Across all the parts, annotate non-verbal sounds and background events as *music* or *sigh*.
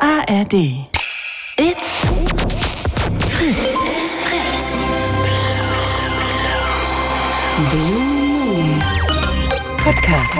ARD. It's Fritz. It's Fritz. Blue Moon. Podcast.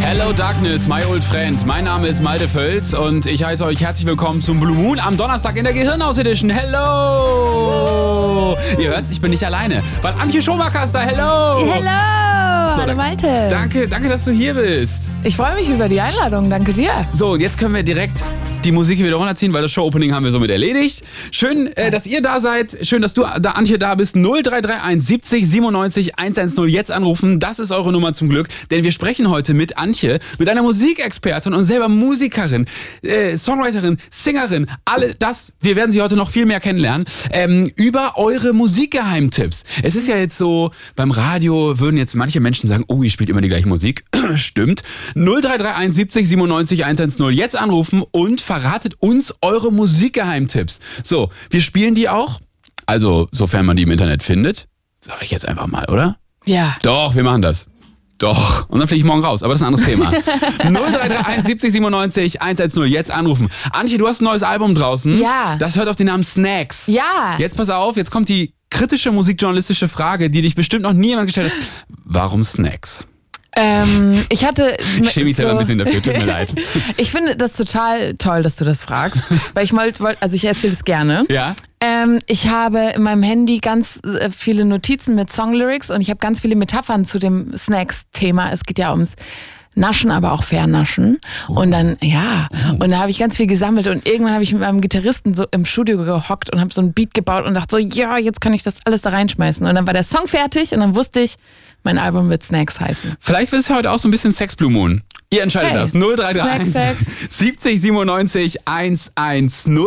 Hello Darkness, my old friend. Mein Name ist Malte Völz und ich heiße euch herzlich willkommen zum Blue Moon am Donnerstag in der Gehirnhaus Edition. Hello! Ihr hört's, ich bin nicht alleine, weil Antje Schumacher ist da. Hello! Hello! Oh. So, Hallo dank- Malte. Danke, danke, dass du hier bist. Ich freue mich über die Einladung. Danke dir. So, und jetzt können wir direkt die Musik wieder runterziehen, weil das Show-Opening haben wir somit erledigt. Schön, äh, dass ihr da seid. Schön, dass du, da Antje, da bist. 0331 70 97 110. Jetzt anrufen. Das ist eure Nummer zum Glück. Denn wir sprechen heute mit Antje, mit einer Musikexpertin und selber Musikerin, äh, Songwriterin, Singerin. Alle das. Wir werden sie heute noch viel mehr kennenlernen. Ähm, über eure Musikgeheimtipps. Es ist ja jetzt so, beim Radio würden jetzt manche Menschen sagen, oh, ihr spielt immer die gleiche Musik. *clears throat* Stimmt. 0331 70 97 110. Jetzt anrufen und verratet uns eure Musikgeheimtipps. So, wir spielen die auch. Also, sofern man die im Internet findet. Sag ich jetzt einfach mal, oder? Ja. Doch, wir machen das. Doch. Und dann fliege ich morgen raus. Aber das ist ein anderes Thema. *laughs* *laughs* 0331 70 97 110. Jetzt anrufen. Antje, du hast ein neues Album draußen. Ja. Das hört auf den Namen Snacks. Ja. Jetzt pass auf, jetzt kommt die kritische musikjournalistische Frage, die dich bestimmt noch nie jemand gestellt hat. Warum Snacks? Ähm, ich hatte. Ich schäme mich selber ein bisschen dafür, tut *laughs* mir leid. Ich finde das total toll, dass du das fragst, weil ich mal, wollt- also ich erzähle es gerne. Ja? Ähm, ich habe in meinem Handy ganz äh, viele Notizen mit Songlyrics und ich habe ganz viele Metaphern zu dem Snacks-Thema. Es geht ja ums Naschen, aber auch Vernaschen. Und dann, ja, und da habe ich ganz viel gesammelt und irgendwann habe ich mit meinem Gitarristen so im Studio gehockt und habe so ein Beat gebaut und dachte so, ja, jetzt kann ich das alles da reinschmeißen. Und dann war der Song fertig und dann wusste ich, mein Album wird Snacks heißen. Vielleicht wird es heute auch so ein bisschen Sex Blue Moon. Ihr entscheidet Hey, das. 0331 Snack, Sex. *laughs* 70 97 110.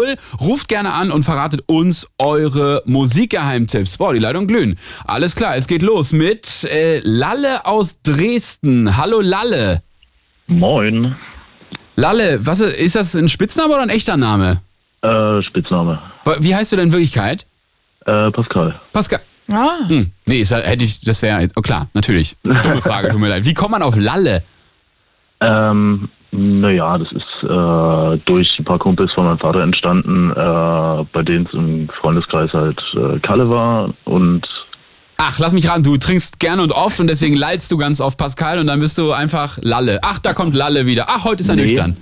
Ruft gerne an und verratet uns eure Musikgeheimtipps. Boah, die Leitung glühen. Alles klar, es geht los mit äh, Lalle aus Dresden. Hallo Lalle. Moin. Lalle, was ist ist das ein Spitzname oder ein echter Name? Äh, Spitzname. Wa- Wie heißt du denn in Wirklichkeit? Äh, Pascal. Pascal. Ah, Hm. Nee, ist, ja- hätte ich, das wäre, oh klar, *laughs* natürlich. Dumme Frage, tut mir leid. Wie kommt man auf Lalle? Ähm, naja, das ist äh, durch ein paar Kumpels von meinem Vater entstanden, äh, bei denen es im Freundeskreis halt äh, Kalle war und Ach, lass mich ran, du trinkst gerne und oft und deswegen lallst du ganz oft Pascal und dann bist du einfach Lalle. Ach, da kommt Lalle wieder. Ach, heute ist er Nee. nüchtern.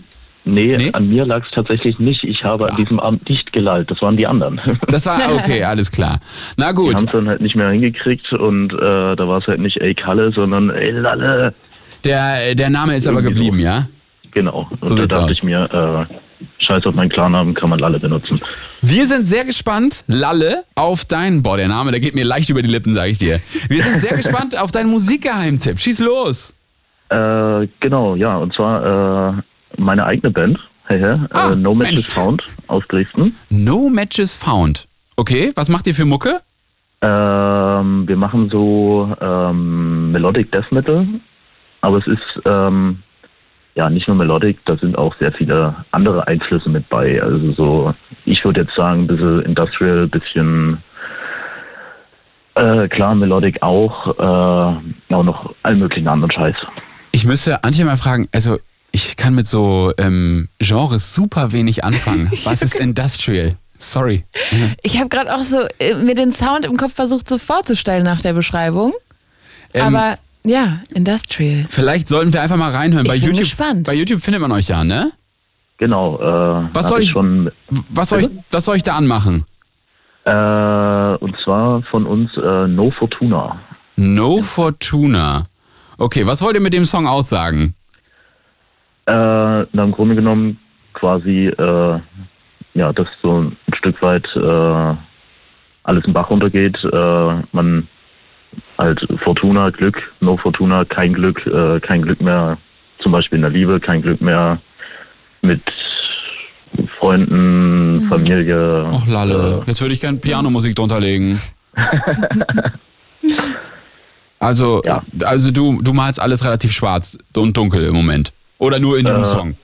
Nee, Nee? Ah. an mir lag es tatsächlich nicht. Ich habe an diesem Abend nicht gelallt. Das waren die anderen. *laughs* Das war ah, okay, alles klar. Na Die gut. haben es dann halt nicht mehr hingekriegt und äh, da war es halt nicht ey Kalle, sondern ey Lalle. Äh, Der, der Name ist aber Irgendwie geblieben, so. ja? Genau. Und So da sieht's dachte aus. ich mir, äh, scheiß auf meinen Klarnamen, kann man Lalle benutzen. Wir sind sehr gespannt, Lalle, auf deinen. Boah, der Name, der geht mir leicht über die Lippen, sag ich dir. Wir sind *laughs* sehr gespannt auf deinen Musikgeheimtipp. Schieß los. Äh, genau, ja, und zwar äh, meine eigene Band, hey, hey, Ah, äh, No Match Mensch. is Found aus Dresden. No Matches Found. Okay, was macht ihr für Mucke? Ähm, wir machen so ähm, Melodic Death Metal, aber es ist ähm, ja nicht nur Melodic, da sind auch sehr viele andere Einflüsse mit bei. Also so, ich würde jetzt sagen, ein bisschen Industrial, ein bisschen äh, klar, Melodic auch, äh, auch noch allen möglichen anderen Scheiß. Ich müsste Antje mal fragen, also ich kann mit so ähm, Genres super wenig *laughs* anfangen. Was ist Industrial? Sorry. ich habe gerade auch so äh, mir den Sound im Kopf versucht so vorzustellen nach der Beschreibung. Ähm, Aber ja, Industrial. Vielleicht sollten wir einfach mal reinhören. Ich bei bin YouTube, gespannt. Bei YouTube findet man euch ja, ne? Genau. Äh, Was hab soll ich- schon W- Was soll ich, was soll ich da anmachen? Äh, und zwar von uns äh, No Fortuna. No Fortuna. Okay, was wollt ihr mit dem Song aussagen? Äh, na, Im Grunde genommen quasi, äh, ja, dass so ein Stück weit äh, alles im Bach runtergeht. Äh, man halt Fortuna, Glück, No Fortuna, kein Glück, äh, kein Glück mehr, zum Beispiel in der Liebe, kein Glück mehr mit Freunden, Familie. Och Äh. Lalle, jetzt würde ich gerne Pianomusik drunter *laughs* legen. also, Ja. also du, du malst alles relativ schwarz und dunkel im Moment. Oder nur in diesem Song. äh,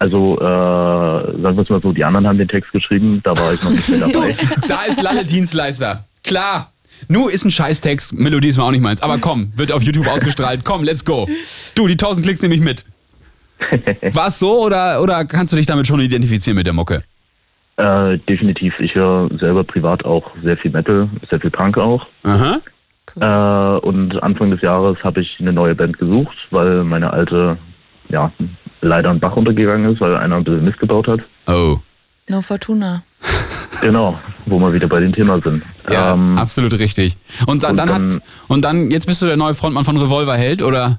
Also, äh, sagen wir es mal so, die anderen haben den Text geschrieben, da war ich noch *laughs* nicht mehr dabei. Da ist Lalle Dienstleister. Klar. Nu ist ein Scheißtext, Melodie *laughs* ist mir auch nicht meins. Aber komm, wird auf YouTube ausgestrahlt. Komm, let's go. Du, die 1000 Klicks nehme ich mit. War es so oder, oder kannst du dich damit schon identifizieren mit der Mucke? Äh, definitiv. Ich höre selber privat auch sehr viel Metal, sehr viel Punk auch. Aha. Äh, und Anfang des Jahres habe ich eine neue Band gesucht, weil meine alte, ja, leider ein Bach untergegangen ist, weil einer ein bisschen Mist gebaut hat. Oh. No Fortuna. Genau, wo wir wieder bei dem Thema sind. Ja, Ähm, absolut richtig. Und dann, und dann, hat dann- und dann jetzt bist du der neue Frontmann von Revolverheld oder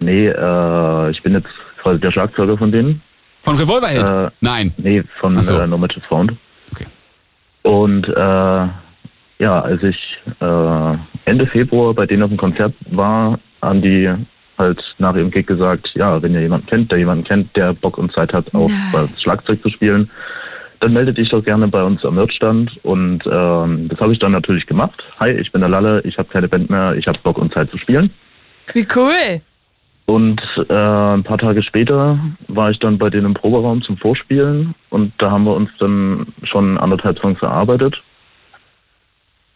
nee, äh, ich bin jetzt quasi der Schlagzeuger von denen. von Revolverheld? Äh, Nein. Nee, von Ach so. äh, No Matches Found. Okay. Und äh, ja, als ich äh, Ende Februar bei denen auf dem Konzert war, haben die halt nach ihrem Gig gesagt, ja, wenn ihr jemanden kennt, der jemanden kennt, der Bock und Zeit hat, auch Nein. das Schlagzeug zu spielen, dann meldet dich doch gerne bei uns am Wirtstand. Und ähm, das habe ich dann natürlich gemacht. Hi, ich bin der Lalle, ich habe keine Band mehr, ich habe Bock und Zeit zu spielen. Wie cool. Und äh, ein paar Tage später war ich dann bei denen im Proberaum zum Vorspielen und da haben wir uns dann schon anderthalb Songs erarbeitet.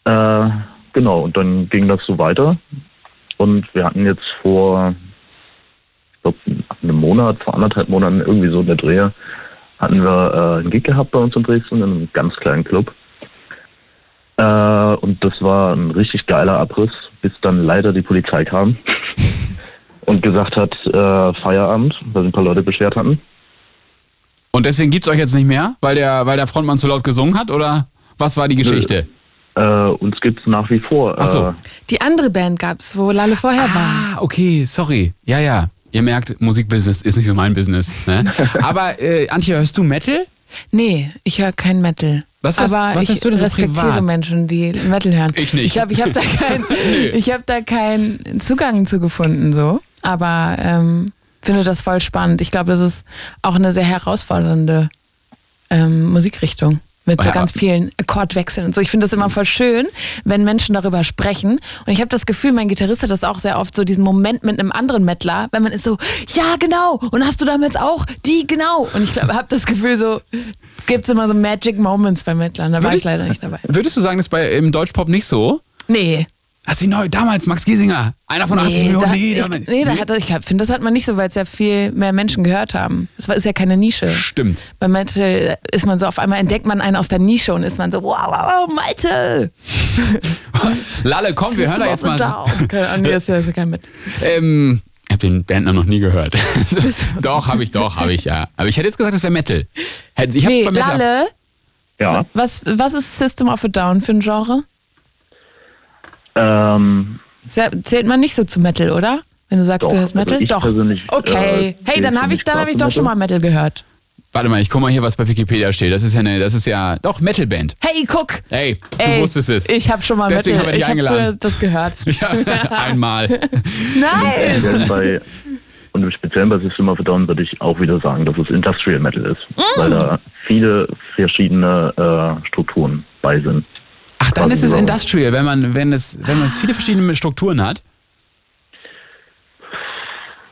Äh, genau, und dann ging das so weiter. Und wir hatten jetzt vor, ich glaube, einem Monat, vor anderthalb Monaten, irgendwie so in der Drehe, hatten wir äh, einen Gig gehabt bei uns in Dresden, in einem ganz kleinen Club. Äh, und das war ein richtig geiler Abriss, bis dann leider die Polizei kam und gesagt hat, äh, Feierabend, weil sich ein paar Leute beschwert hatten. Und deswegen gibt's euch jetzt nicht mehr, weil der, weil der Frontmann zu laut gesungen hat oder was war die Geschichte? Äh, uns gibt's nach wie vor. Ach so. Äh, Die andere Band gab's, wo Lalle vorher war. Ah, okay, sorry. Ja, ja. Ihr merkt, Musikbusiness ist nicht so mein Business. *laughs* Ne? Aber äh, Antje, hörst du Metal? Nee, ich höre kein Metal. Was hast- Aber was ich hast du denn so respektiere privat? Menschen, die Metal hören. Ich nicht. Ich glaube, ich habe *laughs* da, kein, ich hab da keinen Zugang zu gefunden, so. Aber ähm, finde das voll spannend. Ich glaube, das ist auch eine sehr herausfordernde ähm, Musikrichtung. Mit so Ja. ganz vielen Akkordwechseln und so. Ich finde das immer voll schön, wenn Menschen darüber sprechen. Und ich habe das Gefühl, mein Gitarrist hat das auch sehr oft, so diesen Moment mit einem anderen Mettler, wenn man ist so, ja, genau, und hast du damals auch die, genau. Und ich glaube, habe das Gefühl, so gibt es immer so Magic Moments bei Mettlern. Da war ich leider nicht dabei. Würdest du sagen, das ist bei im Deutschpop nicht so? Nee. Hast du die neu damals Max Giesinger? Einer von 80 Millionen? da, nee, ich, damit- nee, da hat, ich finde, das hat man nicht so, weil es ja viel mehr Menschen gehört haben. Es war- ist ja keine Nische. Stimmt. Bei Metal ist man so, auf einmal entdeckt man einen aus der Nische und ist man so, wow, wow, wow, Malte! Lalle, Äh, komm, wir hören da jetzt mal. Keine *laughs* Ahnung, nee, das ist ja kein mit. Ähm, ich habe den Bandner noch nie gehört. *laughs* doch, habe ich, doch, habe ich, ja. Aber ich hätte jetzt gesagt, das wäre Metal. Hätte- Ich hab's Nee, bei Metal Lalle, ja. was, was ist System of a Down für ein Genre? Ähm, Sehr- Zählt man nicht so zu Metal, oder? Wenn du sagst, Doch, du hörst also Metal? ich doch. persönlich, Okay. äh, hey, zähl dann für habe ich, mich dann hab ich Spaß doch schon mal Metal. Metal gehört. Warte mal, ich guck mal hier, was bei Wikipedia steht. Das ist ja eine, das ist ja, doch, Metalband. Hey, guck! Hey, du Ey, wusstest es. Ich habe schon mal Deswegen Metal. haben wir dich ich habe eingeladen. früher das gehört. *laughs* *laughs* ja, einmal. Nein! äh, speziell bei, und im Speziellen bei System of a Down würde ich auch wieder sagen, dass es Industrial Metal ist, Mm. weil da viele verschiedene äh, Strukturen bei sind. Ach, dann Quasi ist es so. Industrial, wenn man, wenn es, wenn man es viele verschiedene Strukturen hat.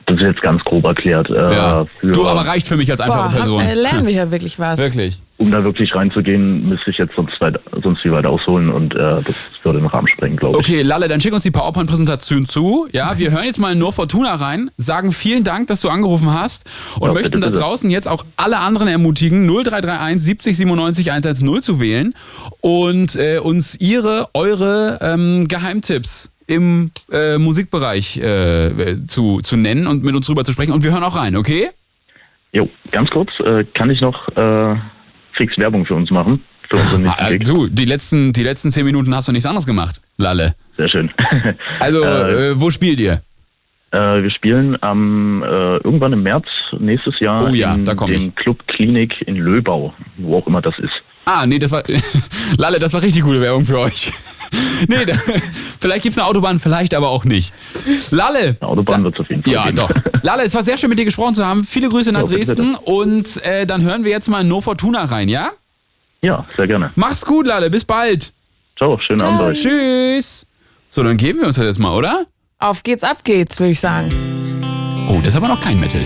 Das ist jetzt ganz grob erklärt. Äh, Ja. für, Du, aber reicht für mich als einfache Boah, Person. hab, äh, *laughs* lernen wir hier wirklich was. Wirklich. um da wirklich reinzugehen, müsste ich jetzt sonst, weit, sonst wie weit ausholen und äh, das würde den Rahmen sprengen, glaube ich. Okay, Lalle, dann schick uns die PowerPoint-Präsentation zu. *laughs* Ja, wir hören jetzt mal nur Fortuna rein, sagen vielen Dank, dass du angerufen hast und Ja, möchten bitte, da bitte. draußen jetzt auch alle anderen ermutigen, 0331 70 97 110 zu wählen und äh, uns ihre, eure ähm, Geheimtipps im äh, Musikbereich äh, zu, zu nennen und mit uns drüber zu sprechen. Und wir hören auch rein, okay? Jo, ganz kurz, äh, kann ich noch äh, fix Werbung für uns machen? *laughs* Für unseren nächsten Ah, äh, Gig? du, die letzten, die letzten zehn Minuten hast du nichts anderes gemacht, Lalle. Sehr schön. *laughs* Also, äh, äh, wo spielt ihr? äh, wir spielen am äh, irgendwann im März nächstes Jahr Oh ja, in da komm dem ich. Club Klinik in Löbau, wo auch immer das ist. Ah, nee, das war. *laughs* Lalle, das war richtig gute Werbung für euch. *laughs* nee, da, *laughs* vielleicht gibt's eine Autobahn, vielleicht aber auch nicht. Lalle! Eine Autobahn da- wird's auf jeden Fall Ja, geben. *laughs* doch. Lalle, es war sehr schön mit dir gesprochen zu haben. Viele Grüße nach Ja, bitte, Dresden und äh, dann hören wir jetzt mal No Fortuna rein, ja? Ja, sehr gerne. Mach's gut, Lalle, bis bald. Ciao, schönen Abend euch. Tschüss. So, dann geben wir uns das jetzt mal, oder? Auf geht's, ab geht's, würde ich sagen. Oh, das ist aber noch kein Metal.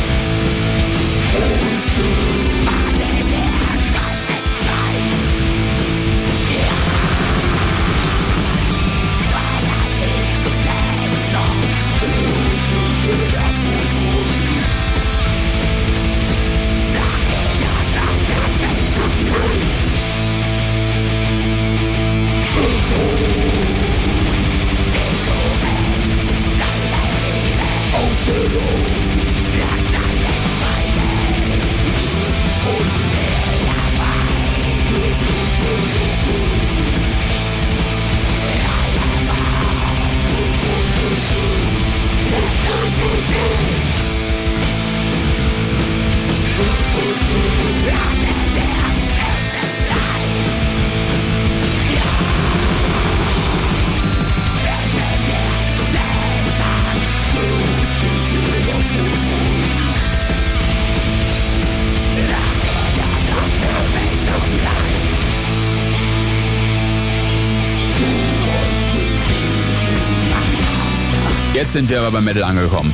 Jetzt sind wir aber beim Metal angekommen,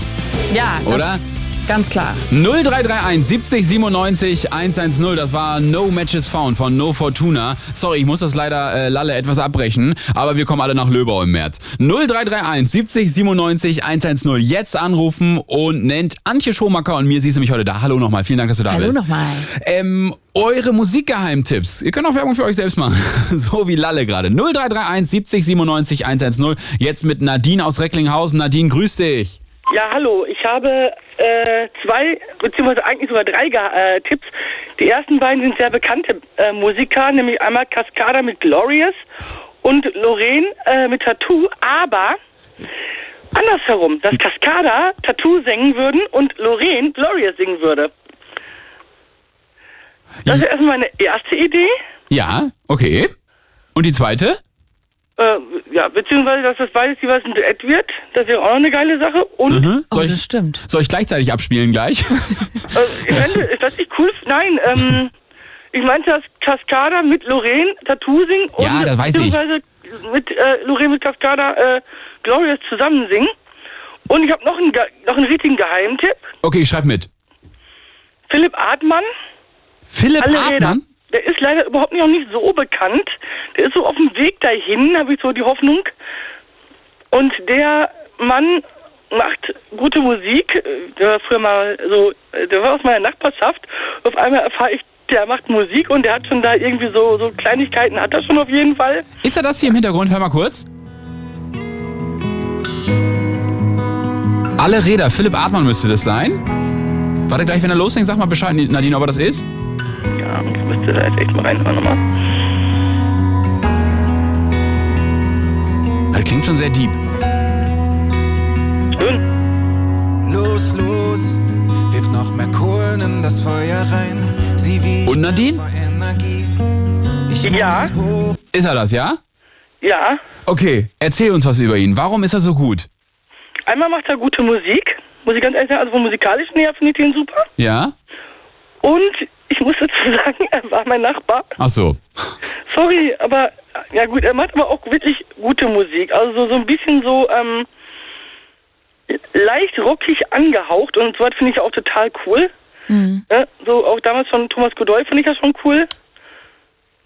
Ja, das- oder? Ganz klar. 0331 70 97 110, das war No Matches Found von No Fortuna. Sorry, ich muss das leider äh, Lalle etwas abbrechen, aber wir kommen alle nach Löbau im März. 0331 70 97 110, jetzt anrufen und nennt Antje Schomacker und mir, sie ist nämlich heute da. Hallo nochmal, vielen Dank, dass du da Hallo bist. nochmal. Ähm, eure Musikgeheimtipps. Ihr könnt auch Werbung für euch selbst machen. *laughs* so wie Lalle gerade. 0331 70 97 110, jetzt mit Nadine aus Recklinghausen. Nadine, grüß dich. Ja, hallo. Ich habe äh, zwei, beziehungsweise eigentlich sogar drei Ge- äh, Tipps. Die ersten beiden sind sehr bekannte äh, Musiker, nämlich einmal Cascada mit Glorious und Lorraine äh, mit Tattoo, aber andersherum, dass Cascada Tattoo singen würden und Lorraine Glorious singen würde. Das ist erstmal meine erste Idee. Ja, okay. Und die zweite? Äh, ja, beziehungsweise, dass das beides jeweils ein Duett wird. Das wäre auch noch eine geile Sache. Und Oh, Mhm. Soll, das ich, stimmt. soll ich gleichzeitig *laughs* abspielen gleich? Äh, ich meinte, ist das nicht cool? Nein, ähm, ich meinte, dass Cascada mit Lorraine Tattoo singen und Ja, das weiß ich. beziehungsweise mit äh, Lorraine mit Cascada äh, Glorious zusammen singen. Und ich habe noch einen, Ge- noch einen richtigen Geheimtipp. Okay, ich schreib mit. Philipp Admann, Philipp alle Räder. Hartmann? Der ist leider überhaupt noch nicht so bekannt. Der ist so auf dem Weg dahin, habe ich so die Hoffnung. Und der Mann macht gute Musik. Äh, Der war früher mal so, äh, der war aus meiner Nachbarschaft. Auf einmal erfahre ich, der macht Musik und der hat schon da irgendwie so, so Kleinigkeiten, hat er schon auf jeden Fall. Ist er das hier im Hintergrund? Hör mal kurz. Alle Räder, Philipp Artmann müsste das sein. Warte gleich, wenn er loslegt, sag mal Bescheid, Nadine, ob er das ist. Ja, ich müsste da jetzt echt mal reinhören nochmal. Das klingt schon sehr deep. Schön. Los, los, wirf noch mehr Kohlen in das Feuer rein. Sie wie Und Nadine? Energie. Ich Ja. muss hoch. Ist er das, ja? Ja, Okay, erzähl uns was über ihn. Warum ist er so gut? einmal macht er gute Musik. Muss ich ganz ehrlich sagen, also vom musikalischen her finde ich den super. Ja? Und ich muss dazu *laughs* sagen, er war mein Nachbar. Ach so. Sorry, aber ja gut, er macht aber auch wirklich gute Musik. Also so, so ein bisschen so ähm, leicht rockig angehaucht und so was finde ich auch total cool. Mhm. Ja, so auch damals von Thomas Godoy finde ich das schon cool.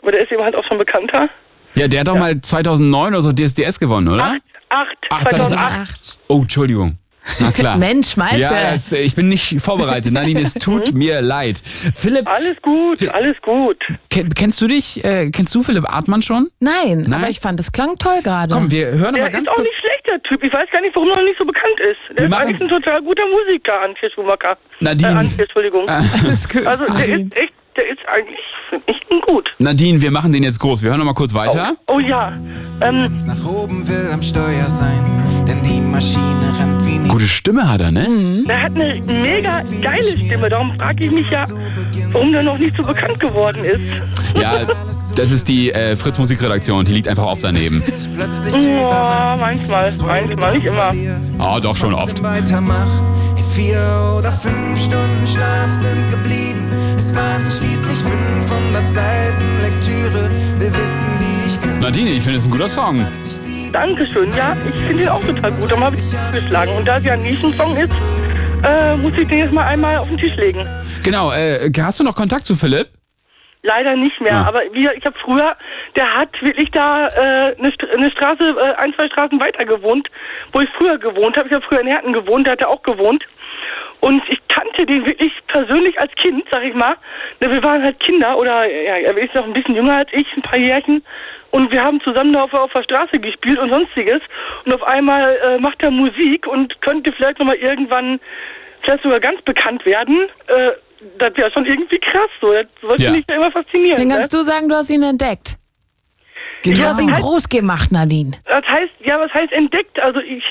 Aber der ist eben halt auch schon bekannter. Ja, der hat doch mal 2009 oder so DSDS gewonnen, oder? Acht, acht, Acht, 2008. 2008. Oh, Entschuldigung. Na *laughs* klar. Mensch, Malte. Ja, das, ich bin nicht vorbereitet. Nadine, es tut mir leid. Philipp, Mhm. Alles gut, alles gut. ken- kennst du dich, äh, kennst du Philipp Artmann schon? Nein, Nein? aber ich fand, das klang toll gerade. Komm, wir hören aber Der ganz ist auch kurz. nicht schlecht, der Typ. Ich weiß gar nicht, warum er noch nicht so bekannt ist. Der ist machen- eigentlich ein total guter Musiker, Antje Schumacher. Nadine. Äh, *laughs* Antje, Entschuldigung. Alles gut. Also der Nein. ist echt, der ist eigentlich, finde ich, ihn gut. Nadine, wir machen den jetzt groß. Wir hören noch mal kurz weiter. Oh ja. Oh Ähm, Ganz nach oben will am Steuer sein. denn die Maschine rennt Oh. wie nie. Gute Stimme hat er, ne? Er hat eine mega geile Stimme, darum frage ich mich ja, warum der noch nicht so bekannt geworden ist. Ja, das ist die äh, Fritz Musikredaktion, die liegt einfach oft daneben. Plötzlich Ja, manchmal, manchmal, nicht immer. Ah, doch schon oft. Trotzdem Weitermach. Hey, Vier oder fünf Stunden Schlaf sind geblieben. Es waren schließlich 500 Seiten Lektüre. Wir wissen, wie ich kann. Nadine, ich finde es ein guter Song. Dankeschön, ja, ich finde den auch total gut, darum habe ich ihn geschlagen. Und da es ja ein Nischensong ist, äh, muss ich den jetzt mal einmal auf den Tisch legen. Genau, äh, hast du noch Kontakt zu Philipp? Leider nicht mehr, Ah. aber wie, ich habe früher, der hat wirklich da äh, eine, Str eine Straße, äh, ein, zwei Straßen weiter gewohnt, wo ich früher gewohnt habe. Ich habe früher in Herten gewohnt, da hat er auch gewohnt. Und ich kannte den wirklich persönlich als Kind, sag ich mal. Ne, Wir waren halt Kinder oder ja, er ist noch ein bisschen jünger als ich, ein paar Jährchen. Und wir haben zusammen da auf, auf der Straße gespielt und sonstiges. Und auf einmal äh, macht er Musik und könnte vielleicht nochmal irgendwann, vielleicht sogar ganz bekannt werden. Äh, das wäre schon irgendwie krass. So. Das sollte Ja. mich ja immer faszinieren. Dann ne? kannst du sagen, du hast ihn entdeckt. Du hast Halt. ihn groß gemacht, Nadine. Das heißt, ja, was heißt entdeckt? Also ich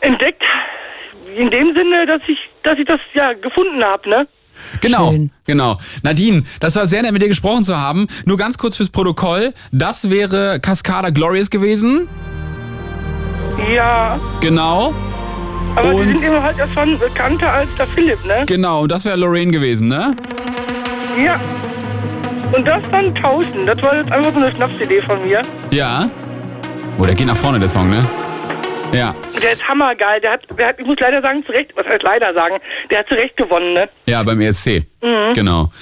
entdeckt in dem Sinne, dass ich, dass ich das ja gefunden habe, ne? Genau, Schön. genau. Nadine, das war sehr nett, mit dir gesprochen zu haben. Nur ganz kurz fürs Protokoll. Das wäre Cascada Glorious gewesen. Ja, Genau, aber die Und- sind eben halt ja schon bekannter als der Philipp, ne? genau. Und das wäre Lorraine gewesen, ne? Ja. Und das dann tauschen. Das war jetzt einfach so eine Schnapsidee von mir. Ja. Oh, der geht nach vorne, der Song, ne? Ja, Der ist hammergeil. Der hat, der hat, ich muss leider sagen, zu Recht, was heißt leider sagen, der hat zu Recht gewonnen, ne? Mhm. ja, beim E ESC. Hm? Genau.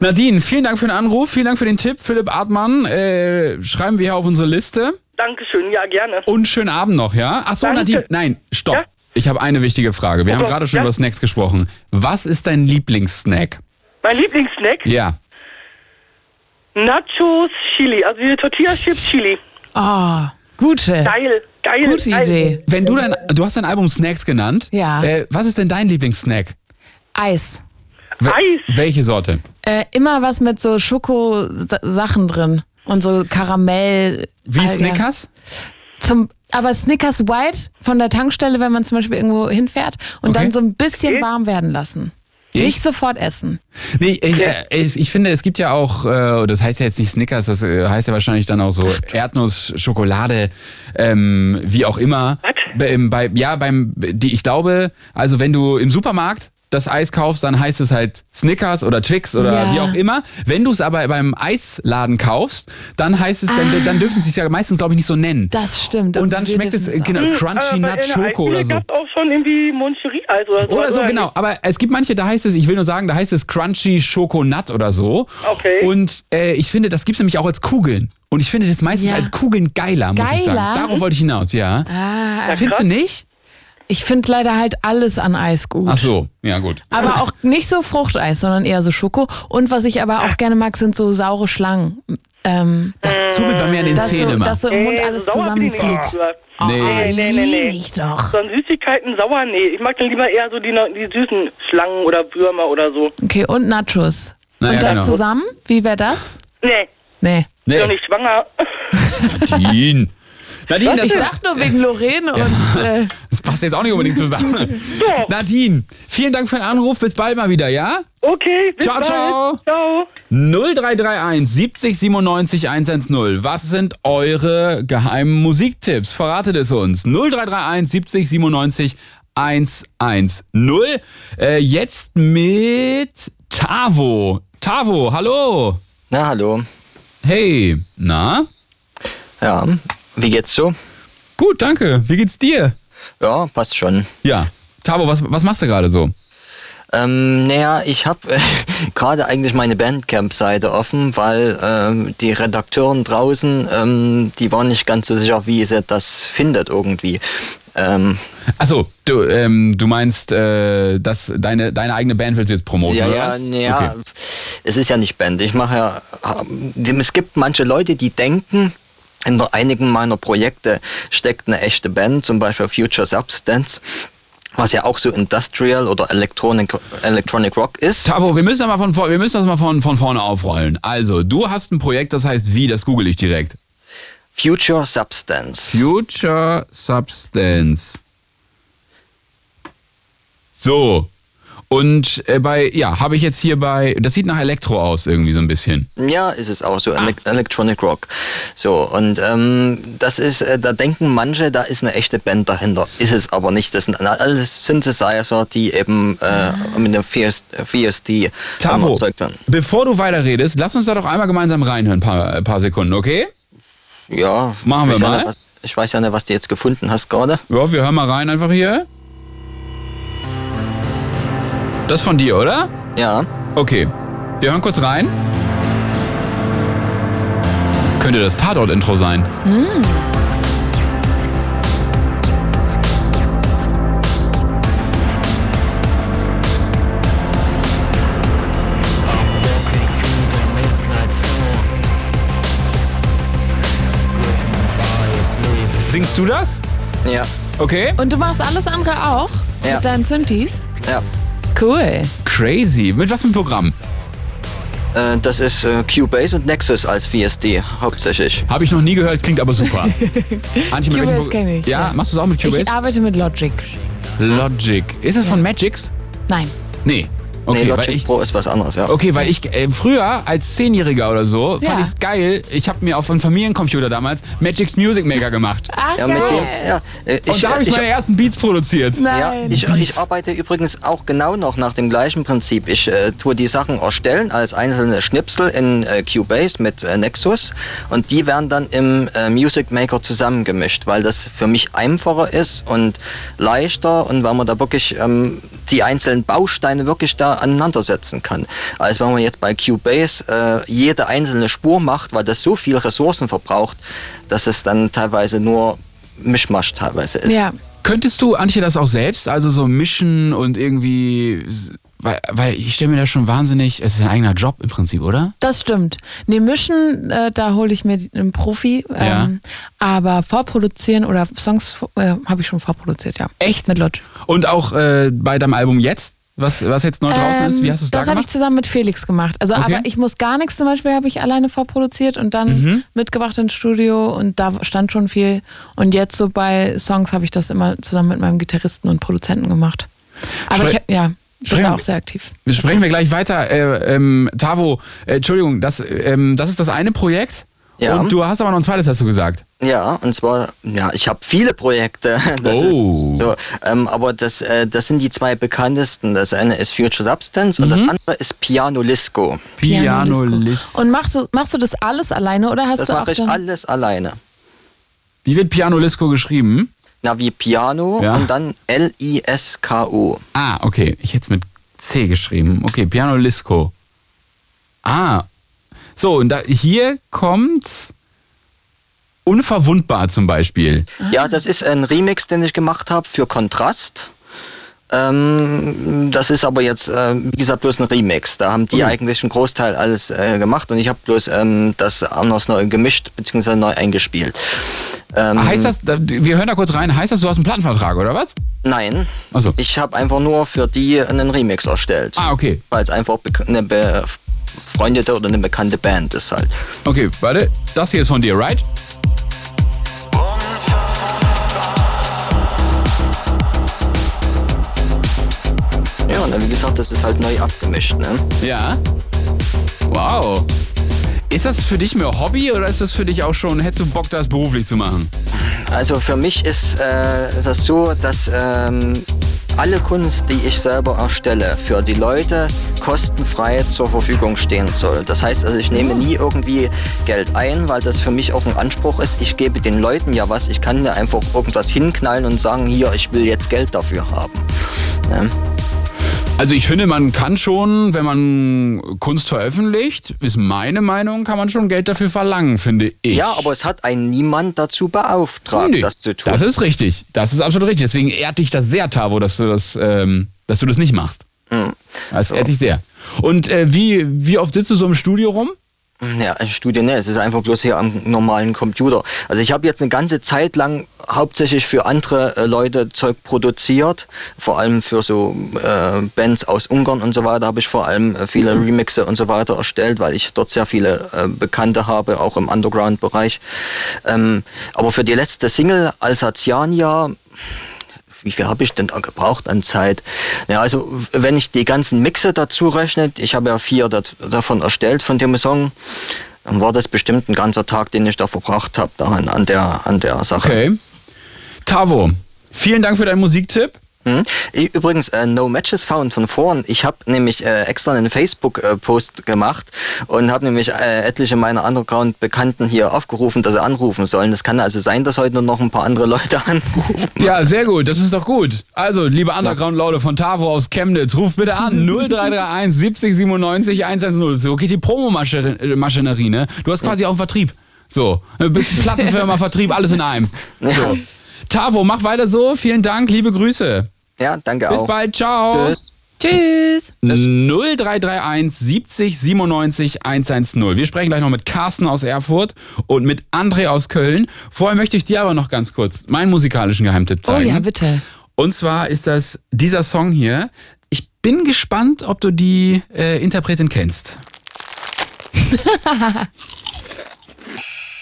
Nadine, vielen Dank für den Anruf, vielen Dank für den Tipp. Philipp Artmann, äh, schreiben wir hier auf unsere Liste. Dankeschön, ja, gerne. Und schönen Abend noch, ja? Ach so, Danke. Nadine, nein, stopp. Ja? Ich habe eine wichtige Frage. Wir haben Gott, gerade schon ja? über Snacks gesprochen. Was ist dein Lieblingssnack? Mein Lieblingssnack, Ja. Nachos Chili, also diese Tortilla Chips Chili. Oh, gute. Geil, geil. Gute geil. Idee. Wenn du dein, du hast dein Album Snacks genannt. Ja. Äh, was ist denn dein Lieblingssnack? Eis. We- Eis. Welche Sorte? Äh, immer was mit so Schoko-Sachen drin. Und so Karamell. Wie Ah, ja. Snickers? Zum, aber Snickers White von der Tankstelle, wenn man zum Beispiel irgendwo hinfährt und Okay. dann so ein bisschen Okay. warm werden lassen. Ich? Nicht sofort essen. Nee, ich, äh, ich, ich finde, es gibt ja auch, äh, das heißt ja jetzt nicht Snickers, das äh, heißt ja wahrscheinlich dann auch so Erdnuss, Schokolade, ähm, wie auch immer. Was? Bei, ähm, bei, ja, beim, die, ich glaube, also wenn du im Supermarkt das Eis kaufst, dann heißt es halt Snickers oder Twix oder Ja. wie auch immer. Wenn du es aber beim Eisladen kaufst, dann heißt es, dann, dann dürfen sie es ja meistens, glaube ich, nicht so nennen. Ah. Das stimmt. Und dann wir schmeckt es, dürfen äh, auch. Mhm, genau, Crunchy Nut Schoko oder so. gab auch schon irgendwie Moncherie-Eis oder so. also Oder so, genau. Aber es gibt manche, da heißt es, ich will nur sagen, da heißt es Crunchy Schokonut oder so. Okay. Und äh, ich finde, das gibt es nämlich auch als Kugeln. Und ich finde das meistens Ja. als Kugeln geiler, muss ich Geiler? sagen. Darauf wollte ich hinaus, ja. Ah, Findest du nicht? ich finde leider halt alles an Eis gut. Ach so, ja gut. Aber auch nicht so Fruchteis, sondern eher so Schoko. Und was ich aber auch gerne mag, sind so saure Schlangen. Ähm, halt Das zuckelt bei mir an den dass, so, Zähnen immer. dass so im Äh, Mund alles zusammenzieht. Nee. Ah, nee, nee, nee. nee. doch. So an Süßigkeiten sauer, nee. Ich mag dann lieber eher so die, die süßen Schlangen oder Würmer oder so. Okay, und Nachos. Naja, und das genau. zusammen? Wie wäre das? Nee, Nee. bin Nee, doch nicht schwanger. Nadine. Nadine, das, Ich dachte nur wegen Lorraine Ja. und äh, *laughs* das passt jetzt auch nicht unbedingt *laughs* zusammen. Nadine, vielen Dank für den Anruf. Bis bald mal wieder, ja? Okay, bis Ciao, bald. ciao. Ciao. 0331 70 97 110. Was sind eure geheimen Musiktipps? Verratet es uns. 0331 70 97 110. Äh, jetzt mit Tavo. Tavo, hallo. Na, hallo. Hey, na? Ja, wie geht's so? Gut, danke. Wie geht's dir? Ja, passt schon. Ja. Tavo, was, was machst du gerade so? Ähm, naja, ich habe äh, *laughs* gerade eigentlich meine Bandcamp-Seite offen, weil ähm, die Redakteuren draußen, ähm, die waren nicht ganz so sicher, wie sie das findet irgendwie. Ähm, Achso, du, ähm, du meinst, äh, dass deine, deine eigene Band willst du jetzt promoten, ja, oder ja, was? naja, Okay. es ist ja nicht Band. Ich mache ja, ähm, es gibt manche Leute, die denken, in einigen meiner Projekte steckt eine echte Band, zum Beispiel Future Substance, was ja auch so Industrial oder Electronic, Electronic Rock ist. Tabo, wir müssen, das mal von, vor- wir müssen das mal von, von vorne aufrollen. Also, du hast ein Projekt, das heißt wie, das google ich direkt. Future Substance. Future Substance. So. Und äh, bei, ja, habe ich jetzt hier bei, das sieht nach Elektro aus irgendwie so ein bisschen. Ja, ist es auch so, Ah. Ele Electronic Rock. So, und ähm, das ist, äh, da denken manche, da ist eine echte Band dahinter. Ist es aber nicht. Das sind alles Synthesizer, die eben äh, mit dem VS VST ähm, Tavo, erzeugt werden. bevor du weiterredest, lass uns da doch einmal gemeinsam reinhören, ein paar, ein paar Sekunden, okay? Ja. Machen wir ich weiß ja mal. nicht, was- Ich weiß ja nicht, was du jetzt gefunden hast gerade. Ja, wir hören mal rein einfach hier. Das von dir, oder? Ja. Okay. Wir hören kurz rein. Könnte das Tatort-Intro sein? Hm. Singst du das? Ja. Okay. Und du machst alles andere auch? Ja. Mit deinen Synthes? Ja. Cool. Crazy. Mit was für einem Programm? Äh, das ist äh, Cubase und Nexus als VSD hauptsächlich. Habe ich noch nie gehört, klingt aber *laughs* super. Antje, mit Cubase welchem Pro- kenn ich, Ja, ja. machst du es auch mit Cubase? Ich arbeite mit Logic. Logic. Ist es von Magix? Nein. Nee. Okay, nee, weil Logic ich, Pro ist was anderes, ja. okay, weil ich äh, früher als Zehnjähriger oder so Ja. fand ich es geil. Ich habe mir auf einem Familiencomputer damals Magix Music Maker gemacht. *laughs* Ach, Ja, mit geil. dem, ja. Äh, Und da habe ich, ich, meine ersten Beats produziert. ja, Nein. ich, ich arbeite übrigens auch genau noch nach dem gleichen Prinzip. Ich äh, tue die Sachen erstellen als einzelne Schnipsel in äh, Cubase mit äh, Nexus und die werden dann im äh, Music Maker zusammengemischt, weil das für mich einfacher ist und leichter und weil man da wirklich ähm, die einzelnen Bausteine wirklich da aneinandersetzen kann. Als wenn man jetzt bei Cubase äh, jede einzelne Spur macht, weil das so viel Ressourcen verbraucht, dass es dann teilweise nur Mischmasch teilweise ist. ja. Könntest du, Antje, das auch selbst, also so mischen und irgendwie... s- Weil, weil ich stelle mir das schon wahnsinnig... Es ist ein eigener Job im Prinzip, oder? Das stimmt. Nee, mischen, äh, da hole ich mir die- einen Profi. Ähm, Aber vorproduzieren oder Songs vor- äh, habe ich schon vorproduziert, ja. Echt? Mit Lodge. Und auch äh, bei deinem Album jetzt, was, was jetzt neu draußen ist, wie hast du es da Ähm, das habe ich gemacht? zusammen mit Felix gemacht. Also, Okay. aber ich muss gar nichts zum Beispiel, habe ich alleine vorproduziert und dann Mhm. mitgebracht ins Studio und da stand schon viel. Und jetzt so bei Songs habe ich das immer zusammen mit meinem Gitarristen und Produzenten gemacht. Aber Spre- ich, ja, ich bin Spre- da auch sehr aktiv. Wir Sprechen wir gleich weiter. Äh, ähm, Tavo, äh, Entschuldigung, das, ähm, das ist das eine Projekt. Ja. Und du hast aber noch ein zweites, hast du gesagt. Ja, und zwar, ja, ich habe viele Projekte. *laughs* Das Oh. Ist so, ähm, aber das, äh, das sind die zwei bekanntesten. Das eine ist Future Substance und das Mhm. andere ist Piano Lisco. Piano-Disco. Pianolis- Und machst du, machst du das alles alleine oder hast Das du auch mache ich dann, alles alleine. Wie wird Pianolisco geschrieben? Na, wie Piano Ja. und dann L-I-S-K-O. Ah, okay. Ich hätte es mit C geschrieben. Okay, Pianolisco. Ah. So, und da, hier kommt Unverwundbar zum Beispiel. Ja, das ist ein Remix, den ich gemacht habe für Kontrast. Ähm, das ist aber jetzt, äh, wie gesagt, bloß ein Remix. Da haben die eigentlich einen Großteil alles äh, gemacht und ich habe bloß ähm, das anders neu gemischt bzw. neu eingespielt. Ähm, Heißt das, da- wir hören da kurz rein, heißt das, du hast einen Plattenvertrag oder was? Nein. Ach so. Ich habe einfach nur für die einen Remix erstellt. Ah, okay. Weil es einfach bek- eine be- befreundete oder eine bekannte Band ist halt. Okay, warte. Das hier ist von dir, right? Ja, und dann, wie gesagt, das ist halt neu abgemischt, ne? Ja. Wow. Ist das für dich mehr Hobby oder ist das für dich auch schon, hättest du Bock, das beruflich zu machen? Also für mich ist äh, das so, dass ähm, alle Kunst, die ich selber erstelle, für die Leute kostenfrei zur Verfügung stehen soll. Das heißt also, ich nehme nie irgendwie Geld ein, weil das für mich auch ein Anspruch ist. Ich gebe den Leuten ja was. Ich kann ja einfach irgendwas hinknallen und sagen, hier, ich will jetzt Geld dafür haben. Ne? Also ich finde, man kann schon, wenn man Kunst veröffentlicht, ist meine Meinung, kann man schon Geld dafür verlangen, finde ich. Ja, aber es hat einen niemand dazu beauftragt, Nee, das zu tun. Das ist richtig. Das ist absolut richtig. Deswegen ehrt dich das sehr, Tavo, dass du das, ähm, dass du das Mm. nicht machst. Das ehrt dich sehr. Und äh, wie, wie oft sitzt du so im Studio rum? Ja, im Studio, ne, es ist einfach bloß hier am normalen Computer. Also ich habe jetzt eine ganze Zeit lang hauptsächlich für andere äh, Leute Zeug produziert, vor allem für so äh, Bands aus Ungarn und so weiter, habe ich vor allem äh, viele Mhm. Remixe und so weiter erstellt, weil ich dort sehr viele äh, Bekannte habe, auch im Underground-Bereich. Ähm, aber für die letzte Single, Alsaciania, wie viel habe ich denn da gebraucht an Zeit? Ja, also wenn ich die ganzen Mixe dazu rechne, ich habe ja vier dat, davon erstellt von dem Song, dann war das bestimmt ein ganzer Tag, den ich da verbracht habe daran an der an der Sache. Okay. Tavo, vielen Dank für deinen Musiktipp. Hm? Ich- Übrigens, äh, No Matches Found von vorn. Ich habe nämlich äh, extra einen Facebook-Post äh, gemacht und habe nämlich äh, etliche meiner Underground-Bekannten hier aufgerufen, dass sie anrufen sollen. Es kann also sein, dass heute noch ein paar andere Leute *laughs* anrufen. Ja, sehr gut, das ist doch gut. Also, liebe Underground-Laute von Tavo aus Chemnitz, ruft bitte *laughs* an 0331 70 97 110. So geht die Promomaschinerie, ne? Du hast quasi auch einen Vertrieb. So, du *laughs* bist Plattenfirma, Vertrieb, alles in einem. Ja, Tavo, mach weiter so, vielen Dank, liebe Grüße. ja danke Bis auch. bald, ciao. Tschüss. Tschüss. 0331 70 97 110. Wir sprechen gleich noch mit Carsten aus Erfurt und mit André aus Köln. Vorher möchte ich dir aber noch ganz kurz meinen musikalischen Geheimtipp Oh zeigen. ja, bitte. Und zwar ist das dieser Song hier. Ich bin gespannt, ob du die äh, Interpretin kennst.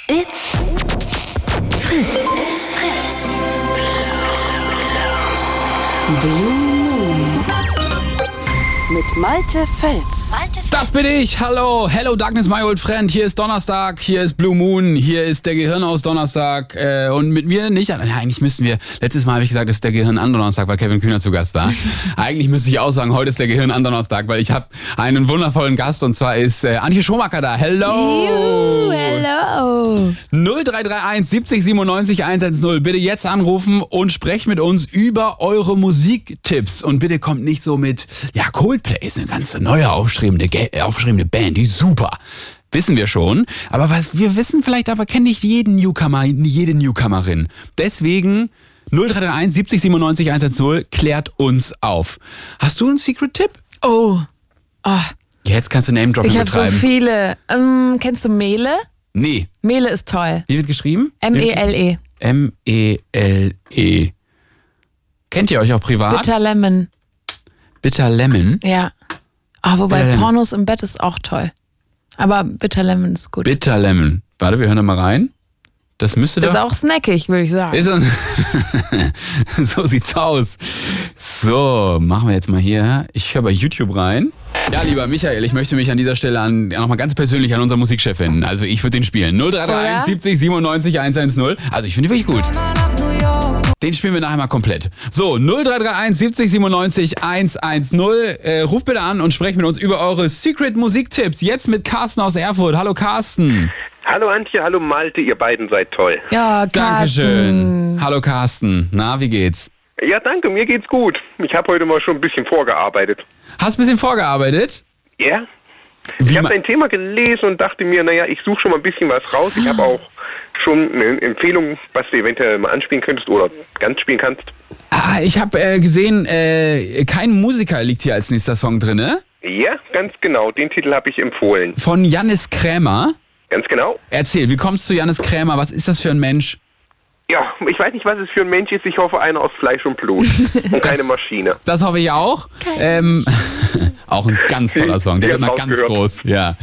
It's Fritz. It's Fritz. Blue Moon. Mit Malte Fels. Malte Das bin ich. Hallo. Hello, Darkness, my old friend. Hier ist Donnerstag. Hier ist Blue Moon. Hier ist der Gehirn aus Donnerstag. Äh, und mit mir nicht. Ja, eigentlich müssten wir. Letztes Mal habe ich gesagt, es ist der Gehirn an Donnerstag, weil Kevin Kühner zu Gast war. eigentlich müsste ich auch sagen, heute ist der Gehirn an Donnerstag, weil ich habe einen wundervollen Gast und zwar ist äh, Antje Schumacher da. Hello. Juhu, hello. 0331 70 97 110. Bitte jetzt anrufen und sprecht mit uns über eure Musiktipps. Und bitte kommt nicht so mit, ja, Coldplay ist eine ganze neue aufstrebende, Ge- äh, aufstrebende Band, die ist super. Wissen wir schon. Aber was wir wissen vielleicht, aber kennen nicht jeden Newcomer, jede Newcomerin. Deswegen 0331 70 97 110 klärt uns auf. Hast du einen Secret-Tipp? Oh. oh. Jetzt kannst du Name-Dropping Ich habe so betreiben. viele. Ähm, kennst du Mele? nee. Mele ist toll. E Wie wird geschrieben? M-E-L-E. M-E-L-E. E. Kennt ihr euch auch privat? Bitter Lemon. Bitter Lemon. Ja. Ah, wobei Bitter Lemon. Pornos im Bett ist auch toll. Aber Bitter Lemon ist gut. Bitter Lemon. Warte, wir hören da mal rein. Das müsste doch. Ist auch snackig, würde ich sagen. Ist ein *laughs* so sieht's aus. So, machen wir jetzt mal hier. Ich höre bei YouTube rein. Ja, lieber Michael, ich möchte mich an dieser Stelle an, ja, nochmal ganz persönlich an unseren Musikchef wenden. Also ich würde den spielen. 0331 Oder? 70 97 110. Also ich finde den wirklich gut. Den spielen wir nachher mal komplett. So, 0331 70 97 110. Äh, ruft bitte an und sprecht mit uns über eure Secret Musiktipps. Jetzt mit Carsten aus Erfurt. Hallo Carsten. Hallo Antje, hallo Malte, ihr beiden seid toll. Ja, Carsten. Dankeschön. Hallo Carsten. Na, wie geht's? Ja, danke, mir geht's gut. Ich habe heute mal schon ein bisschen vorgearbeitet. Hast ein bisschen vorgearbeitet? Ja? Wie Ich habe ma- ein Thema gelesen und dachte mir, naja, ich suche schon mal ein bisschen was raus. Ich habe auch schon eine Empfehlung, was du eventuell mal anspielen könntest oder ganz spielen kannst. ah, ich habe äh, gesehen, äh, kein Musiker liegt hier als nächster Song drin, ne? Ja, ganz genau, den Titel habe ich empfohlen. Von Jannis Krämer. Ganz genau. Erzähl, wie kommst du zu Jannis Krämer? Was ist das für ein Mensch? Ja, ich weiß nicht, was es für ein Mensch ist. Ich hoffe, einer aus Fleisch *laughs* und Blut und keine Maschine. Das hoffe ich auch. Ähm, *laughs* auch ein ganz toller Song. Der Ich wird mal hab's ganz rausgehört. groß. Ja.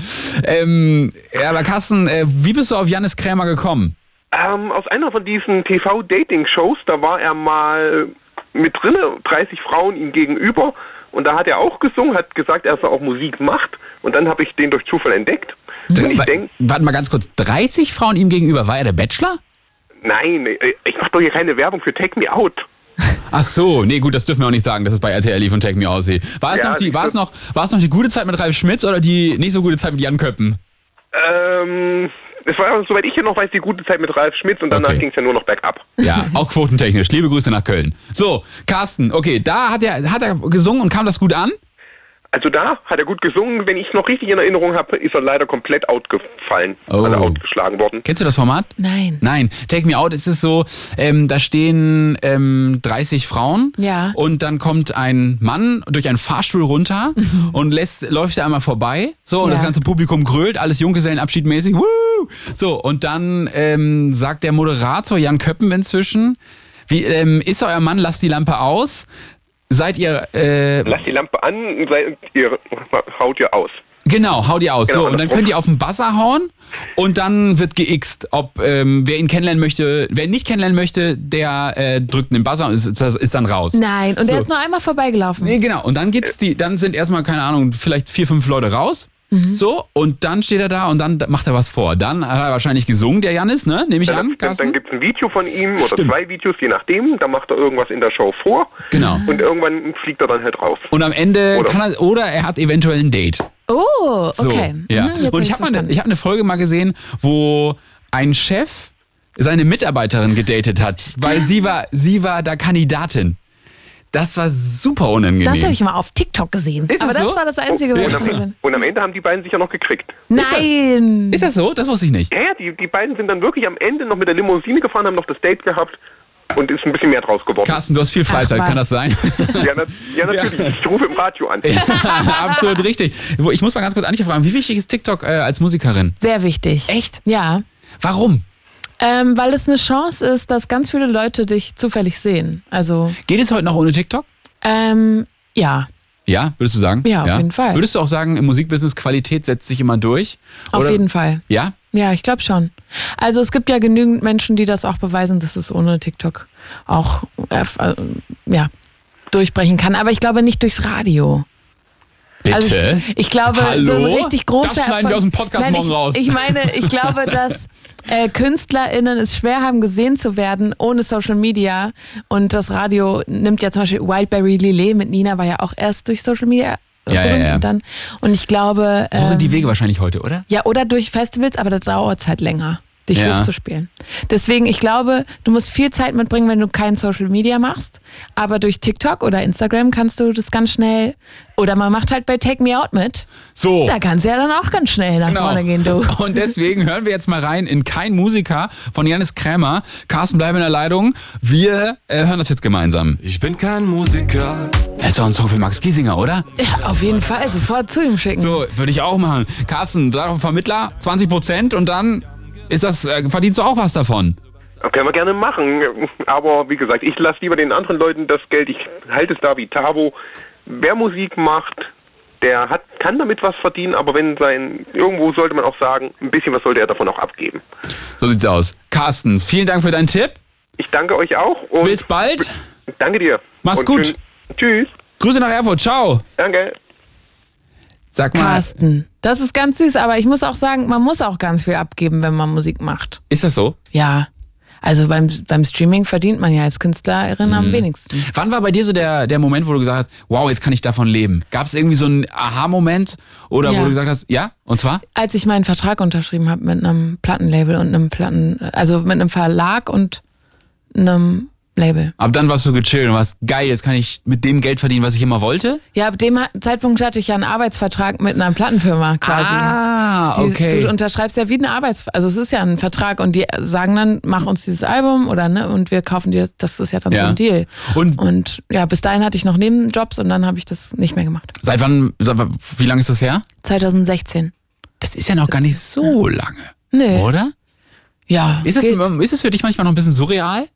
Ähm, ja, aber Carsten, äh, wie bist du auf Jannis Krämer gekommen? Ähm, aus einer von diesen TV-Dating-Shows, da war er mal mit drinne, 30 Frauen ihm gegenüber. Und da hat er auch gesungen, hat gesagt, dass er auch Musik macht. Und dann habe ich den durch Zufall entdeckt. Und ich Wa- denke, Warte mal ganz kurz. 30 Frauen ihm gegenüber. War er der Bachelor? nein, äh, ich mache doch hier keine Werbung für Take Me Out. Ach so, nee, gut, das dürfen wir auch nicht sagen, dass es bei RTL lief und Take Me aussieht. War es, Ja, noch, die, ich war, es noch, glaub- war es noch die gute Zeit mit Ralf Schmitz oder die nicht so gute Zeit mit Jan Köppen? Ähm, es war, soweit ich ja noch weiß, die gute Zeit mit Ralf Schmitz und danach Okay. ging es ja nur noch bergab. Ja, auch quotentechnisch. Liebe Grüße nach Köln. So, Carsten, okay, da hat er, hat er gesungen und kam das gut an? Also da hat er gut gesungen. Wenn ich es noch richtig in Erinnerung habe, ist er leider komplett outgefallen. Oh. Also outgeschlagen worden. Kennst du das Format? Nein. Nein, Take Me Out ist es so, ähm, da stehen ähm, 30 Frauen Ja. und dann kommt ein Mann durch einen *laughs* Fahrstuhl runter und lässt, läuft da einmal vorbei. So, und Ja. das ganze Publikum grölt, alles Junggesellenabschiedmäßig. Woo! So, und dann ähm, sagt der Moderator Jan Köppen inzwischen, wie ähm, ist euer Mann, lasst die Lampe aus. Seid ihr, äh, Lasst die Lampe an und seid, ihr haut ihr aus. Genau, hau die aus. Genau, so, und dann andersrum. könnt ihr auf den Buzzer hauen und dann wird geixt, ob ähm, wer ihn kennenlernen möchte, wer ihn nicht kennenlernen möchte, der äh, drückt den Buzzer und ist, ist, ist dann raus. Nein, und So. er ist nur einmal vorbeigelaufen. Nee, genau. Und dann Äh. gibt's die, dann sind erstmal, keine Ahnung, vielleicht vier, fünf Leute raus. Mhm. So, und dann steht er da und dann macht er was vor. Dann hat er wahrscheinlich gesungen, der Janis, ne? Nehme ich an, dann dann Carsten? gibt es ein Video von ihm oder Stimmt. zwei Videos, je nachdem. Da macht er irgendwas in der Show vor. Genau. Und irgendwann fliegt er dann halt raus. Und am Ende Oder- kann er, oder er hat eventuell ein Date. Oh, So, okay. ja. Mhm, jetzt und hab ich ich's habe mal, verstanden. eine- ich habe eine Folge mal gesehen, wo ein Chef seine Mitarbeiterin gedatet hat, weil sie war, sie war da Kandidatin. Das war super unangenehm. das habe ich mal auf TikTok gesehen. Ist Aber das das so? war das Einzige, was ich gesehen habe. Und am Ende haben die beiden sich ja noch gekriegt. Nein! ist das so? Das wusste ich nicht. Ja, ja, die, die beiden sind dann wirklich am Ende noch mit der Limousine gefahren, haben noch das Date gehabt und ist ein bisschen mehr draus geworden. Carsten, du hast viel Freizeit, Ach, kann das was. sein? Ja, na, *laughs* ja natürlich. Ich rufe im Radio an. Absolut richtig. Wo- Ich muss mal ganz kurz Antje fragen, wie wichtig ist TikTok äh, als Musikerin? Sehr wichtig. Echt? Ja. Warum? Ähm, weil es eine Chance ist, dass ganz viele Leute dich zufällig sehen. Also, Geht es heute noch ohne TikTok? ähm, ja. Ja, würdest du sagen? Ja, auf jeden Fall. Würdest du auch sagen, im Musikbusiness Qualität setzt sich immer durch? Auf Oder- jeden Fall. Ja? Ja, ich glaube schon. Also es gibt ja genügend Menschen, die das auch beweisen, dass es ohne TikTok auch äh, äh, ja, durchbrechen kann. Aber ich glaube nicht durchs Radio. Bitte? Also ich, ich glaube, so ein Hallo? richtig großer Das schneiden Erfolg- wir aus dem Podcast Nein, ich, morgen raus. Ich meine, ich *laughs* glaube, dass äh, KünstlerInnen es schwer haben, gesehen zu werden ohne Social Media. Und das Radio nimmt ja zum Beispiel Wildberry Lillet mit Nina war ja auch erst durch Social Media. Ja, ja, berühmt ja. Und, dann, und ich glaube. so sind die ähm, Wege wahrscheinlich heute, oder? ja, oder durch Festivals, aber da dauert es halt länger, dich Ja. hochzuspielen. Deswegen, ich glaube, du musst viel Zeit mitbringen, wenn du kein Social Media machst. Aber durch TikTok oder Instagram kannst du das ganz schnell. Oder man macht halt bei Take Me Out mit. So. Genau. Da kannst du ja dann auch ganz schnell nach vorne gehen, du. *laughs* Und deswegen hören wir jetzt mal rein in Kein Musiker von Janis Krämer. Carsten, bleib in der Leitung. Wir äh, hören das jetzt gemeinsam. Ich bin kein Musiker. Das ist doch ein Song für Max Giesinger, oder? Ja, auf jeden Fall, sofort zu ihm schicken. So, würde ich auch machen. Carsten, sei doch ein Vermittler, 20 Prozent und dann ist das, äh, verdienst du auch was davon. Das können wir gerne machen. Aber wie gesagt, ich lasse lieber den anderen Leuten das Geld. Ich halte es da wie Tabo. Wer Musik macht, der hat, kann damit was verdienen, aber wenn sein, irgendwo sollte man auch sagen, ein bisschen was sollte er davon auch abgeben. So sieht's aus. Carsten, vielen Dank für deinen Tipp. Ich danke euch auch und Bis bald. danke dir. Mach's und gut. schön- Tschüss. Grüße nach Erfurt. Ciao. Danke. Sag mal, Carsten. Das ist ganz süß, aber ich muss auch sagen, man muss auch ganz viel abgeben, wenn man Musik macht. ist das so? Ja. Also beim, beim Streaming verdient man ja als Künstlerin am wenigsten. Mhm. Wann war bei dir so der, der Moment, wo du gesagt hast, wow, jetzt kann ich davon leben? Gab es irgendwie so einen Aha-Moment oder wo Ja. du gesagt hast, ja, und zwar? als ich meinen Vertrag unterschrieben habe mit einem Plattenlabel und einem Platten, also mit einem Verlag und einem Label. Ab dann warst du gechillt und warst geil, jetzt kann ich mit dem Geld verdienen, was ich immer wollte. Ja, ab dem Zeitpunkt hatte ich ja einen Arbeitsvertrag mit einer Plattenfirma quasi. Ah, Die- Du okay. unterschreibst ja wie einen Arbeitsvertrag, also es ist ja ein Vertrag und die sagen dann, mach uns dieses Album oder ne, und wir kaufen dir das, das ist ja dann Ja. so ein Deal. Und- und ja, bis dahin hatte ich noch Nebenjobs und dann habe ich das nicht mehr gemacht. Seit wann, seit, wann- wie lange ist das her? 2016. Das ist ja noch gar nicht so lange, Nee. oder? Ja. Ist es, geht. ist es für dich manchmal noch ein bisschen surreal?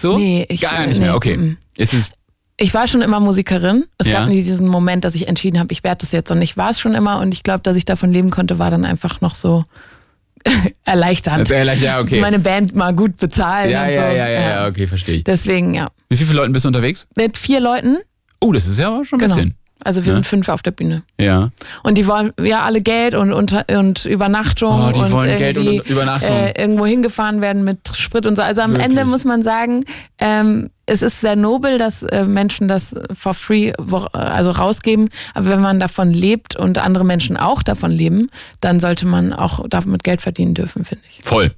So? Nee, ich- Gar nicht mehr, nee, okay. mm. Jetzt ist, ich war schon immer Musikerin. Es Ja. gab nie diesen Moment, dass ich entschieden habe, ich werde das jetzt und ich war es schon immer und ich glaube, dass ich davon leben konnte, war dann einfach noch so *laughs* erleichternd. das ist ehrlich, ja, okay. Meine Band mal gut bezahlen ja, und so. ja, ja, ja, ja, okay, verstehe ich. Deswegen, ja. Mit wie vielen Leuten bist du unterwegs? Mit vier Leuten. Oh, das ist ja aber schon ein Genau. bisschen. Also wir Ja. sind fünf auf der Bühne. Ja. Und die wollen ja alle Geld und, unter, und Übernachtung. Oh, die und wollen Geld und irgendwie, Übernachtung. Äh, irgendwo hingefahren werden mit Sprit und so. Also am Wirklich? Ende muss man sagen, ähm, es ist sehr nobel, dass äh, Menschen das for free wo, also rausgeben. Aber wenn man davon lebt und andere Menschen auch davon leben, dann sollte man auch damit Geld verdienen dürfen, finde ich. Voll.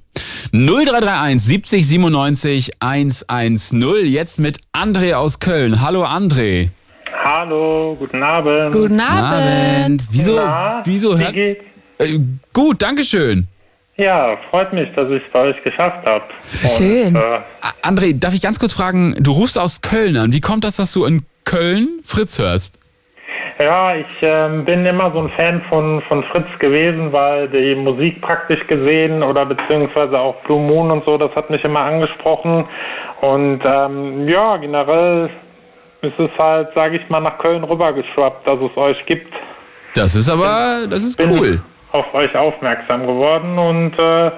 0331 70 97 110. Jetzt mit André aus Köln. Hallo André. Hallo, guten Abend. Guten Abend. Wieso, Na, wieso wie hört... geht's? Äh, gut, Dankeschön. Ja, freut mich, dass ich es bei euch geschafft habe. Schön. Äh, A- André, darf ich ganz kurz fragen, du rufst aus Köln an. Wie kommt das, dass du in Köln Fritz hörst? ja, ich ähm, bin immer so ein Fan von, von Fritz gewesen, weil die Musik praktisch gesehen oder beziehungsweise auch Blue Moon und so, das hat mich immer angesprochen. Und ähm, ja, generell ist es halt, sage ich mal, nach Köln rübergeschwappt, dass es euch gibt. Das ist aber, das ist bin cool. auf euch aufmerksam geworden und äh,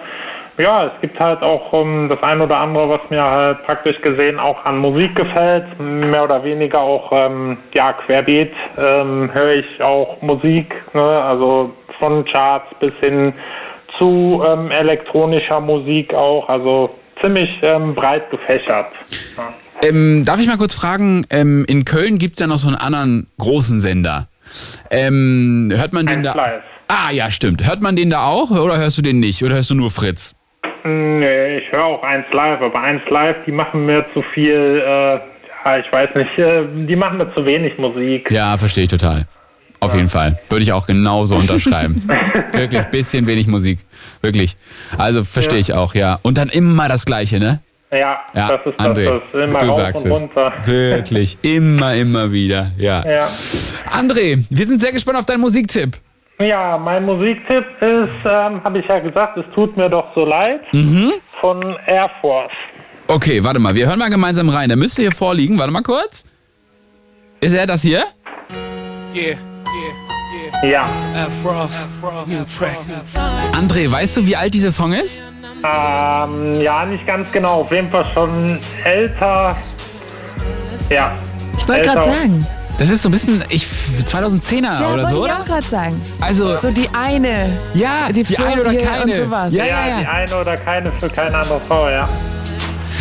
ja, es gibt halt auch ähm, das ein oder andere, was mir halt praktisch gesehen auch an Musik gefällt, mehr oder weniger auch ähm, ja querbeet ähm, höre ich auch Musik, ne? also von Charts bis hin zu ähm, elektronischer Musik auch, also ziemlich ähm, breit gefächert. Ja. Ähm, darf ich mal kurz fragen, ähm, in Köln gibt es ja noch so einen anderen großen Sender. Ähm, hört man den Eins da? live. Ah ja, stimmt. Hört man den da auch oder hörst du den nicht? Oder hörst du nur Fritz? Nee, ich höre auch 1 Live, aber 1 Live, die machen mir zu viel, äh, ja, ich weiß nicht, äh, die machen mir zu wenig Musik. Ja, verstehe ich total. Auf jeden Fall. Würde ich auch genauso *laughs* unterschreiben. Wirklich, bisschen wenig Musik. Wirklich. Also verstehe ich auch, ja. Und dann immer das Gleiche, ne? Ja, Ja, das ist André, das, das ist immer du rauf sagst und es. runter. Wirklich. Immer, immer wieder. Ja. Ja. André, wir sind sehr gespannt auf deinen Musiktipp. ja, mein Musiktipp ist, ähm, habe ich ja gesagt, es tut mir doch so leid, von Air Force. Mhm. Okay, warte mal. Wir hören mal gemeinsam rein. Der müsste hier vorliegen. Warte mal kurz. Ist er das hier? Yeah, Ja, Afrof, new track. André, weißt du, wie alt dieser Song ist? ähm, ja, nicht ganz genau, auf jeden Fall schon älter. Ja, Ich wollte gerade Älter. sagen. Das ist so ein bisschen ich, 2010er Ja, oder wollte so, ich auch oder? gerade sagen. Also, So die eine. ja, die, Flor eine oder hier keine. Und sowas. Ja, ja, ja. die eine oder keine für keine andere Frau, ja.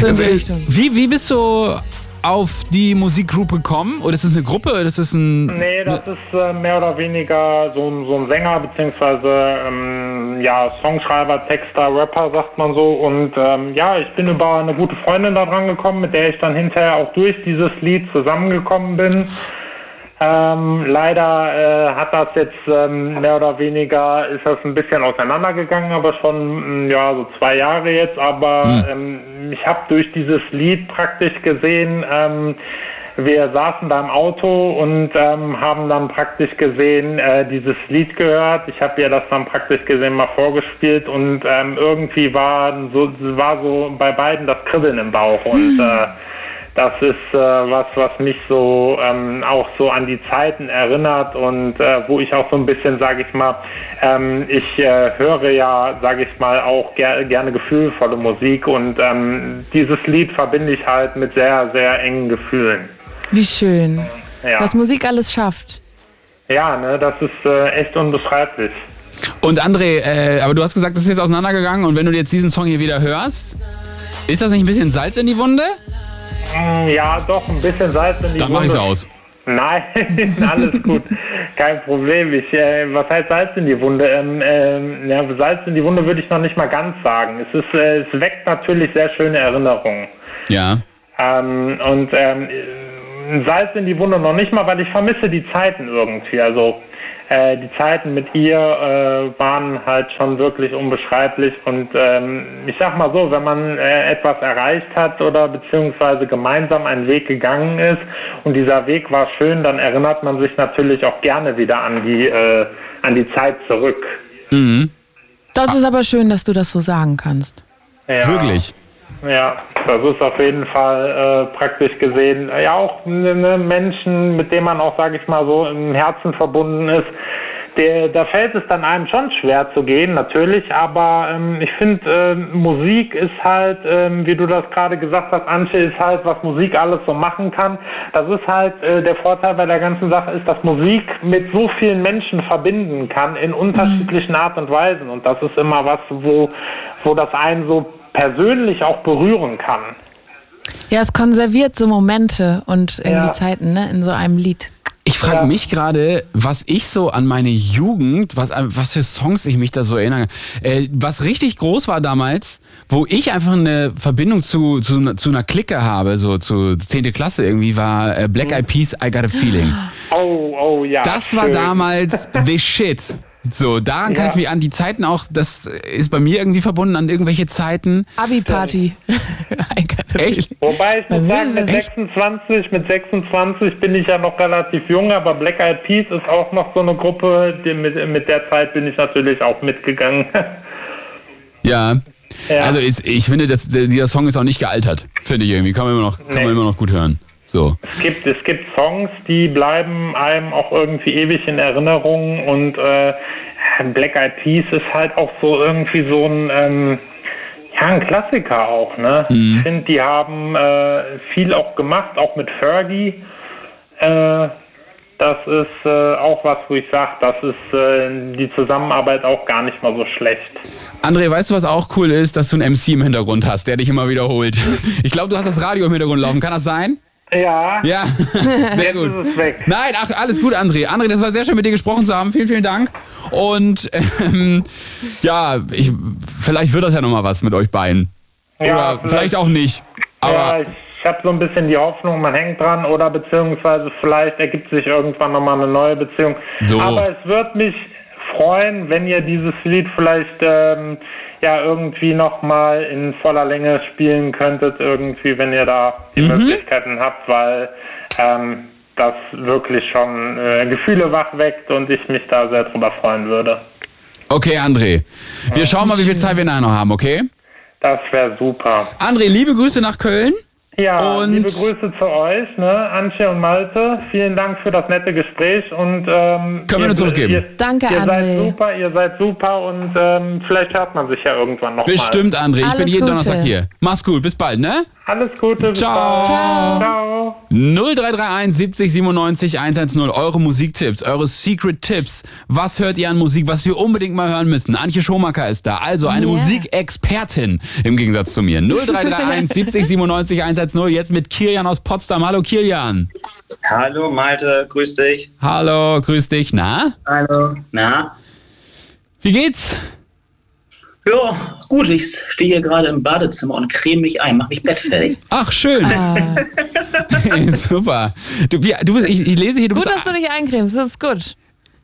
So in die Richtung. Wie, wie bist du auf die Musikgroup gekommen? Oder ist das eine Gruppe? Das ist ein. Ne- Nee, das ist äh, mehr oder weniger so, ein- so ein Sänger beziehungsweise ähm, ja, Songschreiber, Texter, Rapper, sagt man so. Und ähm, ja, ich bin über eine gute Freundin da dran gekommen, mit der ich dann hinterher auch durch dieses Lied zusammengekommen bin. Ähm, leider äh, hat das jetzt ähm, mehr oder weniger, ist das ein bisschen auseinandergegangen, aber schon, mh, ja, so zwei Jahre jetzt. Aber ähm, ich habe durch dieses Lied praktisch gesehen, ähm, wir saßen da im Auto und ähm, haben dann praktisch gesehen äh, dieses Lied gehört. Ich habe ihr das dann praktisch gesehen mal vorgespielt und ähm, irgendwie war so, war so bei beiden das Kribbeln im Bauch und äh, das ist äh, was, was mich so ähm, auch so an die Zeiten erinnert und äh, wo ich auch so ein bisschen, sage ich mal, ähm, ich äh, höre ja, sage ich mal, auch ger gerne gefühlvolle Musik und ähm, dieses Lied verbinde ich halt mit sehr, sehr engen Gefühlen. Wie schön. Ja, Was Musik alles schafft. ja ne, das ist äh, echt unbeschreiblich. Und André, äh, aber du hast gesagt, das ist jetzt auseinandergegangen. Und wenn du jetzt diesen Song hier wieder hörst, ist das nicht ein bisschen Salz in die Wunde? Mm, Ja, doch, ein bisschen Salz in die Dann mache ich es Wunde. aus. Nein, *laughs* alles gut. Kein Problem. Ich, äh, was heißt Salz in die Wunde? Ähm, ähm, ja, Salz in die Wunde würde ich noch nicht mal ganz sagen. Es, ist, äh, es weckt natürlich sehr schöne Erinnerungen. Ja. Ähm, und ähm, äh, Salz in die Wunde noch nicht mal, weil ich vermisse die Zeiten irgendwie. Also äh, die Zeiten mit ihr äh, waren halt schon wirklich unbeschreiblich. Und ähm, ich sag mal so, wenn man äh, etwas erreicht hat oder beziehungsweise gemeinsam einen Weg gegangen ist und dieser Weg war schön, dann erinnert man sich natürlich auch gerne wieder an die, äh, an die Zeit zurück. Das ist aber schön, dass du das so sagen kannst. Ja. Wirklich. Ja, das ist auf jeden Fall äh, praktisch gesehen äh, ja auch ne, ne Menschen, mit denen man auch, sage ich mal, so im Herzen verbunden ist. Der, da fällt es dann einem schon schwer zu gehen, natürlich, aber ähm, ich finde, ähm, Musik ist halt, ähm, wie du das gerade gesagt hast, Antje, ist halt, was Musik alles so machen kann. Das ist halt äh, der Vorteil bei der ganzen Sache, ist, dass Musik mit so vielen Menschen verbinden kann in unterschiedlichen Art und Weisen. Und das ist immer was, wo, wo das einen so persönlich auch berühren kann. Ja, es konserviert so Momente und irgendwie Ja. Zeiten, ne? In so einem Lied. Ich frage Ja. mich gerade, was ich so an meine Jugend, was, äh, was für Songs ich mich da so erinnere. Äh, was richtig groß war damals, wo ich einfach eine Verbindung zu, zu, einer- zu einer Clique habe, so zu 10. Klasse irgendwie, war äh, Mhm. Black Eyed Peas, I Got a Feeling. Oh, oh ja. Das war schön. *laughs* damals the shit. So, daran kann Ja. ich mich an die Zeiten auch, das ist bei mir irgendwie verbunden an irgendwelche Zeiten. Abi-Party. Echt? *laughs* Wobei ich muss sagen, mit 26, mit 26 bin ich ja noch relativ jung, aber Black Eyed Peas ist auch noch so eine Gruppe, die mit, mit der Zeit bin ich natürlich auch mitgegangen. *laughs* Ja. Ja. Also ist, ich finde, das, der- dieser Song ist auch nicht gealtert, finde ich irgendwie. Kann man immer noch, kann Nee. man immer noch gut hören. So. Es gibt, es gibt Songs, die bleiben einem auch irgendwie ewig in Erinnerung und äh, Black Eyed Peas ist halt auch so irgendwie so ein, ähm, ja, ein Klassiker auch, ne? Mhm. Ich finde, die haben äh, viel auch gemacht, auch mit Fergie. Äh, das ist äh, auch was, wo ich sage, das ist äh, die Zusammenarbeit auch gar nicht mal so schlecht. André, weißt du, was auch cool ist, dass du einen MC im Hintergrund hast, der dich immer wiederholt. *laughs* Ich glaube, du hast das Radio im Hintergrund laufen. Kann das sein? Ja. *laughs* Ja, *laughs* sehr gut. Nein, ach, alles gut, André. André, das war sehr schön, mit dir gesprochen zu haben. Vielen, vielen Dank. Und *laughs* ähm, ja, ich, vielleicht wird das ja nochmal was mit euch beiden. Oder Ja, vielleicht, vielleicht. auch nicht. Aber ja, ich habe so ein bisschen die Hoffnung, man hängt dran oder beziehungsweise vielleicht ergibt sich irgendwann nochmal eine neue Beziehung. So. Aber es wird mich freuen, wenn ihr dieses Lied vielleicht ähm, ja irgendwie nochmal in voller Länge spielen könntet, irgendwie, wenn ihr da die Mhm. Möglichkeiten habt, weil ähm, das wirklich schon äh, Gefühle wachweckt und ich mich da sehr drüber freuen würde. okay, André. Wir schauen mal, wie viel Zeit wir nachher noch haben, okay? Das wäre super. André, liebe Grüße nach Köln. Ja, Und- liebe Grüße zu euch, ne? Antje und Malte. Vielen Dank für das nette Gespräch und ähm, Können wir nur zurückgeben. Danke, ihr André. seid super, ihr seid super und ähm, vielleicht hört man sich ja irgendwann nochmal. Bestimmt, André. Ich bin Alles jeden Gute. Donnerstag hier. Mach's gut, bis bald, ne? Alles Gute, bis Ciao. bald. Ciao. Ciao. 0331 70 97 110. Eure Musiktipps, eure Secret Tipps. Was hört ihr an Musik, was wir unbedingt mal hören müssen? Antje Schomacker ist da, also eine Yeah. Musikexpertin im Gegensatz zu mir. 0331 70 97 110. Jetzt mit Kilian aus Potsdam. Hallo Kilian. Hallo Malte, grüß dich. Hallo, grüß dich. Na? Hallo. Na? Wie geht's? Ja, gut, ich stehe hier gerade im Badezimmer und creme mich ein, mache mich bettfertig. Ach, schön. *laughs* Super. Du, wie, du bist, ich, ich lese hier, du Gut, bist dass du dich eincremst, das ist gut.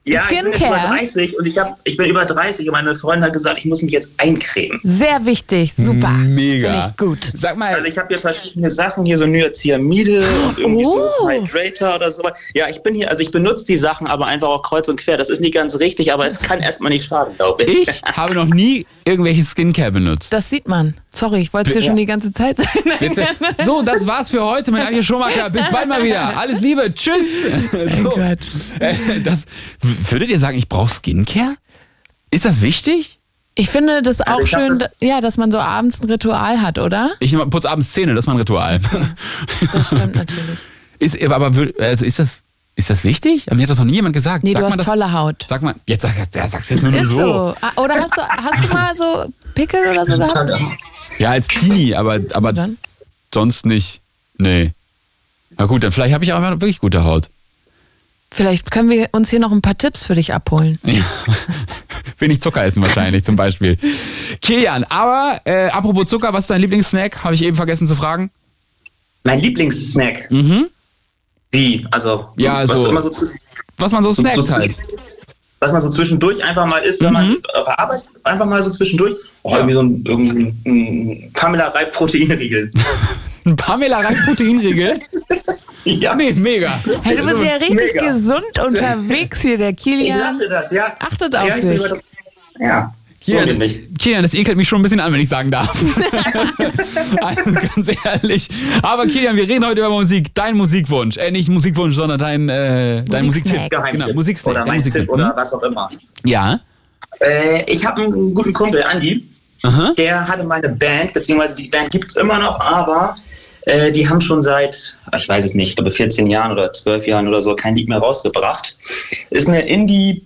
Ja, ich bin jetzt über Skincare. 30 und ich, hab, ich bin über 30 und meine Freundin hat gesagt, ich muss mich jetzt eincremen. Sehr wichtig, super. Mega. Gut. Sag mal. Also ich habe hier verschiedene Sachen, hier so Niacinamide Oh. und irgendwie so Hydrator oder so. Ja, ich bin hier, also ich benutze die Sachen aber einfach auch kreuz und quer. Das ist nicht ganz richtig, aber es kann erstmal nicht schaden, glaube ich. Ich habe noch nie irgendwelche Skincare benutzt. Das sieht man. Sorry, ich wollte es dir Ja. schon die ganze Zeit sagen. Bitte. So, das war's für heute mit Antje Schumacher. Bis bald mal wieder. Alles Liebe. Tschüss. So. Äh, Das, w- würdet ihr sagen, ich brauche Skincare? Ist das wichtig? Ich finde das auch Also ich hab schön, das- da- ja, dass man so abends ein Ritual hat, oder? Ich putze abends Zähne, das ist mein Ritual. Das stimmt natürlich. Ist, aber wür- also ist das. Ist das wichtig? Mir hat das noch nie jemand gesagt. Nee, Sagt du man hast das, tolle Haut. Sag mal, jetzt sag, ja, sag's jetzt nur, Ist so. so. Ah, Oder hast du, hast du mal so Pickel oder so gehabt? Ja, als Teenie, aber, aber sonst nicht. Nee. Na gut, dann vielleicht habe ich auch wirklich gute Haut. Vielleicht können wir uns hier noch ein paar Tipps für dich abholen. Ja. *laughs* Wenig Zucker essen wahrscheinlich zum Beispiel. Kilian, aber äh, apropos Zucker, was ist dein Lieblingssnack? Habe ich eben vergessen zu fragen. Mein Lieblingssnack. Mhm. Wie? Also, Ja, was so- immer so zwischen- Was man so snackt halt. Mhm. Was man so zwischendurch einfach mal isst, wenn man auf der Arbeit einfach mal so zwischendurch. Oh, irgendwie so ein, irgendwie ein Pamela Reif Proteinriegel. *laughs* Ein Pamela Reif Proteinriegel? *laughs* ja. Also, Nee, mega. Hey, du bist ja richtig Mega. gesund unterwegs hier, der Kilian. Ich dachte das, ja. Achtet auf Ja, ich bin sich. über das- Ja. Kilian, Kilian, das ekelt mich schon ein bisschen an, wenn ich sagen *laughs* darf. also, ganz ehrlich. Aber Kilian, wir reden heute über Musik. Dein Musikwunsch. Äh, nicht Musikwunsch, sondern dein, äh, dein Musiktipp. Genau, Musiksnack. Oder dein mein Tipp Musiksnack. oder Hm? was auch immer. Ja. Äh, ich habe einen guten Kumpel, Andi. Aha. Der hatte mal eine Band, beziehungsweise die Band gibt es immer noch, aber äh, die haben schon seit, ah, ich weiß es nicht, ich glaube 14 Jahren oder 12 Jahren oder so kein Lied mehr rausgebracht. Ist eine Indie-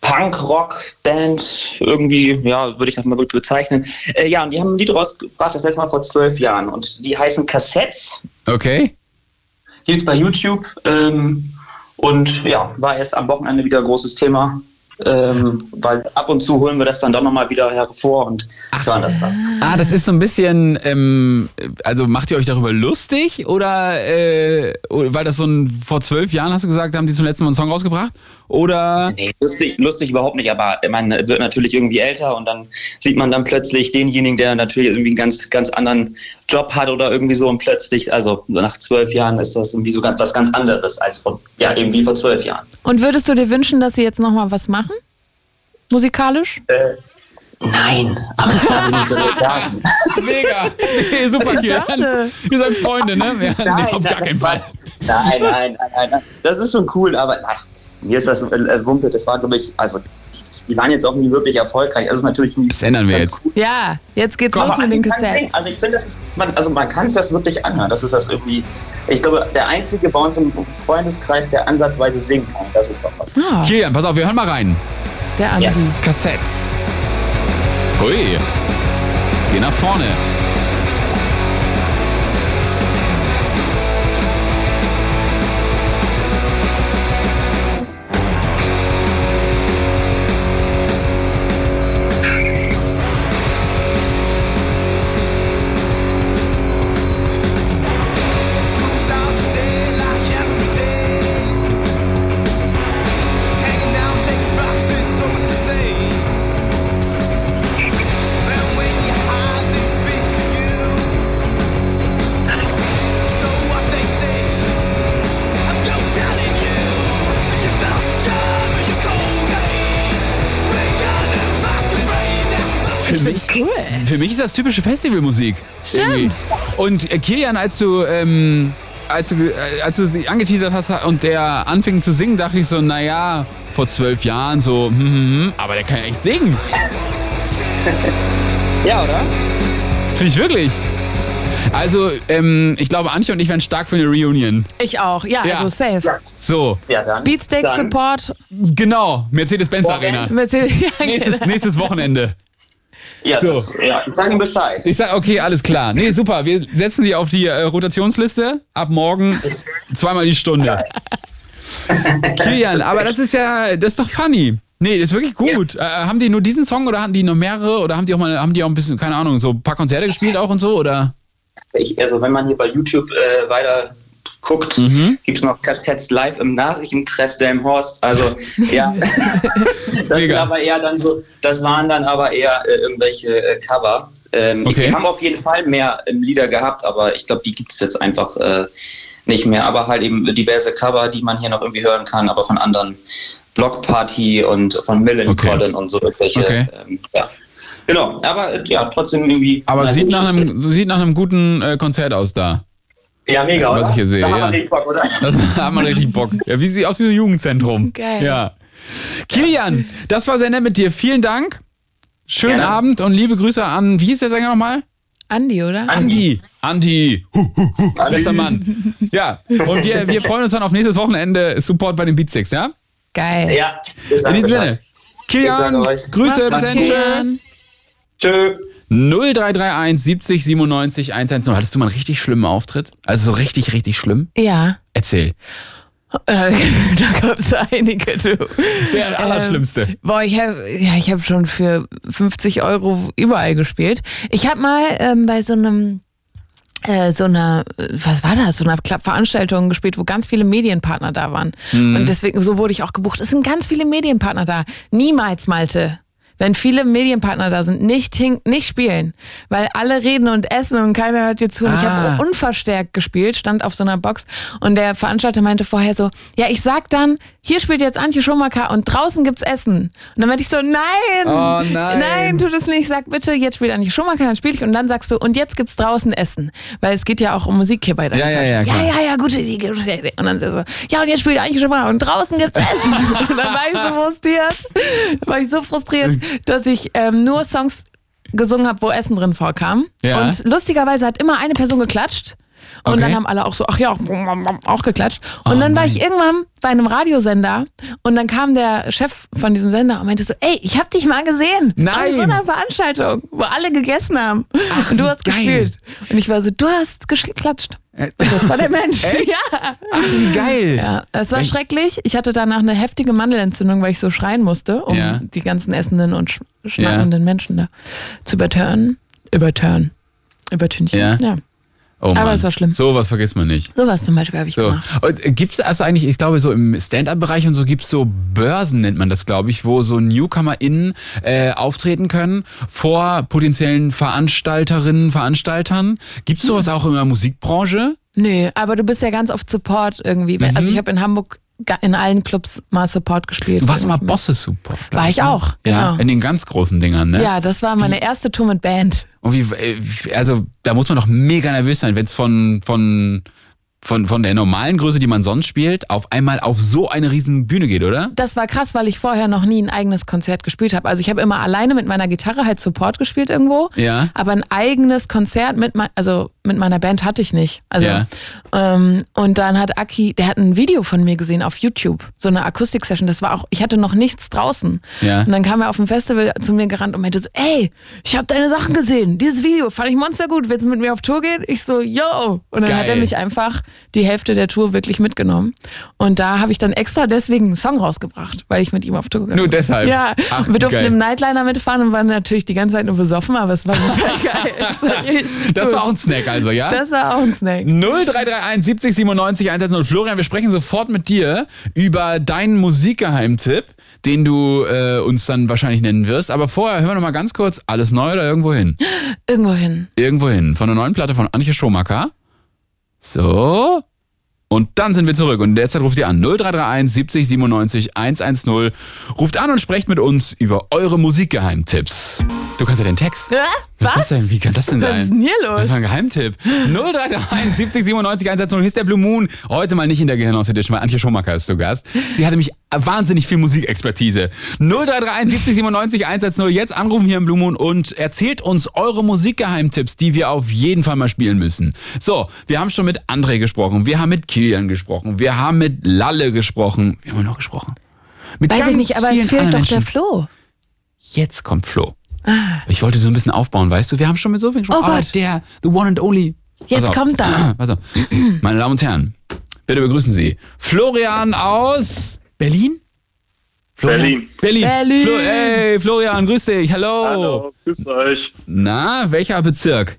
Punk-Rock-Band, irgendwie, ja, würde ich das mal gut bezeichnen. Äh, ja, und die haben ein Lied rausgebracht, das letzte Mal vor zwölf Jahren. Und die heißen Cassettes Okay. gibt's bei YouTube. Ähm, Und ja, war erst am Wochenende wieder großes Thema. Ähm, weil ab und zu holen wir das dann doch nochmal wieder hervor und hören das dann. Ah, das ist so ein bisschen, ähm, also macht ihr euch darüber lustig oder äh, weil das so ein, vor zwölf Jahren hast du gesagt, haben die zum letzten Mal einen Song rausgebracht? Oder? Nee, lustig, lustig überhaupt nicht, aber man wird natürlich irgendwie älter und dann sieht man dann plötzlich denjenigen, der natürlich irgendwie einen ganz, ganz anderen Job hat oder irgendwie so und plötzlich, also nach zwölf Jahren ist das irgendwie so ganz, was ganz anderes als von, ja, eben wie vor zwölf Jahren. Und würdest du dir wünschen, dass sie jetzt nochmal was machen? Musikalisch? Äh, nein, aber das darf ich nicht *laughs* so laut sagen. Mega. Nee, super, Ich Kilian. dachte- Ihr seid Freunde, ne? Ja, nee, auf gar keinen Fall. Nein, nein, nein, nein, nein. Das ist schon cool, aber ach, mir ist das äh, Wumpe, das war, glaube ich, also die waren jetzt auch nie wirklich erfolgreich. Also es ist natürlich das ändern wir jetzt. Ja, jetzt geht's Komm, los aber mit den die kann Cassettes. singen. Also ich finde, das ist, man, also man kann es das wirklich anhören. Das ist das irgendwie, ich glaube, der einzige bei uns im Freundeskreis, der ansatzweise singen kann. Das ist doch was. Kilian, pass auf, wir hören mal rein. Ah. Der Andi. Ja. Cassettes. Hui. Geh nach vorne. Für mich, cool. für mich ist das typische Festivalmusik. Stimmt. Irgendwie. Und äh, Kilian, als du, ähm, als du, äh, als du sie angeteasert hast und der anfing zu singen, dachte ich so, naja, vor zwölf Jahren so, hm, hm, hm, aber der kann ja echt singen. *laughs* Ja, oder? Finde ich wirklich. Also, ähm, ich glaube, Antje und ich wären stark für eine Reunion. Ich auch, ja, Ja. also safe. So. Ja, dann. Beatsteak Support. Genau, Mercedes-Benz Arena. Mercedes- *laughs* Ja, Nächstes, genau. nächstes Wochenende. Ja, das, ja, sag ihm Bescheid. Ich sag, okay, alles klar. Nee, super. Wir setzen die auf die äh, Rotationsliste. Ab morgen zweimal die Stunde. *laughs* Kilian, aber das ist ja, das ist doch funny. Nee, ist wirklich gut. Äh, haben die nur diesen Song oder hatten die noch mehrere oder haben die auch mal, haben die auch ein bisschen, keine Ahnung, so ein paar Konzerte gespielt auch und so oder? Ich, also wenn man hier bei YouTube äh, weiter guckt, Mhm. gibt's gibt es noch Cassettes live im Nachrichtentreff Delmhorst. Also *laughs* ja, das, sind aber eher dann so, das waren dann aber eher äh, irgendwelche äh, Cover. Ähm, Okay. Die haben auf jeden Fall mehr ähm, Lieder gehabt, aber ich glaube, die gibt es jetzt einfach äh, nicht mehr. Aber halt eben diverse Cover, die man hier noch irgendwie hören kann, aber von anderen Blockparty und von Millen Colin und so irgendwelche. Okay. Ähm, ja. Genau, aber äh, ja, trotzdem irgendwie. Aber nice sieht, nach Geschichte. einem, sieht nach einem guten äh, Konzert aus da. Ja, mega, Was oder? ich hier sehe, da ja. haben wir den Bock, oder? Oh Das *laughs* hat man richtig Bock. Ja, wie sieht aus wie ein Jugendzentrum. Geil. Ja. Kilian, das war sehr nett mit dir. Vielen Dank. Schönen Gerne. Abend und liebe Grüße an, wie hieß der Sänger nochmal? Andi, oder? Andi. Andi. Hu, hu, hu. Andi. Bester Mann. Ja, und wir, wir freuen uns dann auf nächstes Wochenende Support bei den Beatsticks, ja? Geil. Ja. In diesem Sinne. Ich danke Kilian, euch. Grüße, bis Macht's gut, dann. Kilian. Tschö. 0331 70 97 110. Hattest du mal einen richtig schlimmen Auftritt? Also so richtig, richtig schlimm? Ja. *laughs* Erzähl. Äh, da gab es einige, du. Der Allerschlimmste. Ähm, boah, ich habe ja, ich hab schon für 50 Euro überall gespielt. Ich habe mal ähm, bei so einem, äh, so einer, äh, was war das, so einer Kla- Veranstaltung gespielt, wo ganz viele Medienpartner da waren. Mhm. Und deswegen, so wurde ich auch gebucht. Es sind ganz viele Medienpartner da. Niemals, Malte. Wenn viele Medienpartner da sind, nicht, hin, nicht spielen, weil alle reden und essen und keiner hört dir zu. Und Ich Ah. habe unverstärkt gespielt, stand auf so einer Box und der Veranstalter meinte vorher so, ja, ich sag dann, hier spielt jetzt Antje Schumacher und draußen gibt's Essen. Und dann meinte ich so, nein, Oh, nein. nein, tu das nicht, sag bitte, jetzt spielt Antje Schumacher, dann spiele ich und dann sagst du, und jetzt gibt's draußen Essen, weil es geht ja auch um Musik hier bei der Ja, ja, Veranstaltung. ja, ja, klar. ja, ja, gute Idee, gute Idee. Und dann so, ja, und jetzt spielt Antje Schumacher und draußen gibt's *laughs* Essen. und dann war ich so frustriert, war ich so frustriert, dass ich ähm, nur Songs gesungen habe, wo Essen drin vorkam. Ja. Und lustigerweise hat immer eine Person geklatscht. Und Okay. dann haben alle auch so, ach ja, auch geklatscht. Und Oh dann war ich irgendwann bei einem Radiosender und dann kam der Chef von diesem Sender und meinte so, ey, ich hab dich mal gesehen. Nein. An so einer Veranstaltung, wo alle gegessen haben. und du hast geil. gespielt. Und ich war so, du hast geklatscht. Und Äh, das war der *laughs* Mensch. Echt? Ja. Ach, wie geil. Ja, es war Wenn- schrecklich. Ich hatte danach eine heftige Mandelentzündung, weil ich so schreien musste, um Ja. die ganzen essenden und sch- schnackenden Menschen da zu übertönen. Übertönen. Übertünchen. Ja. ja. Oh Aber Mann. es war schlimm. Sowas vergisst man nicht. Sowas zum Beispiel habe ich So. gemacht. Und äh, gibt's also eigentlich, ich glaube, so im Stand-up-Bereich und so gibt's so Börsen, nennt man das, glaube ich, wo so NewcomerInnen äh, auftreten können vor potenziellen Veranstalterinnen, Veranstaltern. Hm. Gibt's sowas auch in der Musikbranche? Nee, aber du bist ja ganz oft Support irgendwie. Mhm. Also ich habe in Hamburg ga- in allen Clubs mal Support gespielt. Du warst mal Bosse-Support. glaub War ich ne? auch, Ja, genau. in den ganz großen Dingern, ne? Ja, das war meine erste Tour mit Band. Und wie, äh, wie- also da muss man doch mega nervös sein, wenn es von, von, von, von der normalen Größe, die man sonst spielt, auf einmal auf so eine riesen Bühne geht, oder? Das war krass, weil ich vorher noch nie ein eigenes Konzert gespielt habe. Also ich habe immer alleine mit meiner Gitarre halt Support gespielt irgendwo. *laughs* Ja. Aber ein eigenes Konzert mit, mein, also mit meiner Band hatte ich nicht. Also, Ja. ähm, und dann hat Aki, der hat ein Video von mir gesehen auf YouTube, so eine Akustik-Session. Das war auch, ich hatte noch nichts draußen. Ja. Und dann kam er auf dem Festival zu mir gerannt und meinte so, ey, ich habe deine Sachen gesehen. Dieses Video fand ich monster gut. Willst du mit mir auf Tour gehen? Ich so, yo. Und dann hat er Geil. mich einfach die Hälfte der Tour wirklich mitgenommen. Und da habe ich dann extra deswegen einen Song rausgebracht, weil ich mit ihm auf Tour gegangen Nur bin. deshalb? Ja, Ach, wir durften geil. im Nightliner mitfahren und waren natürlich die ganze Zeit nur besoffen, aber *laughs* es war total geil. Das war auch ein Snack, also, ja? Das war auch ein Snack. 0331 70 97 110. Florian, wir sprechen sofort mit dir über deinen Musikgeheimtipp, den du äh, uns dann wahrscheinlich nennen wirst. Aber vorher hören wir noch mal ganz kurz, alles neu oder irgendwo hin? Irgendwo hin. Irgendwo hin. Von der neuen Platte von Antje Schomacker. So. Und dann sind wir zurück. Und derzeit ruft ihr an 0331 70 97 110. Ruft an und sprecht mit uns über eure Musikgeheimtipps. Du kannst ja den Text. Ja? Was, ist das denn? Wie kann das denn Was sein? ist denn hier los? Das war ein Geheimtipp. 0331 70 97 110 ist der Blue Moon. Heute mal nicht in der Gehirnaus Edition, weil Antje Schomacker ist zu Gast. Sie hatte mich wahnsinnig viel Musikexpertise. 0331 70 97 110. Jetzt anrufen hier im Blue Moon und erzählt uns eure Musikgeheimtipps, die wir auf jeden Fall mal spielen müssen. So, wir haben schon mit André gesprochen, wir haben mit Kilian gesprochen, wir haben mit Lalle gesprochen. Wir haben wir noch gesprochen. Mit Weiß ganz ich nicht, aber es vielen fehlt doch anderen der Menschen. Flo. Jetzt kommt Flo. Ich wollte so ein bisschen aufbauen, weißt du? Wir haben schon mit so vielen gesprochen. Ah. Oh aber Gott. Ah, der, the one and only. Jetzt Pass auf. kommt er. *clears throat* Pass auf. Meine Damen und Herren, bitte begrüßen Sie Florian aus Berlin? Florian? Berlin. Berlin. Berlin. Flo hey, Florian, grüß dich. Hallo. Hallo, grüß euch. Na, welcher Bezirk?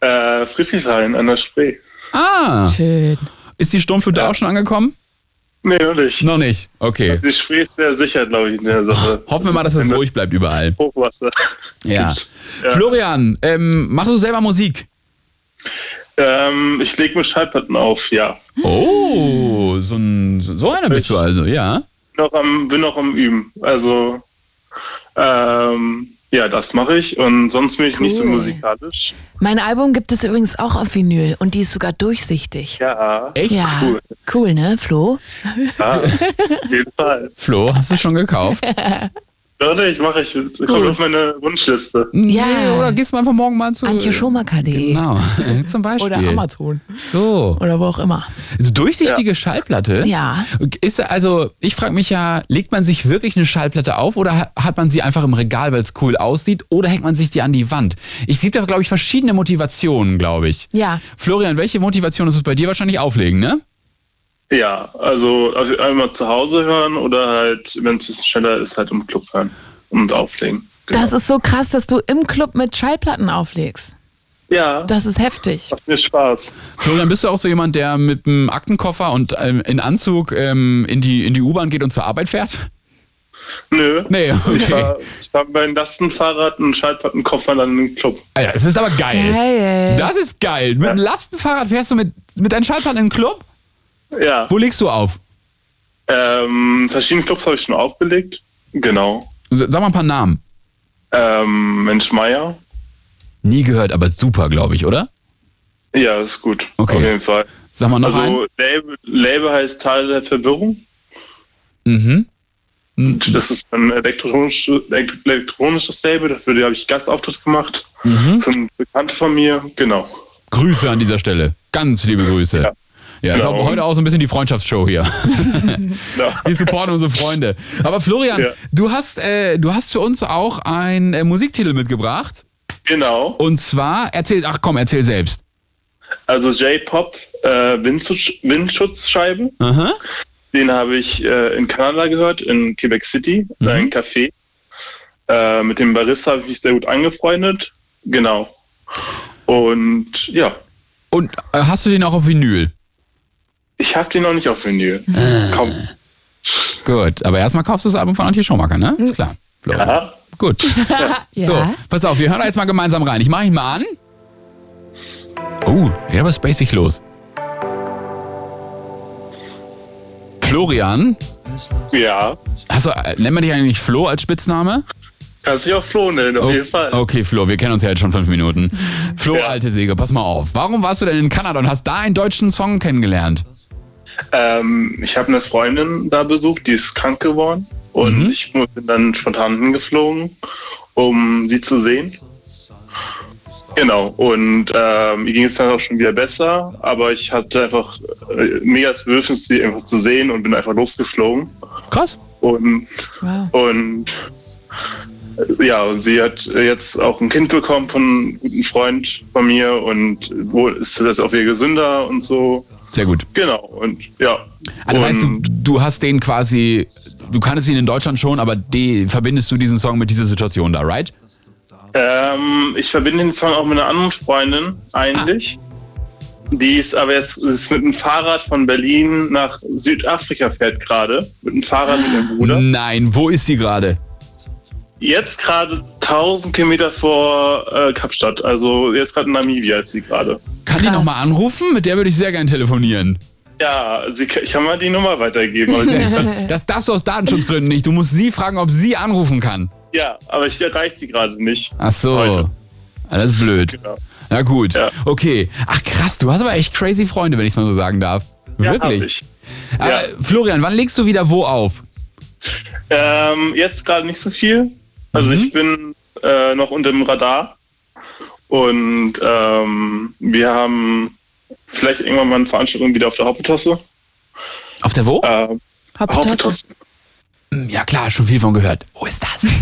Äh, Friedrichshain an der Spree. Ah. Schön. Ist die Sturmflut da auch schon angekommen? Nee, noch nicht. Also Noch nicht. Okay. Oh, Die Spree ist sehr sicher, glaube ich, in der Sache. Hoffen wir mal, dass es ruhig bleibt überall. Hochwasser. *laughs* Ja. Florian, ähm, machst du selber Musik? Ähm, ich lege mir Schallplatten auf, ja. Oh, so, ein, so einer bist du also, ja. Noch am, bin noch am Üben. Also, ähm, ja, das mache ich. Und sonst bin ich nicht so Cool. musikalisch. Mein Album gibt es übrigens auch auf Vinyl und die ist sogar durchsichtig. Ja. Ja. Cool. Cool, ne, Flo? Ja, Ah, auf jeden Fall. Flo, hast du schon gekauft? Leute, ich mache, ich komme Cool. auf meine Wunschliste. *laughs* Nee, oder gehst du einfach morgen mal zu. Antje Schomaker.de. Genau, *laughs* zum Beispiel. Oh. Oder Amazon. So. Oder wo auch immer. Also Durchsichtige Schallplatte? Ja. Ist also, ich frage mich ja, legt man sich wirklich eine Schallplatte auf oder ha- hat man sie einfach im Regal, weil es cool aussieht, oder hängt man sich die an die Wand? Ich sehe da, glaube ich, verschiedene Motivationen, glaube ich. Ja. Florian, welche Motivation ist es bei dir wahrscheinlich auflegen, ne? Ja, also auf- einmal zu Hause hören oder halt, wenn es ein bisschen schneller ist, halt im Club hören und auflegen. Das ist so krass, dass du im Club mit Schallplatten auflegst. Ja. Das ist heftig. Macht mir Spaß. Florian, bist du auch so jemand, der mit einem Aktenkoffer und ähm, in Anzug ähm, in die, in die U-Bahn geht und zur Arbeit fährt? Nö. Nee, Ich okay. habe hab mein Lastenfahrrad und Schallplattenkoffer dann in den Club. Alter, Ah das ist aber geil. Geil. Das ist geil. Mit dem Lastenfahrrad fährst du mit, mit deinen Schallplatten in den Club? Ja. Wo legst du auf? Ähm, verschiedene Clubs habe ich schon aufgelegt. Genau. S- Sag mal ein paar Namen. Ähm, Mensch Meier. Nie gehört, aber super, glaube ich, oder? Ja, ist gut. Okay. Auf jeden Fall. Sag mal noch Also Label, Label heißt Teil der Verwirrung. Mhm. Das ist ein elektronisch, elektronisches Label, dafür habe ich Gastauftritt gemacht. Mhm. Das sind Bekannte von mir, genau. Grüße an dieser Stelle. Ganz liebe Grüße. Ja. Ja, ist Genau. auch heute auch so ein bisschen die Freundschaftsshow *laughs* hier. Wir supporten unsere Freunde. Aber Florian, Ja. du, hast, äh, du hast für uns auch einen äh, Musiktitel mitgebracht. Genau. Und zwar, erzähl, ach komm, erzähl selbst. Also J-Pop äh, Windschutz, Windschutzscheiben. Aha. Den habe ich äh, in Kanada gehört, in Quebec City, Mhm. in einem Café. Äh, mit dem Barista habe ich mich sehr gut angefreundet. Genau. Und ja, Und äh, hast du den auch auf Vinyl? ich habe den noch nicht auf Vinyl. Komm. Gut, aber erstmal kaufst du das Album von Antje Schumacher, ne? Klar. Florian. Gut. So, pass auf, wir hören da jetzt mal gemeinsam rein. Ich mache ihn mal an. Oh, ja, was basic los. Florian? Ja. Achso, äh, nennt man dich eigentlich Flo als Spitzname? Oh, Kannst dich auch ne? Flo nennen, auf jeden Fall. Okay, Flo, wir kennen uns ja jetzt schon fünf Minuten. Flo, alte Säge, pass mal auf. Warum warst du denn in Kanada und hast da einen deutschen Song kennengelernt? Ähm, ich habe eine Freundin da besucht, die ist krank geworden. Und Mhm. ich mu- bin dann spontan hingeflogen, um sie zu sehen. Genau, und ähm, mir ging es dann auch schon wieder besser, aber ich hatte einfach äh, mega das Bedürfnis, sie einfach zu sehen und bin einfach losgeflogen. Krass. Und, und äh, ja, sie hat jetzt auch ein Kind bekommen von einem guten Freund von mir und wo ist das auch viel gesünder und so. Sehr gut. Genau, und ja. Ah, das und, heißt, du, du hast den quasi, du kanntest ihn in Deutschland schon, aber die, verbindest du diesen Song mit dieser Situation da, right? ähm, ich verbinde den Song auch mit einer anderen Freundin eigentlich. Ah. Die ist aber jetzt ist mit dem Fahrrad von Berlin nach Südafrika fährt gerade. Mit dem Fahrrad mit ihrem Bruder. Nein, wo ist sie gerade? Jetzt gerade 1000 Kilometer vor äh, Kapstadt. Also jetzt gerade in Namibia ist sie gerade. Kann die nochmal anrufen? Mit der würde ich sehr gern telefonieren. Ja, sie, ich kann mal die Nummer *laughs* weitergeben. Aber sie ist grad, Das darfst du aus Datenschutzgründen nicht. Du musst sie fragen, ob sie anrufen kann. ja, aber ich erreiche sie gerade nicht. Ach so. Ah, das ist blöd. Genau. Na gut. Okay. Ach krass, du hast aber echt crazy Freunde, wenn ich es mal so sagen darf. Ja, hab Wirklich. Aber, Florian, wann legst du wieder wo auf? Ähm, jetzt gerade nicht so viel. Mhm. Also ich bin äh, noch unter dem Radar. Und ähm, wir haben vielleicht irgendwann mal eine Veranstaltung wieder auf der Haupttasse. Auf der wo? Ähm, Haupttasse? Haupttasse. Hm, Ja klar, schon viel von gehört. Wo *laughs* ist das? Ist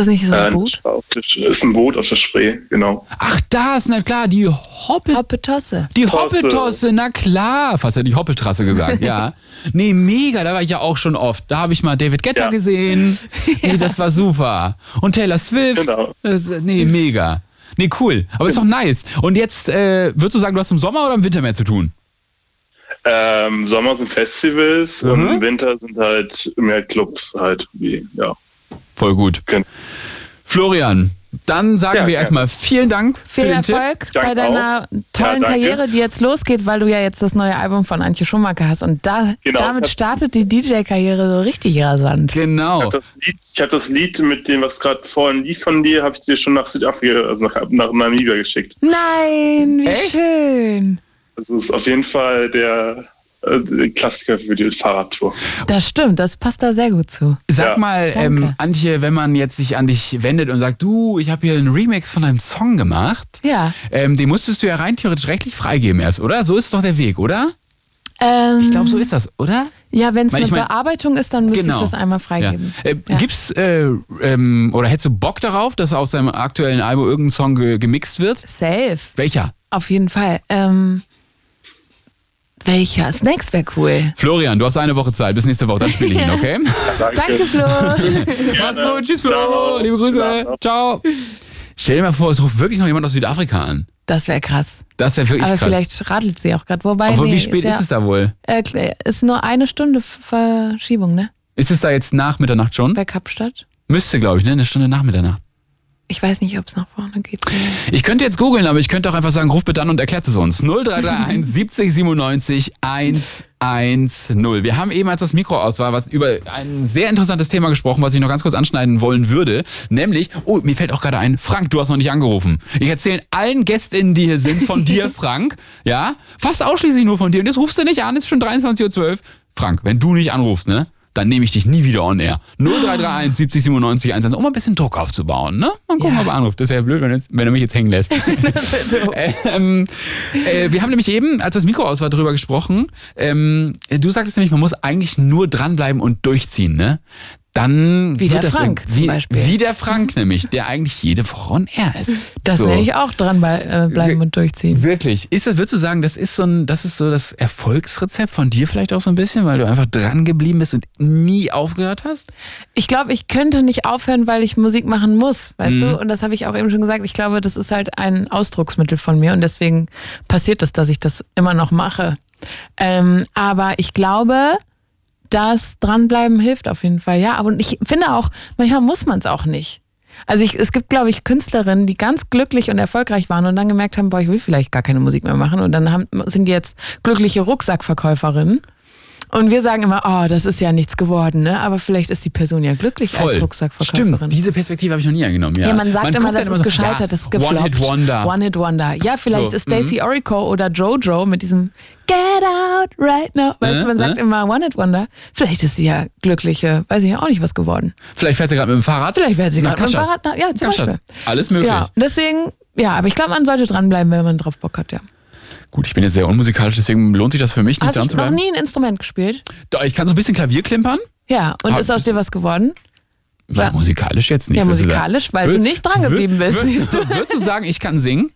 das nicht so ein Äh, Boot? auf der- ist ein Boot auf der Spree, genau. Ach, das, na klar, die Hoppe Hoppetosse. Die Tosse. Hoppetosse, na klar. Fast hätte ich Hoppeltrasse gesagt, ja. Nee, mega, da war ich ja auch schon oft. Da habe ich mal David Guetta gesehen. Nee, das war super. Und Taylor Swift. Genau. Nee, mega. Nee, cool. Aber ist doch nice. Und jetzt, äh, würdest du sagen, du hast im Sommer oder im Winter mehr zu tun? Ähm, Sommer sind Festivals und Mhm. im Winter sind halt mehr Clubs halt wie, ja. Voll gut. Florian, dann sagen wir erstmal vielen Dank Viel für den Erfolg Tipp. bei deiner tollen Ja, danke. Karriere, die jetzt losgeht, weil du ja jetzt das neue Album von Antje Schumacher hast. Und da, Genau. damit startet die DJ-Karriere so richtig rasant. Genau. Ich habe das, Lied- ich hab das Lied mit dem, was gerade vorhin lief von dir, habe ich dir schon nach Südafrika, also nach, nach Namibia geschickt. Nein, wie schön. Das ist auf jeden Fall der äh, Klassiker für die Fahrradtour. Das stimmt, das passt da sehr gut zu. Sag mal, ähm, Antje, wenn man jetzt sich an dich wendet und sagt, du, ich habe hier einen Remix von einem Song gemacht, Ja. ähm, den musstest du ja rein theoretisch rechtlich freigeben erst, oder? So ist doch der Weg, oder? Ähm, Ich glaube, so ist das, oder? Ja, wenn es Weil eine ich mein- Bearbeitung ist, dann müsste ich das einmal freigeben. Genau. Ja. Äh, Gibt's, äh, ähm, oder hättest du Bock darauf, dass aus deinem aktuellen Album irgendein Song ge gemixt wird? Safe. Welcher? Auf jeden Fall. Ähm, welcher? Snacks wäre cool. Florian, du hast eine Woche Zeit, bis nächste Woche, dann spiele ich *laughs* ihn, okay? Danke, Flo. Mach's gut, tschüss, Flo. Liebe Grüße. Ciao. Stell dir mal vor, es ruft wirklich noch jemand aus Südafrika an. Das wäre krass. Das wäre wirklich Aber krass. vielleicht radelt sie auch gerade. Wobei, Obwohl, nee, wie spät ist, ja- es da wohl? Äh, kl- ist nur eine Stunde F- Verschiebung, ne? Ist es da jetzt nach Mitternacht schon? Bei Kapstadt? Müsste, glaube ich, ne? Eine Stunde nach Mitternacht. Ich weiß nicht, ob es nach vorne geht. Ich könnte jetzt googeln, aber ich könnte auch einfach sagen, ruf bitte an und erklärt es uns. 0331 70 97 110. Wir haben eben, als das Mikro aus war, was über ein sehr interessantes Thema gesprochen, was ich noch ganz kurz anschneiden wollen würde. Nämlich, oh, mir fällt auch gerade ein, Frank, du hast noch nicht angerufen. Ich erzähle allen GästInnen, die hier sind, von dir, Frank. Ja, fast ausschließlich nur von dir. Und jetzt rufst du nicht an, es ist schon 23.12 Uhr. Frank, wenn du nicht anrufst, ne? dann nehme ich dich nie wieder on air. 0331 70 97 110, um ein bisschen Druck aufzubauen, ne? Mal gucken, ob er anruft. Das wäre blöd, wenn, jetzt, wenn er mich jetzt hängen *laughs* lässt. *laughs* ähm, äh, wir haben nämlich eben, als das Mikro aus war, drüber gesprochen. Ähm, du sagtest nämlich, man muss eigentlich nur dranbleiben und durchziehen, ne? Dann Wie der wird das Frank irgendwie- zum Beispiel. Wie der Frank nämlich, der eigentlich jede Woche on air ist. Das So. nenne ich auch dran bei, äh, bleiben und durchziehen. Wirklich. Ist das, würdest du sagen, das ist so ein, das ist so das Erfolgsrezept von dir vielleicht auch so ein bisschen, weil du einfach dran geblieben bist und nie aufgehört hast? Ich glaube, ich könnte nicht aufhören, weil ich Musik machen muss, weißt Mhm. du? Und das habe ich auch eben schon gesagt. Ich glaube, das ist halt ein Ausdrucksmittel von mir und deswegen passiert es, dass ich das immer noch mache. Ähm, aber ich glaube, das Dranbleiben hilft auf jeden Fall, ja. Aber ich finde auch, manchmal muss man es auch nicht. Also ich, es gibt, glaube ich, Künstlerinnen, die ganz glücklich und erfolgreich waren und dann gemerkt haben, boah, ich will vielleicht gar keine Musik mehr machen. Und dann haben, sind die jetzt glückliche Rucksackverkäuferinnen. Und wir sagen immer, oh, das ist ja nichts geworden, ne? Aber vielleicht ist die Person ja glücklich als Rucksackverkäuferin. Stimmt, diese Perspektive habe ich noch nie angenommen. Ja, Ja, man sagt immer, guckt das dann ist so, gescheitert, ja, das ist gefloppt. One-Hit-Wonder. One-Hit-Wonder. Ja, vielleicht So, ist Stacey mhm. Orico oder Jojo mit diesem Get out right now. Weißt Äh, du, man sagt äh? immer One-Hit-Wonder. Vielleicht ist sie ja glückliche, weiß ich ja auch nicht, was geworden. Vielleicht fährt sie gerade mit dem Fahrrad. Vielleicht fährt sie Nach gerade mit dem Kapstadt. Fahrrad nach- ja, zum Kapstadt. Alles möglich. Ja, deswegen, ja, aber ich glaube, man sollte dranbleiben, wenn man drauf Bock hat, ja. Gut, ich bin jetzt sehr unmusikalisch, deswegen lohnt sich das für mich nicht Hast dran du zu noch bleiben. nie ein Instrument gespielt? Doch, Ich kann so ein bisschen Klavier klimpern. Ja, und Ah, ist aus dir was geworden? Ja, musikalisch jetzt nicht. ja, würdest du sagen. musikalisch, weil Wür- du nicht dran geblieben wür- bist. Würdest du, *laughs* würdest du sagen, ich kann singen?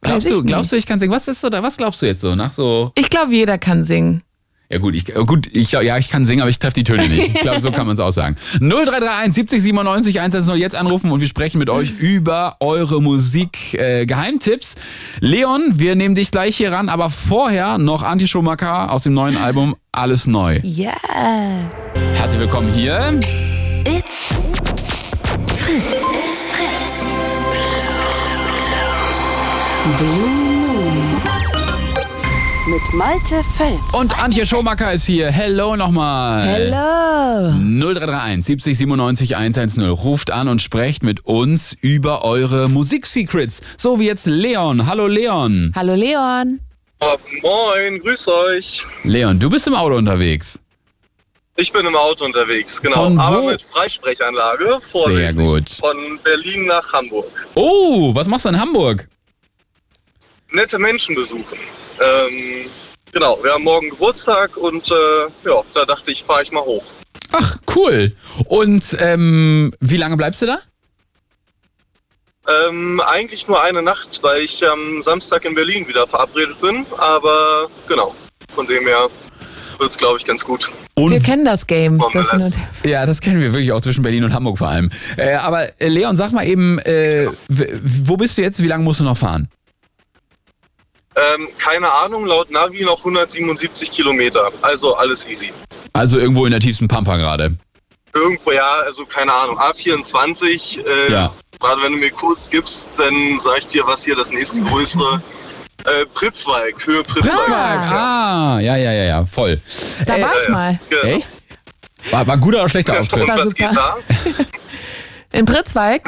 Glaubst ich du, glaubst du, ich kann singen? Was ist so da? Was glaubst du jetzt so? Nach so. Ich glaube, jeder kann singen. Ja gut, ich, oh, gut, ich glaub, ja, ich kann singen, aber ich treffe die Töne nicht. Ich glaube, so kann man es auch sagen. *laughs* 0331 70 97 110 jetzt anrufen und wir sprechen mit euch über eure Musik äh, Geheimtipps. Leon, wir nehmen dich gleich hier ran, aber vorher noch Anti Schumacher aus dem neuen Album Alles neu. Yeah. Herzlich willkommen hier. It's Fritz. It's Fritz. Blue Moon. Mit Malte Fels. Und Antje Schomacker ist hier. Hello nochmal. Hello. 0331 70 97 110. Ruft an und sprecht mit uns über eure Musiksecrets. So wie jetzt Leon. Hallo Leon. Hallo Leon. Moin, grüß euch. Leon, du bist im Auto unterwegs. Ich bin im Auto unterwegs, genau. Von wo? Aber mit Freisprechanlage Sehr vorwiegend gut. von Berlin nach Hamburg. Oh, was machst du in Hamburg? Nette Menschen besuchen. Ähm, genau, wir haben morgen Geburtstag und äh, ja, da dachte ich, fahre ich mal hoch. Ach, cool. Und ähm, wie lange bleibst du da? Ähm, eigentlich nur eine Nacht, weil ich am Samstag in Berlin wieder verabredet bin. Aber genau, von dem her wird's, glaube ich, ganz gut. wir kennen das Game. Das sind und Ja, das kennen wir wirklich auch zwischen Berlin und Hamburg vor allem. Äh, aber äh, Leon, sag mal eben, äh, w- wo bist du jetzt? Wie lange musst du noch fahren? Ähm, keine Ahnung, laut Navi noch 177 Kilometer. Also alles easy. Also irgendwo in der tiefsten Pampa gerade. Irgendwo, ja, also keine Ahnung, A24, äh, Ja. gerade wenn du mir kurz gibst, dann sag ich dir, was hier das nächste größere. Äh, Pritzweig, Höhe Pritzweig. Ah, ja, ja, ja, ja, voll. Äh, Da war ich mal. Echt? War, war ein guter oder schlechter Auftritt? war super. In Pritzweig,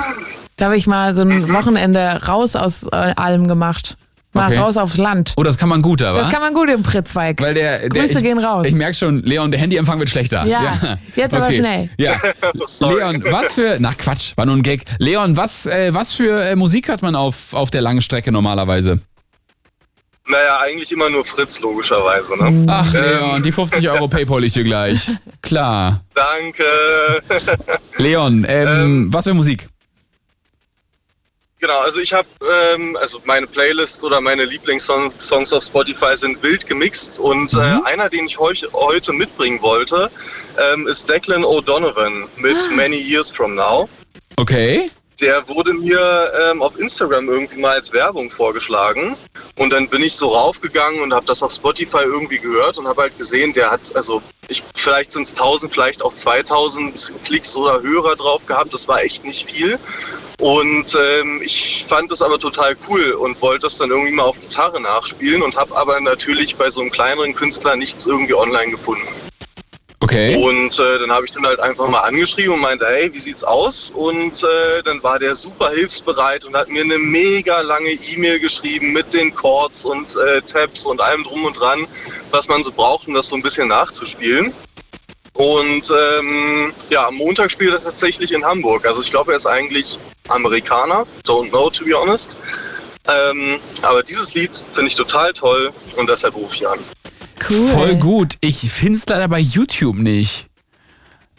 da habe ich mal so ein Wochenende raus aus äh, allem gemacht. Mal Okay. raus aufs Land. Oh, das kann man gut, aber. Das kann man gut im Pritzweig. weil der, der, Grüße ich, gehen raus. Ich merke schon, Leon, der Handyempfang wird schlechter. Ja, jetzt aber schnell. Ja. Leon, was für. Na Quatsch, war nur ein Gag. Leon, was, äh, was für äh, Musik hört man auf, auf der langen Strecke normalerweise? Naja, eigentlich immer nur Fritz, logischerweise. Mhm. Ne? Ach, Ähm, Leon, die 50 Euro Paypal ich dir gleich. Klar. danke. *laughs* Leon, ähm, was für Musik? Genau, also ich habe, ähm, also meine Playlist oder meine Lieblingssongs Songs auf Spotify sind wild gemixt und äh, einer, den ich heuch, heute mitbringen wollte, ähm, ist Declan O'Donovan mit Many Years From Now. Okay. Der wurde mir ähm, auf Instagram irgendwie mal als Werbung vorgeschlagen und dann bin ich so raufgegangen und habe das auf Spotify irgendwie gehört und habe halt gesehen, der hat, also ich, vielleicht sind es 1000, vielleicht auch 2000 Klicks oder Hörer drauf gehabt, das war echt nicht viel und ähm, ich fand das aber total cool und wollte das dann irgendwie mal auf Gitarre nachspielen und habe aber natürlich bei so einem kleineren Künstler nichts irgendwie online gefunden. Okay. Und äh, dann habe ich den halt einfach mal angeschrieben und meinte, hey, wie sieht's aus? Und äh, dann war der super hilfsbereit und hat mir eine mega lange E-Mail geschrieben mit den Chords und äh, Tabs und allem drum und dran, was man so braucht, um das so ein bisschen nachzuspielen. Und ähm, ja, am Montag spielt er tatsächlich in Hamburg. Also ich glaube, er ist eigentlich Amerikaner. Don't know, to be honest. Ähm, aber dieses Lied finde ich total toll und deshalb rufe ich an. Cool. Voll gut. Ich finde es leider bei YouTube nicht.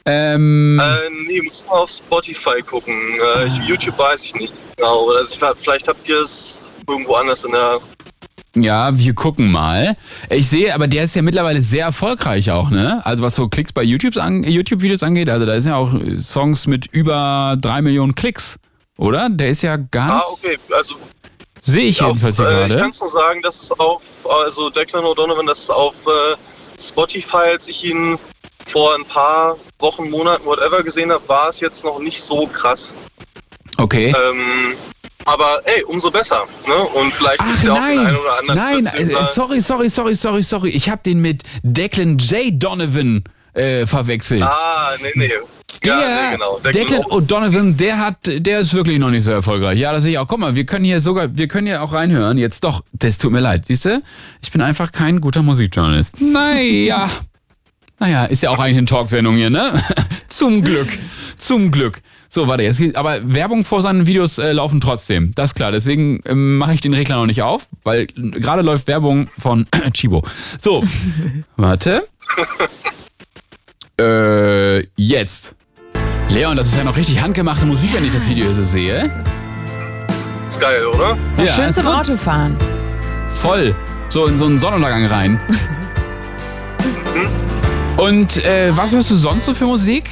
Ähm, Ah. Äh, nee, muss mal auf Spotify gucken. Äh, ich, YouTube weiß ich nicht genau. Oder also ich, vielleicht habt ihr es irgendwo anders in der. ja, wir gucken mal. Ich sehe, aber der ist ja mittlerweile sehr erfolgreich auch, ne? Also was so Klicks bei YouTubes an, YouTube-Videos angeht, also da sind ja auch äh, Songs mit über drei Millionen Klicks, oder? Der ist ja gar Ah, okay. nicht. Also Sehe ich jedenfalls hier äh, ich gerade. kann es nur sagen, dass es auf, also Declan O'Donovan, dass es auf äh, Spotify, als ich ihn vor ein paar Wochen, Monaten, whatever gesehen habe, war es jetzt noch nicht so krass. Okay. Ähm, aber ey, umso besser. Ne? Und vielleicht gibt Ach, es ja auch den nein, einen oder anderen. nein, Verzögerer. äh, sorry, sorry, sorry, sorry, sorry. Ich habe den mit Declan J. Donovan äh, verwechselt. Ah, nee, nee. Der, ja, nee, genau. Declan O'Donovan, der hat, der ist wirklich noch nicht so erfolgreich. Ja, das sehe ich auch. Guck mal, wir können hier sogar, wir können hier auch reinhören. Jetzt doch, das tut mir leid, siehst du? Ich bin einfach kein guter Musikjournalist. *laughs* Naja. Naja, ist ja auch eigentlich eine Talksendung hier, ne? *laughs* Zum Glück. Zum Glück. So, warte, jetzt, geht- aber Werbung vor seinen Videos äh, laufen trotzdem. Das ist klar. Deswegen ähm, mache ich den Regler noch nicht auf, weil äh, gerade läuft Werbung von *clears throat* Chibo. So, warte. Äh, jetzt. Leon, das ist ja noch richtig handgemachte Musik, wenn ich das Video so sehe. Ist geil, oder? Ja, schön ist zum gut. Autofahren. Voll. So in so einen Sonnenuntergang rein. Und äh, was hörst du sonst so für Musik?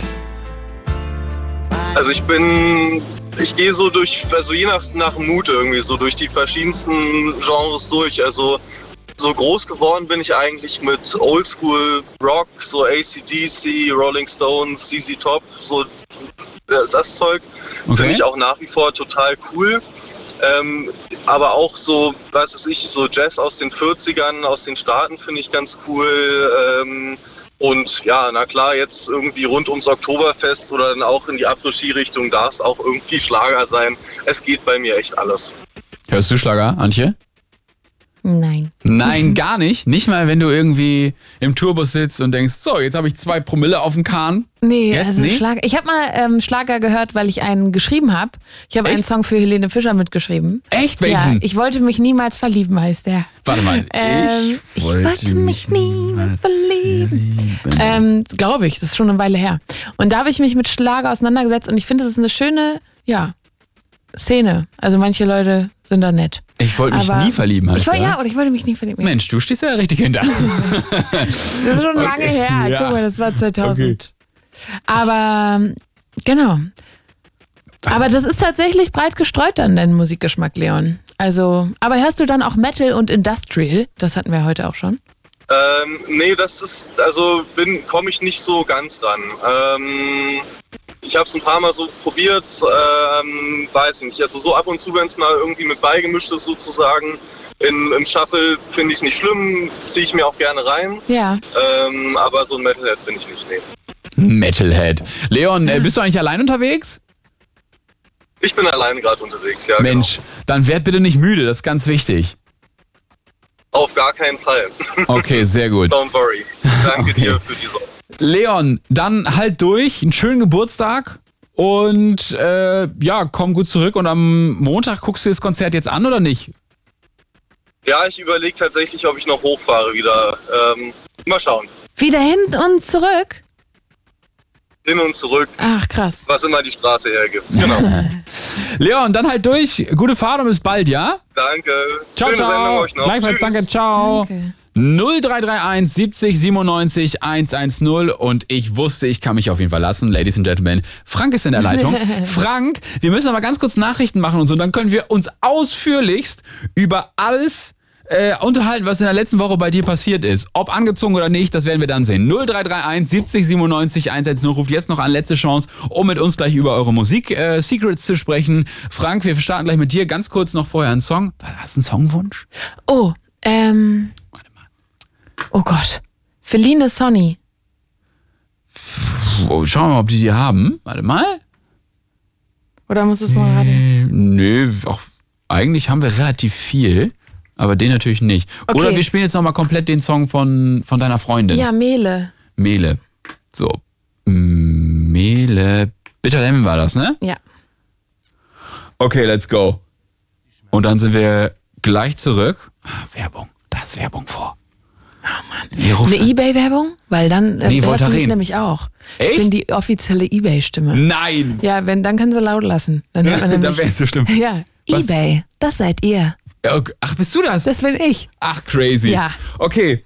Also ich bin, ich gehe so durch, also je nach, nach Mut irgendwie so durch die verschiedensten Genres durch. Also so groß geworden bin ich eigentlich mit Oldschool Rock, so ACDC, Rolling Stones, CZ Top, so äh, das Zeug. Finde ich auch nach wie vor total cool. Ähm, aber auch so, was weiß ich, so Jazz aus den 40ern, aus den Staaten finde ich ganz cool. Ähm, und ja, na klar, jetzt irgendwie rund ums Oktoberfest oder dann auch in die Après-Ski-Richtung darf es auch irgendwie Schlager sein. Es geht bei mir echt alles. Hörst du Schlager, Antje? Nein. Nein, gar nicht. Nicht mal, wenn du irgendwie im Tourbus sitzt und denkst, so, jetzt habe ich zwei Promille auf dem Kahn. Nee, Jetzt also nicht? Schlager. Ich habe mal ähm, Schlager gehört, weil ich einen geschrieben habe. Ich habe einen Song für Helene Fischer mitgeschrieben. Echt? Ja, Welchen? ich wollte mich niemals verlieben, heißt der. Warte mal. Ähm, ich wollte mich niemals verlieben. Ähm, Glaube ich, das ist schon eine Weile her. Und da habe ich mich mit Schlager auseinandergesetzt und ich finde, es ist eine schöne, ja, Szene. Also manche Leute sind da nett. Ich wollte mich Aber- nie verlieben, heißt ich wollte, er? Ja, oder ich wollte mich nie verlieben. Mensch, du stehst ja richtig hinter. *laughs* Das ist schon lange her. Guck mal, das war 2000. Aber ähm, genau. Aber das ist tatsächlich breit gestreut dann dein Musikgeschmack, Leon. Also, aber hörst du dann auch Metal und Industrial? Das hatten wir heute auch schon. Ähm, nee, das ist, also bin, komme ich nicht so ganz dran. Ähm, ich habe es ein paar Mal so probiert, ähm, weiß ich nicht. Also so ab und zu, wenn es mal irgendwie mit beigemischt ist sozusagen, in, im Shuffle finde ich es nicht schlimm, ziehe ich mir auch gerne rein. Ja. Ähm, aber so ein Metalhead bin ich nicht, nee. Metalhead. Leon, äh, bist du eigentlich allein unterwegs? Ich bin alleine gerade unterwegs, ja. genau. Mensch, dann werd bitte nicht müde, das ist ganz wichtig. Auf gar keinen Fall. *laughs* Okay, sehr gut. Don't worry. Danke dir für diese Leon, dann halt durch, einen schönen Geburtstag und äh, ja, komm gut zurück und am Montag guckst du das Konzert jetzt an oder nicht? Ja, ich überlege tatsächlich, ob ich noch hochfahre wieder. Ähm, mal schauen. Wieder hin und zurück. Hin und zurück, Ach, krass. was immer die Straße hergibt. *laughs* Genau. Leon, dann halt durch, gute Fahrt und bis bald, ja? Danke. Ciao, Schöne ciao. Sendung euch noch. Gleichfalls, Tschüss. danke, ciao. 0331 70 97 110 und ich wusste, ich kann mich auf ihn verlassen. Ladies and Gentlemen, Frank ist in der Leitung. Frank, wir müssen aber ganz kurz Nachrichten machen und so, dann können wir uns ausführlichst über alles äh, unterhalten, was in der letzten Woche bei dir passiert ist. Ob angezogen oder nicht, das werden wir dann sehen. 0331 70 97 110 ruft jetzt noch an, letzte Chance, um mit uns gleich über eure Musik-Secrets äh, Secrets zu sprechen. Frank, wir starten gleich mit dir. Ganz kurz noch vorher einen Song. Hast du einen Songwunsch? Oh, ähm. Oh Gott. Feline Sonny. Oh, schauen wir mal, ob die die haben. Warte mal. Oder muss es noch Radio? Äh, Nö, auch, eigentlich haben wir relativ viel, aber den natürlich nicht. Okay. Oder wir spielen jetzt nochmal komplett den Song von, von deiner Freundin, Ja, Mele. Mele. So. Hm, Mele. Bitterlemon war das, ne? Ja. Okay, let's go. Und dann sind wir gleich zurück. Ah, Werbung. Da ist Werbung vor. Ihr ruft Ah, Eine Ebay-Werbung? Weil dann äh, Nee, hörst du mich Voltaren. nämlich auch. Echt? Ich bin die offizielle Ebay-Stimme. Nein! Ja, wenn, dann kannst du laut lassen. Dann *laughs* hört man Dann nämlich, wär's so schlimm. *laughs* Ja, Was? Ebay, das seid ihr. Ja, okay. Ach, bist du das? Das bin ich. Ach, crazy. Ja. Okay.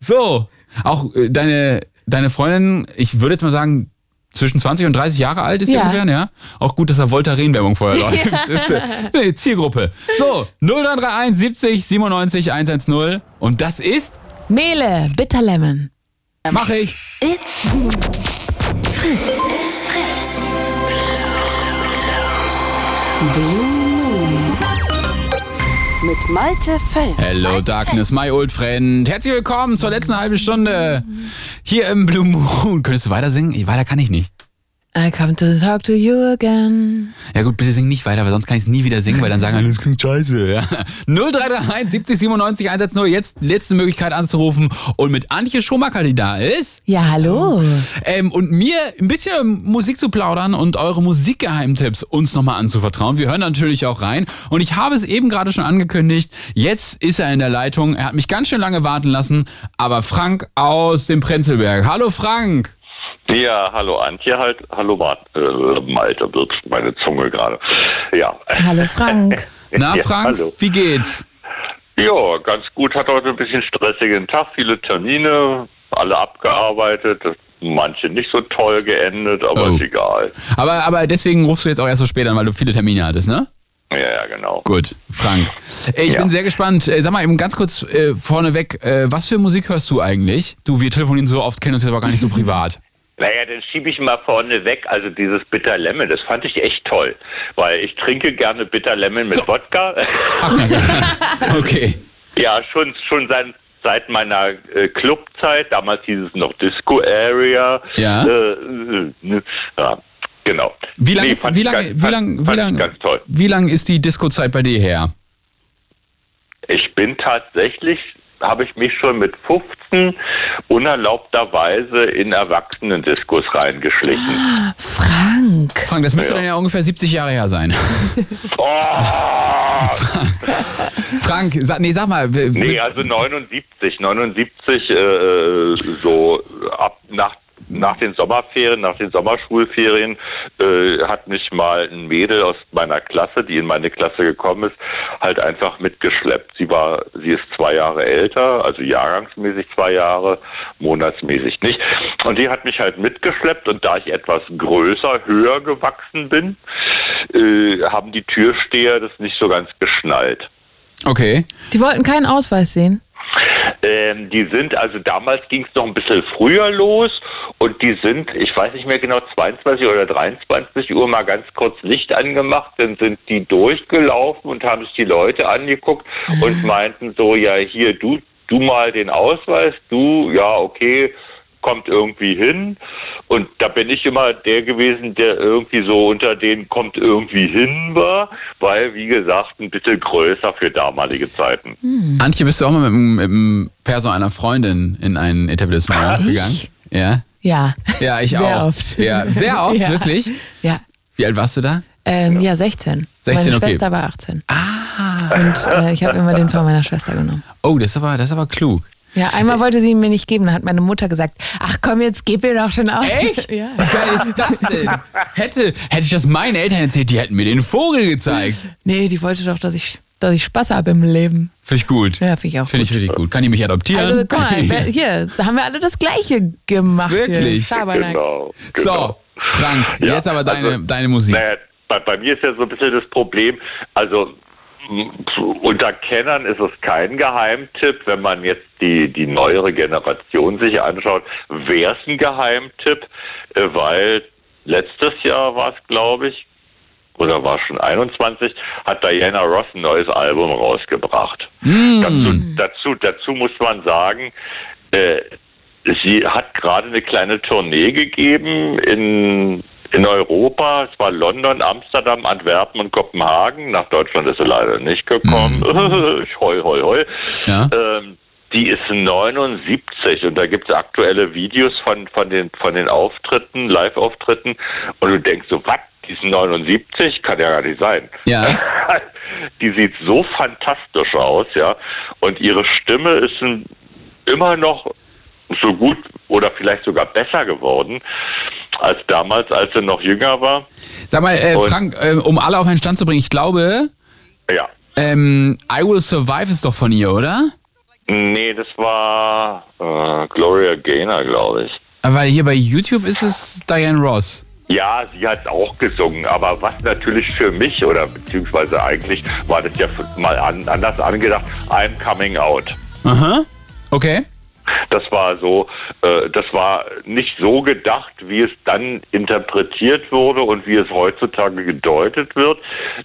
So. Auch äh, deine, deine Freundin, ich würde jetzt mal sagen, zwischen 20 und 30 Jahre alt ist sie Ja. ungefähr, ja? Auch gut, dass da *laughs* Voltaren-Werbung vorher läuft. Ja. Ist, äh, nee, Zielgruppe. So, 0331 70 97 110. Und das ist Mele, Bitterlemon. Mach ich. It's Fritz. It's Fritz. Blue Moon. Mit Malte Fels. Hello Darkness, my old friend. Herzlich willkommen zur letzten halben Stunde hier im Blue Moon. *laughs* Könntest du weiter singen? Ich- Weiter kann ich nicht. I come to talk to you again. Ja gut, bitte sing nicht weiter, weil sonst kann ich es nie wieder singen, weil dann sagen alle, das klingt scheiße. Ja. *laughs* 0331 70 97 110, jetzt letzte Möglichkeit anzurufen. Und mit Antje Schumacher, die da ist. Ja, *laughs* hallo. Ähm, und mir ein bisschen um Musik zu plaudern und eure Musikgeheimtipps uns nochmal anzuvertrauen. Wir hören natürlich auch rein. Und ich habe es eben gerade schon angekündigt. Jetzt ist er in der Leitung. Er hat mich ganz schön lange warten lassen. Aber Frank aus dem Prenzlberg. Hallo Frank. Ja, hallo Antje, halt, hallo Mart, äh, Malte, wird meine Zunge gerade. Ja. Hallo Frank. Na Ja, Frank, hallo. wie geht's? Ja, ganz gut, hat heute ein bisschen stressigen Tag, viele Termine, alle abgearbeitet, manche nicht so toll geendet, aber Oh. ist egal. Aber, aber deswegen rufst du jetzt auch erst so spät an, weil du viele Termine hattest, ne? Ja, ja, genau. Gut, Frank. Äh, Ich Ja. bin sehr gespannt. Äh, Sag mal eben ganz kurz äh, vorneweg, äh, was für Musik hörst du eigentlich? Du, wir telefonieren so oft, kennen uns jetzt aber gar nicht so privat. Naja, dann schiebe ich mal vorne weg. Also dieses Bitter Lemon, das fand ich echt toll, weil ich trinke gerne Bitter Lemon mit Wodka. *laughs* okay. Ja, schon, schon seit, seit meiner äh, Clubzeit, damals hieß es noch Disco Area. Ja. Äh, äh, ne, ja genau. Wie lange Nee, ist, fand wie ich lange, ganz- wie fand- lange, wie fand ich lange, ganz toll. wie lange ist die Disco-Zeit bei dir her? Ich bin tatsächlich, habe ich mich schon mit 15 unerlaubterweise in Erwachsenendiskos reingeschlichen. Frank. Frank, das müsste Ja. Oh. dann ja ungefähr 70 Jahre her *laughs* sein. *laughs* Frank, sag, nee, sag mal, w- Nee, also 79, 79, äh, so ab nach, nach den Sommerferien, nach den Sommerschulferien, äh, hat mich mal ein Mädel aus meiner Klasse, die in meine Klasse gekommen ist, halt einfach mitgeschleppt. Sie war, sie ist zwei Jahre älter, also jahrgangsmäßig zwei Jahre, monatsmäßig nicht. Und die hat mich halt mitgeschleppt und da ich etwas größer, höher gewachsen bin, äh, haben die Türsteher das nicht so ganz geschnallt. Okay. Die wollten keinen Ausweis sehen. Ähm, die sind, also damals ging es noch ein bisschen früher los und die sind, ich weiß nicht mehr genau, 22 oder 23 Uhr mal ganz kurz Licht angemacht, dann sind die durchgelaufen und haben sich die Leute angeguckt und meinten so, ja hier, du, du mal den Ausweis, du, ja okay, kommt irgendwie hin und da bin ich immer der gewesen, der irgendwie so unter denen kommt irgendwie hin war, weil wie gesagt ein bisschen größer für damalige Zeiten. Hm. Antje, bist du auch mal mit, dem- mit dem Perso einer Freundin in ein Etablissement gegangen? Ja. Ja. Ja, Ah, ich Sehr auch. oft. Ja, sehr oft, *laughs* Ja. wirklich. Ja. Wie alt warst du da? Ähm, ja. 16. 16, Meine okay. Schwester war 18. Ah. Und äh, ich *laughs* habe immer den von meiner Schwester genommen. Oh, das ist aber, das ist aber klug. Ja, einmal wollte sie ihn mir nicht geben, dann hat meine Mutter gesagt, ach komm, jetzt gib mir doch schon aus. *laughs* Echt? Ja. Wie geil ist das denn? Hätte, hätte ich das meinen Eltern erzählt, die hätten mir den Vogel gezeigt. Nee, die wollte doch, dass ich, dass ich Spaß habe im Leben. Finde ich gut. Ja, finde ich auch Finde ich richtig gut. Kann ich mich adoptieren? Also guck *laughs* Kann mal, ich- wer- hier, da haben wir alle das Gleiche gemacht. Hier. Wirklich? Schabernack. Genau. So, Frank, Ja, jetzt aber deine, also, deine Musik. Naja, bei, bei mir ist ja so ein bisschen das Problem, also m, unter Kennern ist es kein Geheimtipp, wenn man jetzt die, die neuere Generation sich anschaut, wäre es ein Geheimtipp, äh, weil letztes Jahr war es, glaube ich, oder war schon 21, hat Diana Ross ein neues Album rausgebracht. Mm. Hm. Dazu, dazu, dazu muss man sagen, äh, sie hat gerade eine kleine Tournee gegeben in, in Europa. Es war London, Amsterdam, Antwerpen und *laughs* Kopenhagen. Nach Deutschland ist sie leider nicht gekommen. hoi, hoi, hoi. Ähm, die ist 79 und da gibt es aktuelle Videos von, von, den, von den Auftritten, Live-Auftritten und du denkst so, was? Die ist 79, kann ja gar nicht sein. *laughs* Ja. die sieht so fantastisch aus, ja. Und ihre Stimme ist ein, immer noch so gut oder vielleicht sogar besser geworden als damals, als sie noch jünger war. Sag mal, äh, Und- Frank, äh, um alle auf einen Stand zu bringen, ich glaube, Ja. ähm, I Will Survive ist doch von ihr, oder? Nee, das war äh, Gloria Gaynor, glaube ich. Weil hier bei YouTube ist es Diane Ross. Ja, sie hat auch gesungen, aber was natürlich für mich oder beziehungsweise eigentlich war das ja mal an, anders angedacht, I'm coming out. Aha. Okay. Das war so, äh, das war nicht so gedacht, wie es dann interpretiert wurde und wie es heutzutage gedeutet wird.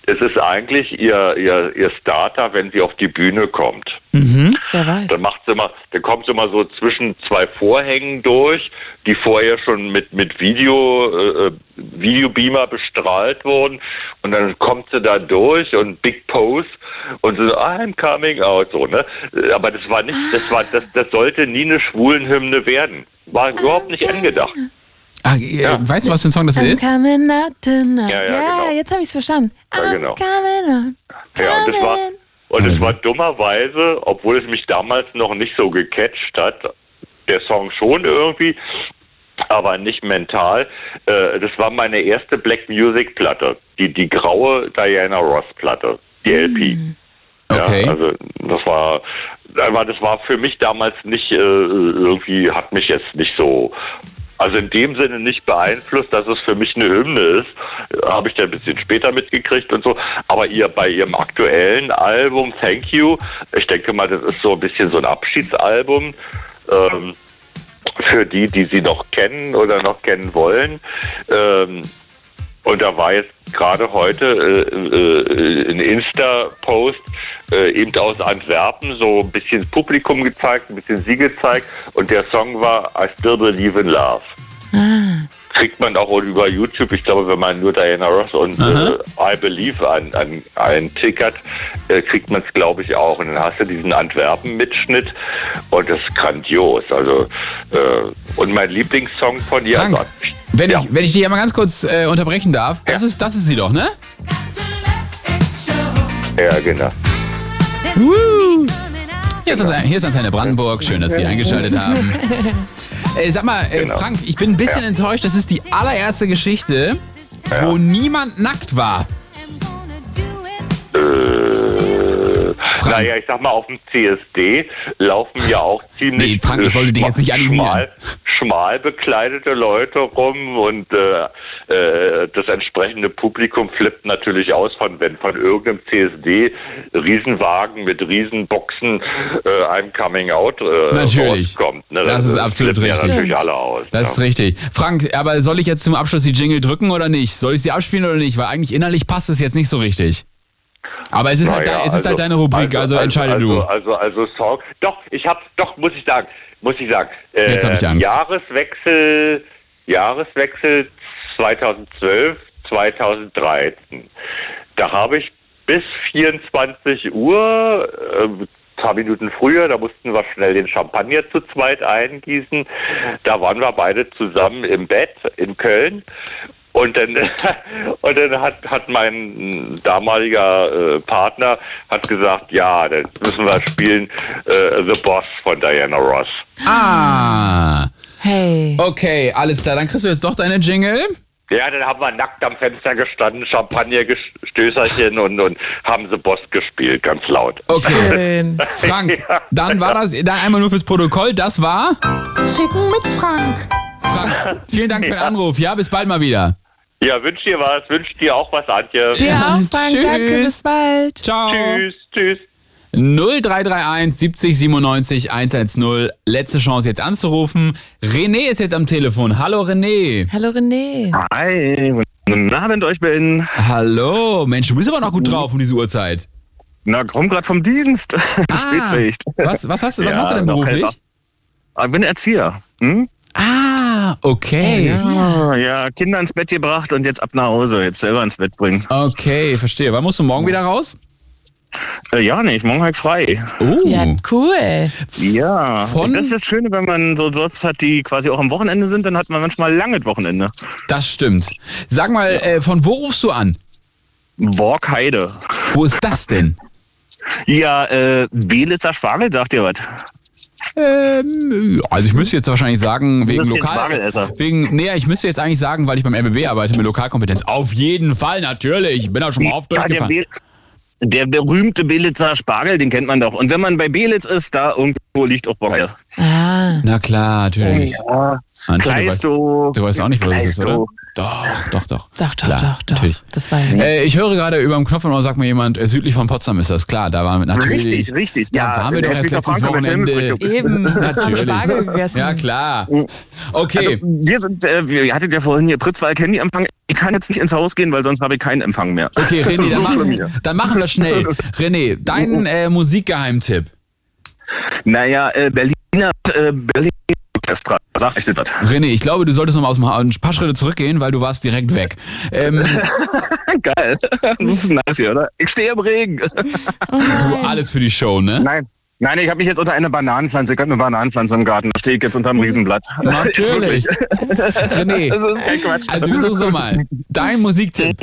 Es ist eigentlich ihr, ihr, ihr Starter, wenn sie auf die Bühne kommt. Mhm, wer weiß. Dann macht's immer, dann kommt sie immer so zwischen zwei Vorhängen durch, die vorher schon mit mit Video äh, Videobeamer bestrahlt wurden und dann kommt sie da durch und Big Pose und so I'm coming out so ne, aber das war nicht, das war das das sollte nie eine Schwulenhymne werden, war überhaupt nicht angedacht. Ach, äh, Weißt du, was für ein Song das I'm ist? coming out tonight. Ja, ja, genau. jetzt habe ich es verstanden. Ja, genau. Coming Ja, und das war, und es war dummerweise, obwohl es mich damals noch nicht so gecatcht hat, der Song schon irgendwie, aber nicht mental. Äh, das war meine erste Black Music Platte, die, die graue Diana Ross Platte, die LP. Okay. Ja, also das war, aber das war für mich damals nicht äh, irgendwie hat mich jetzt nicht so, also in dem Sinne nicht beeinflusst, dass es für mich eine Hymne ist. Äh, Habe ich dann ein bisschen später mitgekriegt und so. Aber ihr bei ihrem aktuellen Album Thank You, ich denke mal, das ist so ein bisschen so ein Abschiedsalbum. Ähm, für die, die sie noch kennen oder noch kennen wollen. Ähm, und da war jetzt gerade heute äh, äh, ein Insta-Post äh, eben aus Antwerpen, so ein bisschen Publikum gezeigt, ein bisschen sie gezeigt. Und der Song war I Still Believe in Love. Kriegt man auch über YouTube, ich glaube, wenn man nur Diana Ross und äh, I Believe an, an, eintickert, äh, kriegt man es, glaube ich, auch. Und dann hast du diesen Antwerpen-Mitschnitt und das ist grandios. Also, äh, und mein Lieblingssong von ihr, Frank, also, Wenn, ich, wenn ich dich einmal ganz kurz äh, unterbrechen darf, das, ist, das ist sie doch, ne? Hm. ja, genau. Woo. Hier ist, Antenne, hier ist Antenne Brandenburg, schön, dass Sie eingeschaltet *laughs* haben. Äh, sag mal, äh, Genau. Frank, ich bin ein bisschen enttäuscht, das ist die allererste Geschichte, wo niemand nackt war. Äh, naja, ich sag mal, auf dem CSD laufen ja auch ziemlich Nee, Frank, ich wollte dich schma- jetzt nicht animieren. Schmal, schmal bekleidete Leute rum und äh, äh, das entsprechende Publikum flippt natürlich aus, von, wenn von irgendeinem CSD Riesenwagen mit Riesenboxen äh, einem Coming Out äh, Natürlich. rauskommt. Ne? Das ist absolut flippen richtig. Ja natürlich alle aus. Das ist richtig. Frank, aber soll ich jetzt zum Abschluss die Jingle drücken oder nicht? Soll ich sie abspielen oder nicht? Weil eigentlich innerlich passt es jetzt nicht so richtig. Aber es ist, halt, Naja, dein- es ist halt also- deine Rubrik, also, entscheide also, du. Also, also Song. Doch, ich hab, doch, muss ich sagen, muss ich sagen. Äh, Jetzt hab ich Angst. Jahreswechsel, Jahreswechsel 2012, 2013. Da habe ich bis 24 Uhr, äh, paar Minuten früher, da mussten wir schnell den Champagner zu zweit eingießen. Da waren wir beide zusammen im Bett in Köln. Und dann, *laughs* und dann hat, hat mein damaliger äh, Partner hat gesagt, ja, dann müssen wir spielen äh, The Boss von Diana Ross. Ah. Hey. Okay, alles klar. Dann kriegst du jetzt doch deine Jingle. Ja, dann haben wir nackt am Fenster gestanden, Champagnergestößerchen und, und haben The Boss gespielt, ganz laut. *laughs* Okay. Frank, dann war das dann einmal nur fürs Protokoll. Das war. Schicken mit Frank. Frank, vielen Dank für den Anruf. Ja, bis bald mal wieder. Ja, wünsch dir was, wünsch dir auch was, Antje. *laughs* Dir auch, Frank. Danke, bis bald. Ciao. Tschüss, tschüss. 0331 70 97 110. Letzte Chance jetzt anzurufen. René ist jetzt am Telefon. Hallo René. Hallo René. Hi, guten Abend euch beiden. Hallo, Mensch, du bist aber noch gut drauf um diese Uhrzeit. Ah, Na, komm gerade vom Dienst. *laughs* Spätschicht. Was, was, hast, du- was machst du denn noch beruflich? heller. Ah, Ich bin Erzieher. Hm? Ah, okay. Ja, ja, Kinder ins Bett gebracht und jetzt ab nach Hause, jetzt selber ins Bett bringen. Okay, verstehe. Wann musst du morgen wieder raus? Oh. Äh, ja, nicht, morgen halt frei. Ja, cool. Ja, Von- das ist das Schöne, wenn man so Jobs hat, die quasi auch am Wochenende sind, dann hat man manchmal langes Wochenende. Das stimmt. Sag mal, äh, von wo rufst du an? Borgheide. Wo ist das denn? Ja, äh, Belitzer Spargel, sagt ihr was? äh, Ähm, also ich müsste jetzt wahrscheinlich sagen, wegen bist ein Lokal... Spargelesser. Wegen, nee, ich müsste jetzt eigentlich sagen, weil ich beim MBB arbeite mit Lokalkompetenz. Auf jeden Fall, natürlich. Ich bin da schon mal oft Ja, der, durchgefahren. Be der berühmte Belitzer Spargel, den kennt man doch. Und wenn man bei Belitz ist, da irgendwo liegt auch Borgheide. Ah. Na klar, natürlich. Oh Ja, Mann, du weißt, Kleisto. du weißt auch nicht, wo das ist, oder? Kleisto. Doch, doch, doch. Doch, doch, Klar, doch, doch. natürlich. Das war ja. Äh, ich höre gerade über dem Knopf und da sagt mir jemand, äh, südlich von Potsdam ist das. Klar, da waren wir natürlich. Richtig, richtig. Da Ja, waren wir der doch erst Friedhof letztes Franco mit Wochenende. Helmsfrühstück. Eben, *laughs* natürlich. Spargel gegessen. Ja, klar. Okay. Mhm. Also, wir sind, äh, wir- ihr hattet ja vorhin hier Fritz weil Handyempfang. Ich kann jetzt nicht ins Haus gehen, weil sonst habe ich keinen Empfang mehr. Okay, *laughs* René, So dann schlimm machen, hier. dann machen wir das schnell. René, dein äh, Musikgeheimtipp. Mhm. Naja, äh, Berliner äh, Berlin Orchestra. Sag ich dir was. René, ich glaube, du solltest nochmal aus dem Ha- ein paar Schritte zurückgehen, weil du warst direkt weg. Ähm, *laughs* Geil. Das ist nice hier, oder? Ich stehe *laughs* im Regen. du, alles für die Show, ne? Nein. Nein, ich habe mich jetzt unter eine Bananenpflanze. Ich habe eine Bananenpflanze im Garten. Da stehe ich jetzt unter einem Riesenblatt. *laughs* Mhm. Natürlich. René, Das ist kein Quatsch. also wir suchen so mal. Dein Musiktipp.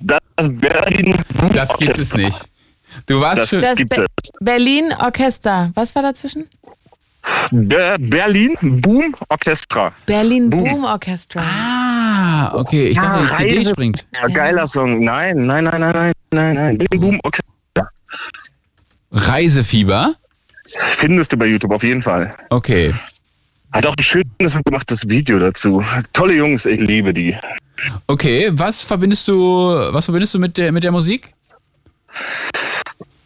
Das Berlin. Das gibt es nicht. Du warst schon. Das Be Berlin Orchester. Was war dazwischen? Be Berlin Boom Orchestra. Berlin Boom. Boom Orchestra. Ah, okay. Ich dachte, die CD Reise- springt. Ja, Ah, geiler Song. Nein, nein, nein, nein, nein, nein, nein. Berlin Boom Orchestra. Reisefieber. Findest du bei YouTube auf jeden Fall. Okay. Hat auch ein schönes gemachtes Video dazu. Tolle Jungs, ich liebe die. Okay, was verbindest du, was verbindest du mit der, mit der Musik?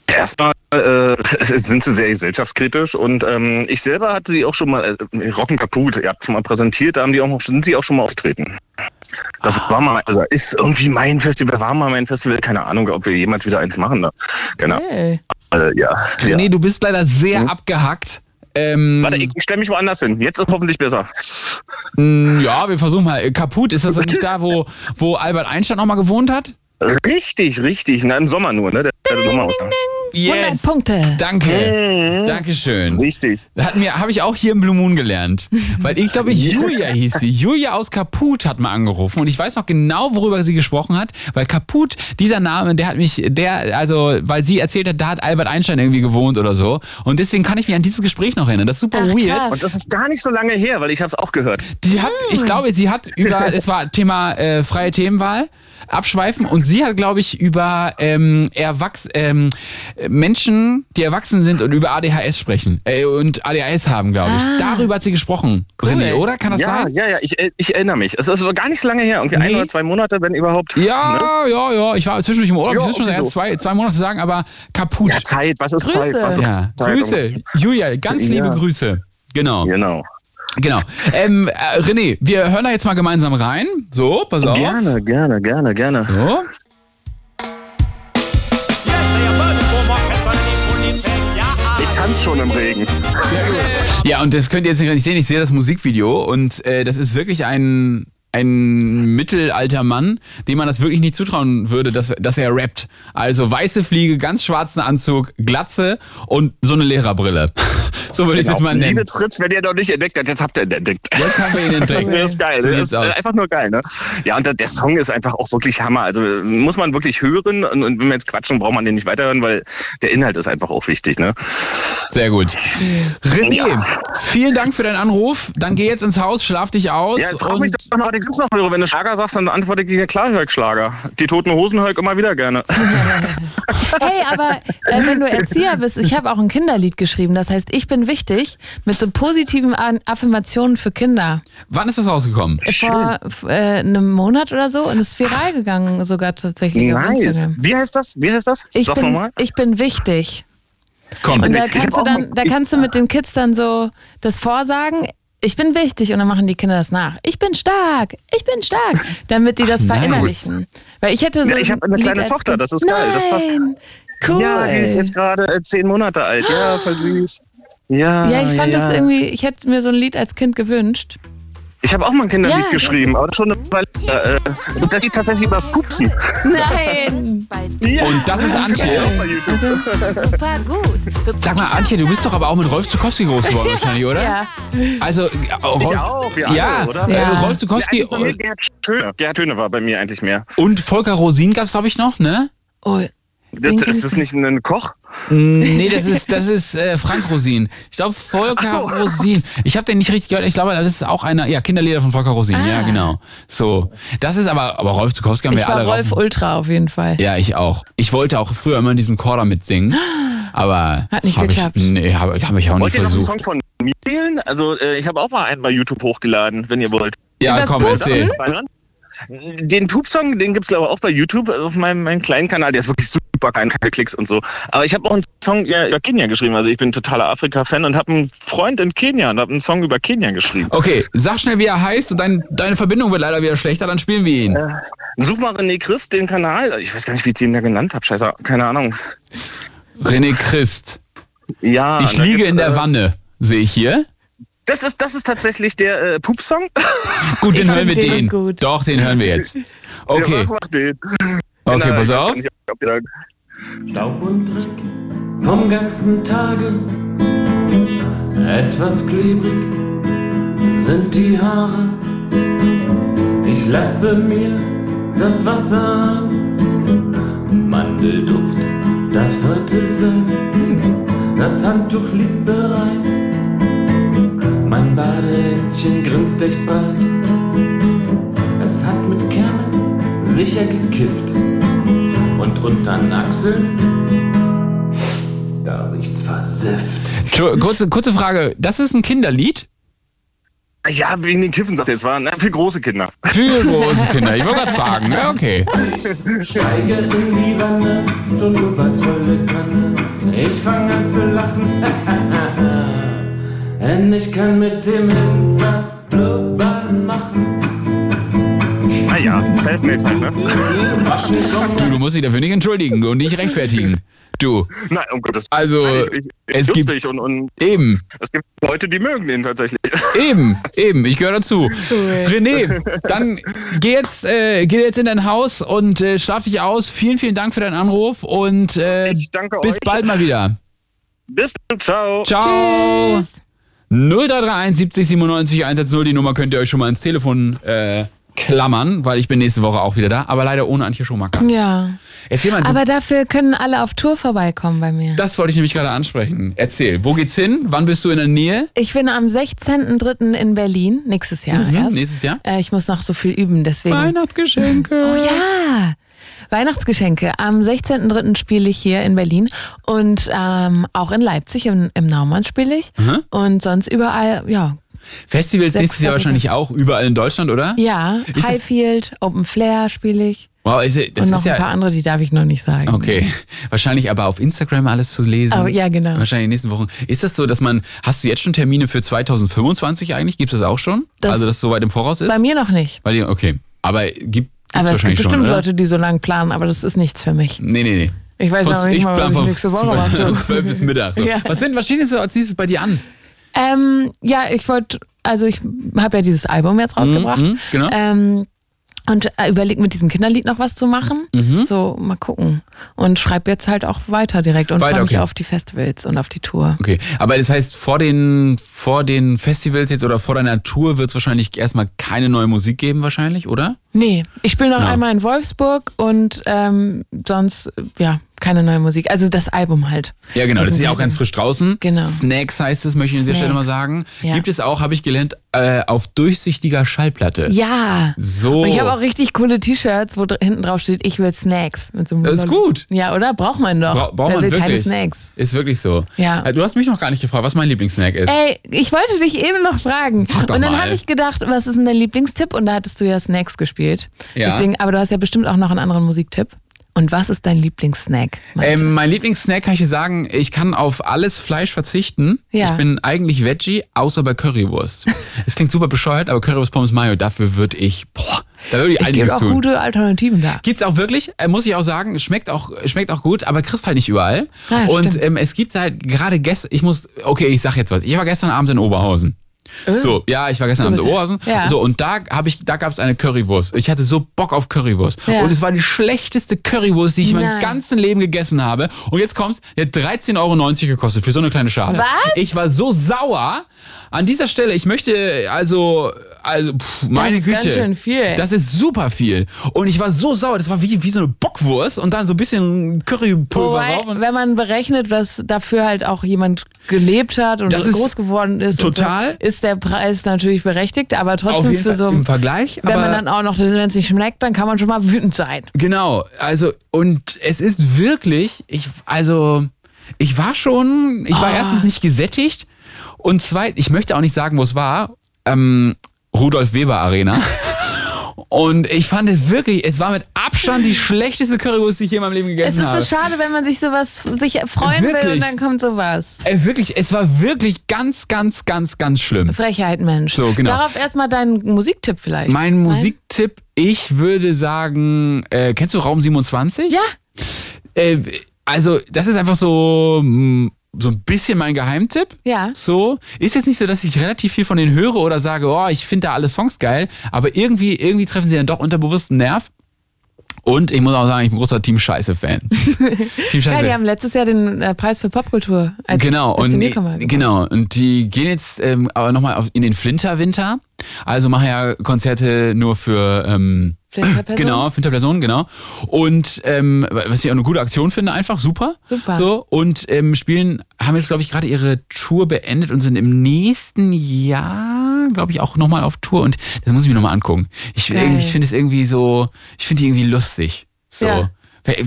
Erstmal äh, *laughs* sind sie sehr gesellschaftskritisch und ähm, ich selber hatte sie auch schon mal, äh, Rocken kaputt, ihr habt schon mal präsentiert, da haben die auch, noch- sind sie auch schon mal auftreten. Das Ah. war mal, also ist irgendwie mein Festival, war mal mein Festival, keine Ahnung, ob wir jemals wieder eins machen. Da. Genau. Hey. Also, ja. ja. Hm? René, du bist leider sehr abgehackt. Ähm, Warte, ich stelle mich woanders hin. Jetzt ist hoffentlich besser. mh, ja, wir versuchen mal. Kaput, ist das nicht da, wo, wo Albert Einstein nochmal gewohnt hat? Richtig, richtig. Na, im Sommer nur, ne? Der, der Sommer aus. 100 Punkte. Danke. Mhm. Mhm. Dankeschön. Richtig. Hat mir, habe ich auch hier im Blue Moon gelernt. Weil ich glaube, Julia hieß sie. Julia aus Kaput hat mal angerufen und ich weiß noch genau, worüber sie gesprochen hat, weil Kaput, dieser Name, der hat mich, der, also, weil sie erzählt hat, da hat Albert Einstein irgendwie gewohnt oder so. Und deswegen kann ich mich an dieses Gespräch noch erinnern. Das ist super weird. Und das ist gar nicht so lange her, weil ich habe es auch gehört. Die hat, ich glaube, sie hat über, es *laughs* war Thema äh, freie Themenwahl, abschweifen und sie hat, glaube ich, über ähm, Erwachs ähm, Menschen, die erwachsen sind und über ADHS sprechen äh, und ADHS haben, glaube ich. Darüber hat sie gesprochen, René, oder? Kann das ja, ne? sein? Ja, ja, ich, äh, ich erinnere mich. Es ist aber gar nicht so lange her. Irgendwie ein oder zwei Monate, wenn überhaupt. Ne? Ja, Ah, ja, ja. Ich war zwischendurch im Urlaub, Ja, ich muss schon okay, erst so. zwei, zwei Monate sagen, aber kaputt. Ja, Zeit, was ist Grüße. Zeit? Was ist Ja. Zeit? Grüße, Julia, ganz Ja. liebe Grüße. Genau. Genau. Genau. Ähm, äh, René, wir hören da jetzt mal gemeinsam rein. So, pass auf. Gerne, gerne, gerne, gerne. So. Ich tanze schon im Regen. Ja, und das könnt ihr jetzt nicht sehen. Ich sehe das Musikvideo und äh, das ist wirklich ein, ein mittelalter Mann, dem man das wirklich nicht zutrauen würde, dass, dass er rappt. Also weiße Fliege, ganz schwarzen Anzug, Glatze und so eine Lehrerbrille. *laughs* So würde ich das mal nennen. Genau. Liebe Fritz, wenn ihr noch nicht entdeckt habt, jetzt habt ihr ihn entdeckt. Jetzt haben wir ihn entdeckt. *laughs* Das ist geil. So das sieht's ist aus. einfach nur geil, ne? Ja, und der, der Song ist einfach auch wirklich Hammer. Also muss man wirklich hören. Und, und wenn wir jetzt quatschen, braucht man den nicht weiterhören, weil der Inhalt ist einfach auch wichtig, ne? Sehr gut. René, vielen Dank für deinen Anruf. Dann geh jetzt ins Haus, schlaf dich aus. Ja, jetzt frag und mich doch mal, was ich sonst noch höre. Wenn du Schlager sagst, dann antworte ich dir klar, höre ich Schlager. Die toten Hosen höre ich immer wieder gerne. Hey, aber äh, wenn du Erzieher bist, ich habe auch ein Kinderlied geschrieben. Das heißt, ich bin wichtig mit so positiven An- Affirmationen für Kinder. wann ist das rausgekommen? Vor f- äh, einem Monat oder so und ist viral gegangen sogar tatsächlich auf Nice. Instagram. Wie heißt das? Wie heißt das? Ich Sag's bin, nochmal. ich bin wichtig. Komm. Und da Ich- ich kannst, hab du auch dann, mal- da ich- kannst du mit den Kids dann so das vorsagen. Ich bin wichtig und dann machen die Kinder das nach. Ich bin stark, ich bin stark, damit die das Ach, nice. verinnerlichen. Weil ich hätte so Ja, ich hab eine Lied kleine als Tochter, Kind. das ist geil, das passt. Nein, Cool. Ah. Ja, die ist jetzt gerade äh, zehn Monate alt. Ja, voll süß. Ja, Ja, ich fand Ah, ja. das irgendwie, ich hätte mir so ein Lied als Kind gewünscht. Ich habe auch mal ein Kinderlied Ja, das- geschrieben, aber schon eine Weile. her. Äh, und das geht tatsächlich über das Pupsen. Nein. Und das ist Antje. Super gut. Sag mal, Antje, du bist doch aber auch mit Rolf Zukowski groß *laughs* geworden wahrscheinlich, oder? Ja. Also, äh, Rolf, wir alle, ja, oder? Äh, Ja. Rolf Zukowski Ja, eigentlich bei mir Gerhard Töne. Gerhard Töne war bei mir eigentlich mehr. und Volker Rosin gab es, glaube ich, noch, ne? Oh, Das, ist das nicht ein Koch? Mm, Nee, das ist, das ist äh, Frank Rosin. Ich glaube, Volker Rosin. Ich habe den nicht richtig gehört. Ich glaube, das ist auch einer. Ja, Kinderlieder von Volker Rosin. Ja, genau. So. Das ist aber, aber Rolf Zukowski haben Ah. Ich wir alle war Rolf rauf. Ultra auf jeden Fall. Ja, ich auch. Ich wollte auch früher immer in diesem Chor da mitsingen. Aber. Hat nicht hab geklappt. Ich, *laughs* nee, habe hab ich auch Wollt nicht ihr noch einen versucht. Song von mir spielen? Also, äh, ich habe auch mal einen bei YouTube hochgeladen, wenn ihr wollt. Ja, Das komm, Pupsen? erzähl. Den Poop-Song, den gibt's glaube ich auch bei YouTube also auf meinem, meinem kleinen Kanal. Der ist wirklich super klein, keine Klicks und so. Aber ich habe auch einen Song ja, über Kenia geschrieben. Also ich bin totaler Afrika-Fan und habe einen Freund in Kenia und habe einen Song über Kenia geschrieben. Okay, sag schnell, wie er heißt und dein, deine Verbindung wird leider wieder schlechter, dann spielen wir ihn. Äh, Such mal René Christ, den Kanal. Ich weiß gar nicht, wie ich den da genannt habe. Scheiße, keine Ahnung. René Christ. Ja. Ich da liege gibt's, in der äh, Wanne, sehe ich hier. Das ist, das ist tatsächlich der äh, Poop-Song. Gut, den hören wir den. Doch, den hören wir jetzt. Okay. Ja, mach, mach den. Genau, Okay, pass ich weiß auf. gar Nicht, ob ihr da Staub und Dreck vom ganzen Tage. Etwas klebrig sind die Haare. Ich lasse mir das Wasser an. Mandelduft darf's heute sein. Das Handtuch liegt bereit. Mein Badehändchen grinst echt breit. Es hat mit Kermit sicher gekifft. Und unter den Achseln, da riecht's versifft. Tschu- Kurze, kurze Frage, das ist ein Kinderlied? Ja, wegen den Kiffen, sagt er. Es waren na, ne, für große Kinder. Für große Kinder, ich wollte gerade fragen. *laughs* Ja, okay. Steige in die Wanne, schon blubbert volle Kanne. Ich fang an zu lachen, *laughs* denn ich kann mit dem Hintern blubbern machen. Naja, Ah Selfmade halt, ne? Zum Waschen kommt Du, du musst dich dafür nicht entschuldigen und nicht rechtfertigen. Du. Nein, um Gottes Also, es gibt. lustig und, und Eben. es gibt Leute, die mögen den tatsächlich. Eben, eben, ich gehöre dazu. Cool. *laughs* René, dann geh jetzt, äh, geh jetzt in dein Haus und äh, schlaf dich aus. Vielen, vielen Dank für deinen Anruf und äh, bis euch. bald mal wieder. Bis dann, ciao. Ciao. 0331 70 97 110, die Nummer könnt ihr euch schon mal ins Telefon äh, klammern, weil ich bin nächste Woche auch wieder da, aber leider ohne Antje Schumacher. Ja. Erzähl mal, Aber dafür können alle auf Tour vorbeikommen bei mir. das wollte ich nämlich gerade ansprechen. Erzähl, wo geht's hin? Wann bist du in der Nähe? Ich bin am 16.03. in Berlin, nächstes Jahr Mhm, erst. nächstes Jahr? Äh, ich muss noch so viel üben, deswegen. Weihnachtsgeschenke. *laughs* Oh ja. Weihnachtsgeschenke. Am 16.03. spiele ich hier in Berlin und ähm, auch in Leipzig, im, im Naumann spiele ich. Mhm. Und sonst überall, ja. Festivals Sechs nächstes Jahr Tage. wahrscheinlich auch, überall in Deutschland, oder? Ja, Ah. Ist das- Highfield, Open Flair spiele ich. Wow, ist, ja- das und noch ist ja. ein paar andere, die darf ich noch nicht sagen. Okay, wahrscheinlich aber auf Instagram alles zu lesen. Aber ja, genau. Wahrscheinlich in den nächsten Wochen. Ist das so, dass man, hast du jetzt schon Termine für 2025 eigentlich? Gibt es das auch schon? Das- also, dass es so weit im Voraus ist? Bei mir noch nicht. Weil ihr, okay, aber gibt es Aber es gibt wahrscheinlich bestimmt schon, oder? Leute, die so lange planen, aber das ist nichts für mich. Nee, nee, nee. Ich weiß Von- noch nicht ich mal, was plan ich von nächste Woche zwölf- mache. *laughs* zwölf bis Mittag. So. *laughs* Ja. Was sind, was steht jetzt so als nächstes bei dir an? Ähm, ja, ich wollte, also ich habe ja dieses Album jetzt rausgebracht. mhm, genau. Ähm, und äh, überleg mit diesem Kinderlied noch was zu machen. Mhm. So, mal gucken. Und schreib jetzt halt auch weiter direkt und Weiter, freue mich okay. auf die Festivals und auf die Tour. Okay, aber das heißt, vor den, vor den Festivals jetzt oder vor deiner Tour wird es wahrscheinlich erstmal keine neue Musik geben, wahrscheinlich, oder? Nee, ich spiele noch Ja. einmal in Wolfsburg und ähm, sonst, äh, ja, keine neue Musik. Also das Album halt. Ja, genau, das ist ja auch Irgendwie. ganz frisch draußen. Genau. Snacks heißt es, möchte ich an Snacks. dieser Stelle mal sagen. Ja. Gibt es auch, habe ich gelernt, äh, auf durchsichtiger Schallplatte. Ja. Äh, So. Und ich habe auch richtig coole T-Shirts, wo dr- hinten drauf steht, ich will Snacks. Mit so einem Das ist Logo. gut. Ja, oder? Braucht man doch. Bra braucht Wer man will wirklich. keine Snacks? Ist wirklich so. Ja. Äh, Du hast mich noch gar nicht gefragt, was mein Lieblingssnack ist. Ey, ich wollte dich eben noch fragen. Frag doch und dann mal. habe ich gedacht, was ist denn dein Lieblingstipp? Und da hattest du ja Snacks gespielt. Ja. Deswegen, aber du hast ja bestimmt auch noch einen anderen Musiktipp. Und was ist dein Lieblingssnack? Ähm, mein Lieblingssnack kann ich dir sagen, ich kann auf alles Fleisch verzichten. Ja. Ich bin eigentlich Veggie, außer *laughs* bei Currywurst. es klingt super bescheuert, aber Currywurst Pommes Mayo, dafür würde ich, boah, da würde ich, Es gibt einiges auch tun. gute Alternativen da. Gibt's auch wirklich, äh, muss ich auch sagen, schmeckt auch, schmeckt auch gut, aber kriegst halt nicht überall. Ja, und stimmt. ähm, es gibt halt gerade gestern, ich muss, okay, ich sag jetzt was. Ich war gestern Abend in Oberhausen. Äh? So, ja, ich war Du gestern Abend bist in ja- Oberhausen. Ja. So, und da habe ich, da gab es eine Currywurst. Ich hatte so Bock auf Currywurst. Ja. Und es war die schlechteste Currywurst, die ich in meinem Nein. ganzen Leben gegessen habe. Und jetzt kommt's, die hat 13,90 Euro gekostet für so eine kleine Schale. Was? Ich war so sauer. An dieser Stelle, ich möchte, also, also pff, meine ist Güte. ganz schön viel. Das ist super viel. Und ich war so sauer, das war wie, wie so eine Bockwurst und dann so ein bisschen Currypulver Wobei, drauf. wenn man berechnet, was dafür halt auch jemand gelebt hat und Das ist groß geworden ist, und total. so, ist der Preis natürlich berechtigt, aber Auf trotzdem jeden für Fall so, im Vergleich. wenn aber man dann auch noch, wenn es nicht schmeckt, dann kann man schon mal wütend sein. Genau, also und es ist wirklich, ich also ich war schon, ich war Ah. erstens nicht gesättigt und zweitens, ich möchte auch nicht sagen, wo es war, ähm, Rudolf *laughs* Weber Arena. Und ich fand es wirklich, es war mit Abstand die schlechteste Currywurst, die ich je in meinem Leben Es gegessen ist habe. so schade, wenn man sich sowas sich freuen will Äh, Wirklich. und dann kommt sowas. Ey, Äh, wirklich, es war wirklich ganz, ganz, ganz, ganz schlimm. Frechheit, Mensch. So, genau. Darauf erstmal deinen Musiktipp vielleicht. Mein Musiktipp, ich würde sagen, äh, kennst du Raum 27? Ja. Äh, also, das ist einfach so, mh, so ein bisschen mein Geheimtipp. Ja. So. Ist jetzt nicht so, dass ich relativ viel von denen höre oder sage, oh, ich finde da alle Songs geil, aber irgendwie, irgendwie treffen sie dann doch unterbewusst einen Nerv. Und ich muss auch sagen, ich bin großer *laughs* Team Scheiße-Fan. Team Ja, Scheiße. die haben letztes Jahr den äh, Preis für Popkultur als genau, als und, die Newcomer. genau, und die gehen jetzt ähm, aber nochmal in den Flinterwinter. Also machen ja Konzerte nur für ähm, Flinterpersonen? *clears throat* Genau, Flinterpersonen, genau. Und ähm, was ich auch eine gute Aktion finde, einfach super. Super. So, und ähm, spielen, haben jetzt, glaube ich, gerade ihre Tour beendet und sind im nächsten Jahr, glaube ich, auch nochmal auf Tour. Und das muss ich mir nochmal angucken. Ich, Geil. irgendwie- ich finde es irgendwie so, ich finde die irgendwie lustig. So. Ja. Wie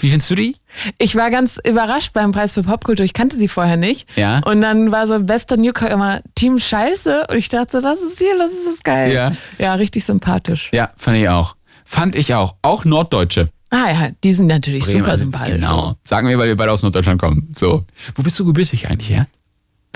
wie findest du die? Ich war ganz überrascht beim Preis für Popkultur. Ich kannte sie vorher nicht. Ja. Und dann war so bester Newcomer immer Team Scheiße. Und ich dachte, so, was ist hier? Das ist das geil. Ja. ja, richtig sympathisch. Ja, fand ich auch. Fand ich auch. Auch Norddeutsche. Ah ja, die sind natürlich Bremen, super also, sympathisch. Genau. Sagen wir, weil wir beide aus Norddeutschland kommen. So. Wo bist du gebürtig eigentlich, ja?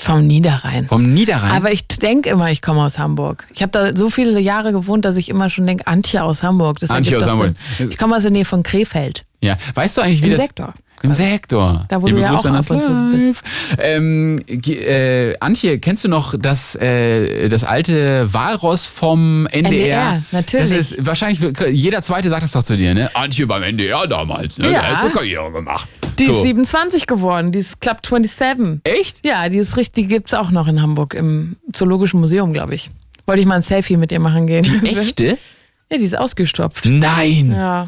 Vom Niederrhein. Vom Niederrhein? Aber ich denke immer, ich komme aus Hamburg. Ich habe da so viele Jahre gewohnt, dass ich immer schon denke, Antje aus Hamburg. Das Antje ergibt aus doch Hamburg. Sinn. Ich komme aus der Nähe von Krefeld. ja. Weißt du eigentlich, wie Im das... Sektor. Im Sektor. Da, wo Liebe du ja Grüße auch an ab das und zu Land. bist. Ähm, ge- äh, Antje, kennst du noch das, äh, das alte Walross vom NDR? NDR, natürlich. Das ist wahrscheinlich, jeder Zweite sagt das doch zu dir, ne? Antje beim NDR damals, ne? Ja. Da hat so Karriere gemacht. Die so. ist 27 geworden, die ist Club 27. Echt? Ja, die ist richtig, die gibt's auch noch in Hamburg im Zoologischen Museum, glaube ich. Wollte ich mal ein Selfie mit ihr machen gehen. *laughs* Die echte? Ja, die ist ausgestopft. Nein. Ja.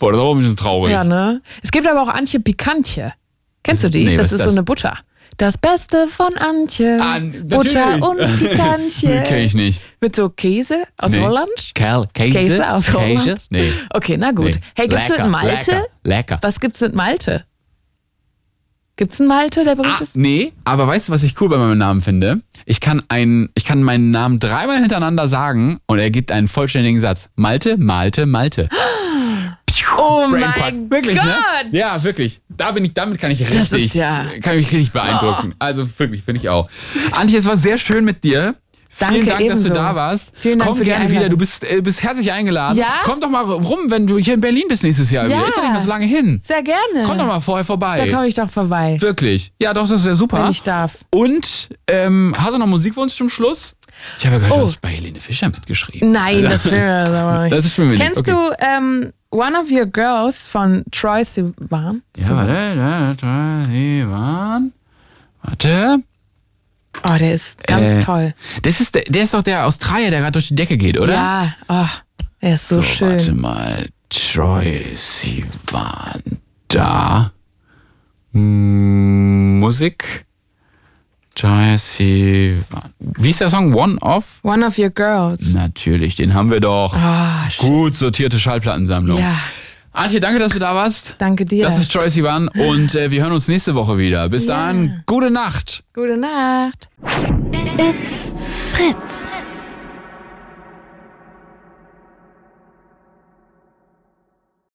Boah, das war auch ein bisschen traurig. ja, ne? Es gibt aber auch Antje Pikantje. Kennst du Das ist- die? nee, das ist was ist so das? eine Butter. Das Beste von Antje. An- Butter natürlich. und *laughs* Pikantje. Kenn ich nicht. Mit so Käse aus Nee. Holland? Kerl, Käse? Käse aus Käse? Holland? Nee. Okay, na gut. Nee. Hey, gibt's Lecker, mit Malte? Lecker. lecker. Was gibt's mit Malte? Gibt's einen Malte, der berühmt ist? Ah, Nee, aber weißt du, was ich cool bei meinem Namen finde? Ich kann, einen, ich kann meinen Namen dreimal hintereinander sagen und er gibt einen vollständigen Satz. Malte, Malte, Malte. *gasps* Oh Brainfuck. mein wirklich, Gott! Ne? Ja, wirklich. Da bin ich, damit kann ich richtig, ist ja- Oh. kann ich mich richtig beeindrucken. Also wirklich, finde ich auch. Antje, es war sehr schön mit dir. Vielen Danke, Dank, dass du ebenso. da warst. Vielen Dank Komm für die gerne wieder. Einladung. Du bist, äh, bist herzlich eingeladen. Ja? Komm doch mal rum, wenn du hier in Berlin bist nächstes Jahr. Ja. Wieder. Ist ja nicht mehr so lange hin. Sehr gerne. Komm doch mal vorher vorbei. Da komme ich doch vorbei. Wirklich. Ja, doch, das wäre super. Wenn ich darf. Und ähm, hast du noch Musikwunsch zum Schluss? Ich habe ja gehört, Oh. du hast bei Helene Fischer mitgeschrieben. Also, Nein, das will mir das *laughs* aber nicht. Das ist für mich Kennst okay. du ähm, One of Your Girls von Troy Sivan? Ja, warte, warte, warte, warte. Warte. Oh, der ist ganz Äh, toll. Das ist der, der ist doch der Australier, der gerade durch die Decke geht, oder? Ja, oh, er ist so, so, schön. Warte mal. Troy, sie waren da. M- Musik. Troy, sie waren. Wie ist der Song? One of? One of Your Girls. Natürlich, den haben wir doch. Ah, Gut sortierte Schallplattensammlung. Ja, Antje, danke, dass du da warst. danke dir. Das ist Joyce Ivan und äh, wir hören uns nächste Woche wieder. Bis dahin, gute Nacht. Gute Nacht. It's Fritz.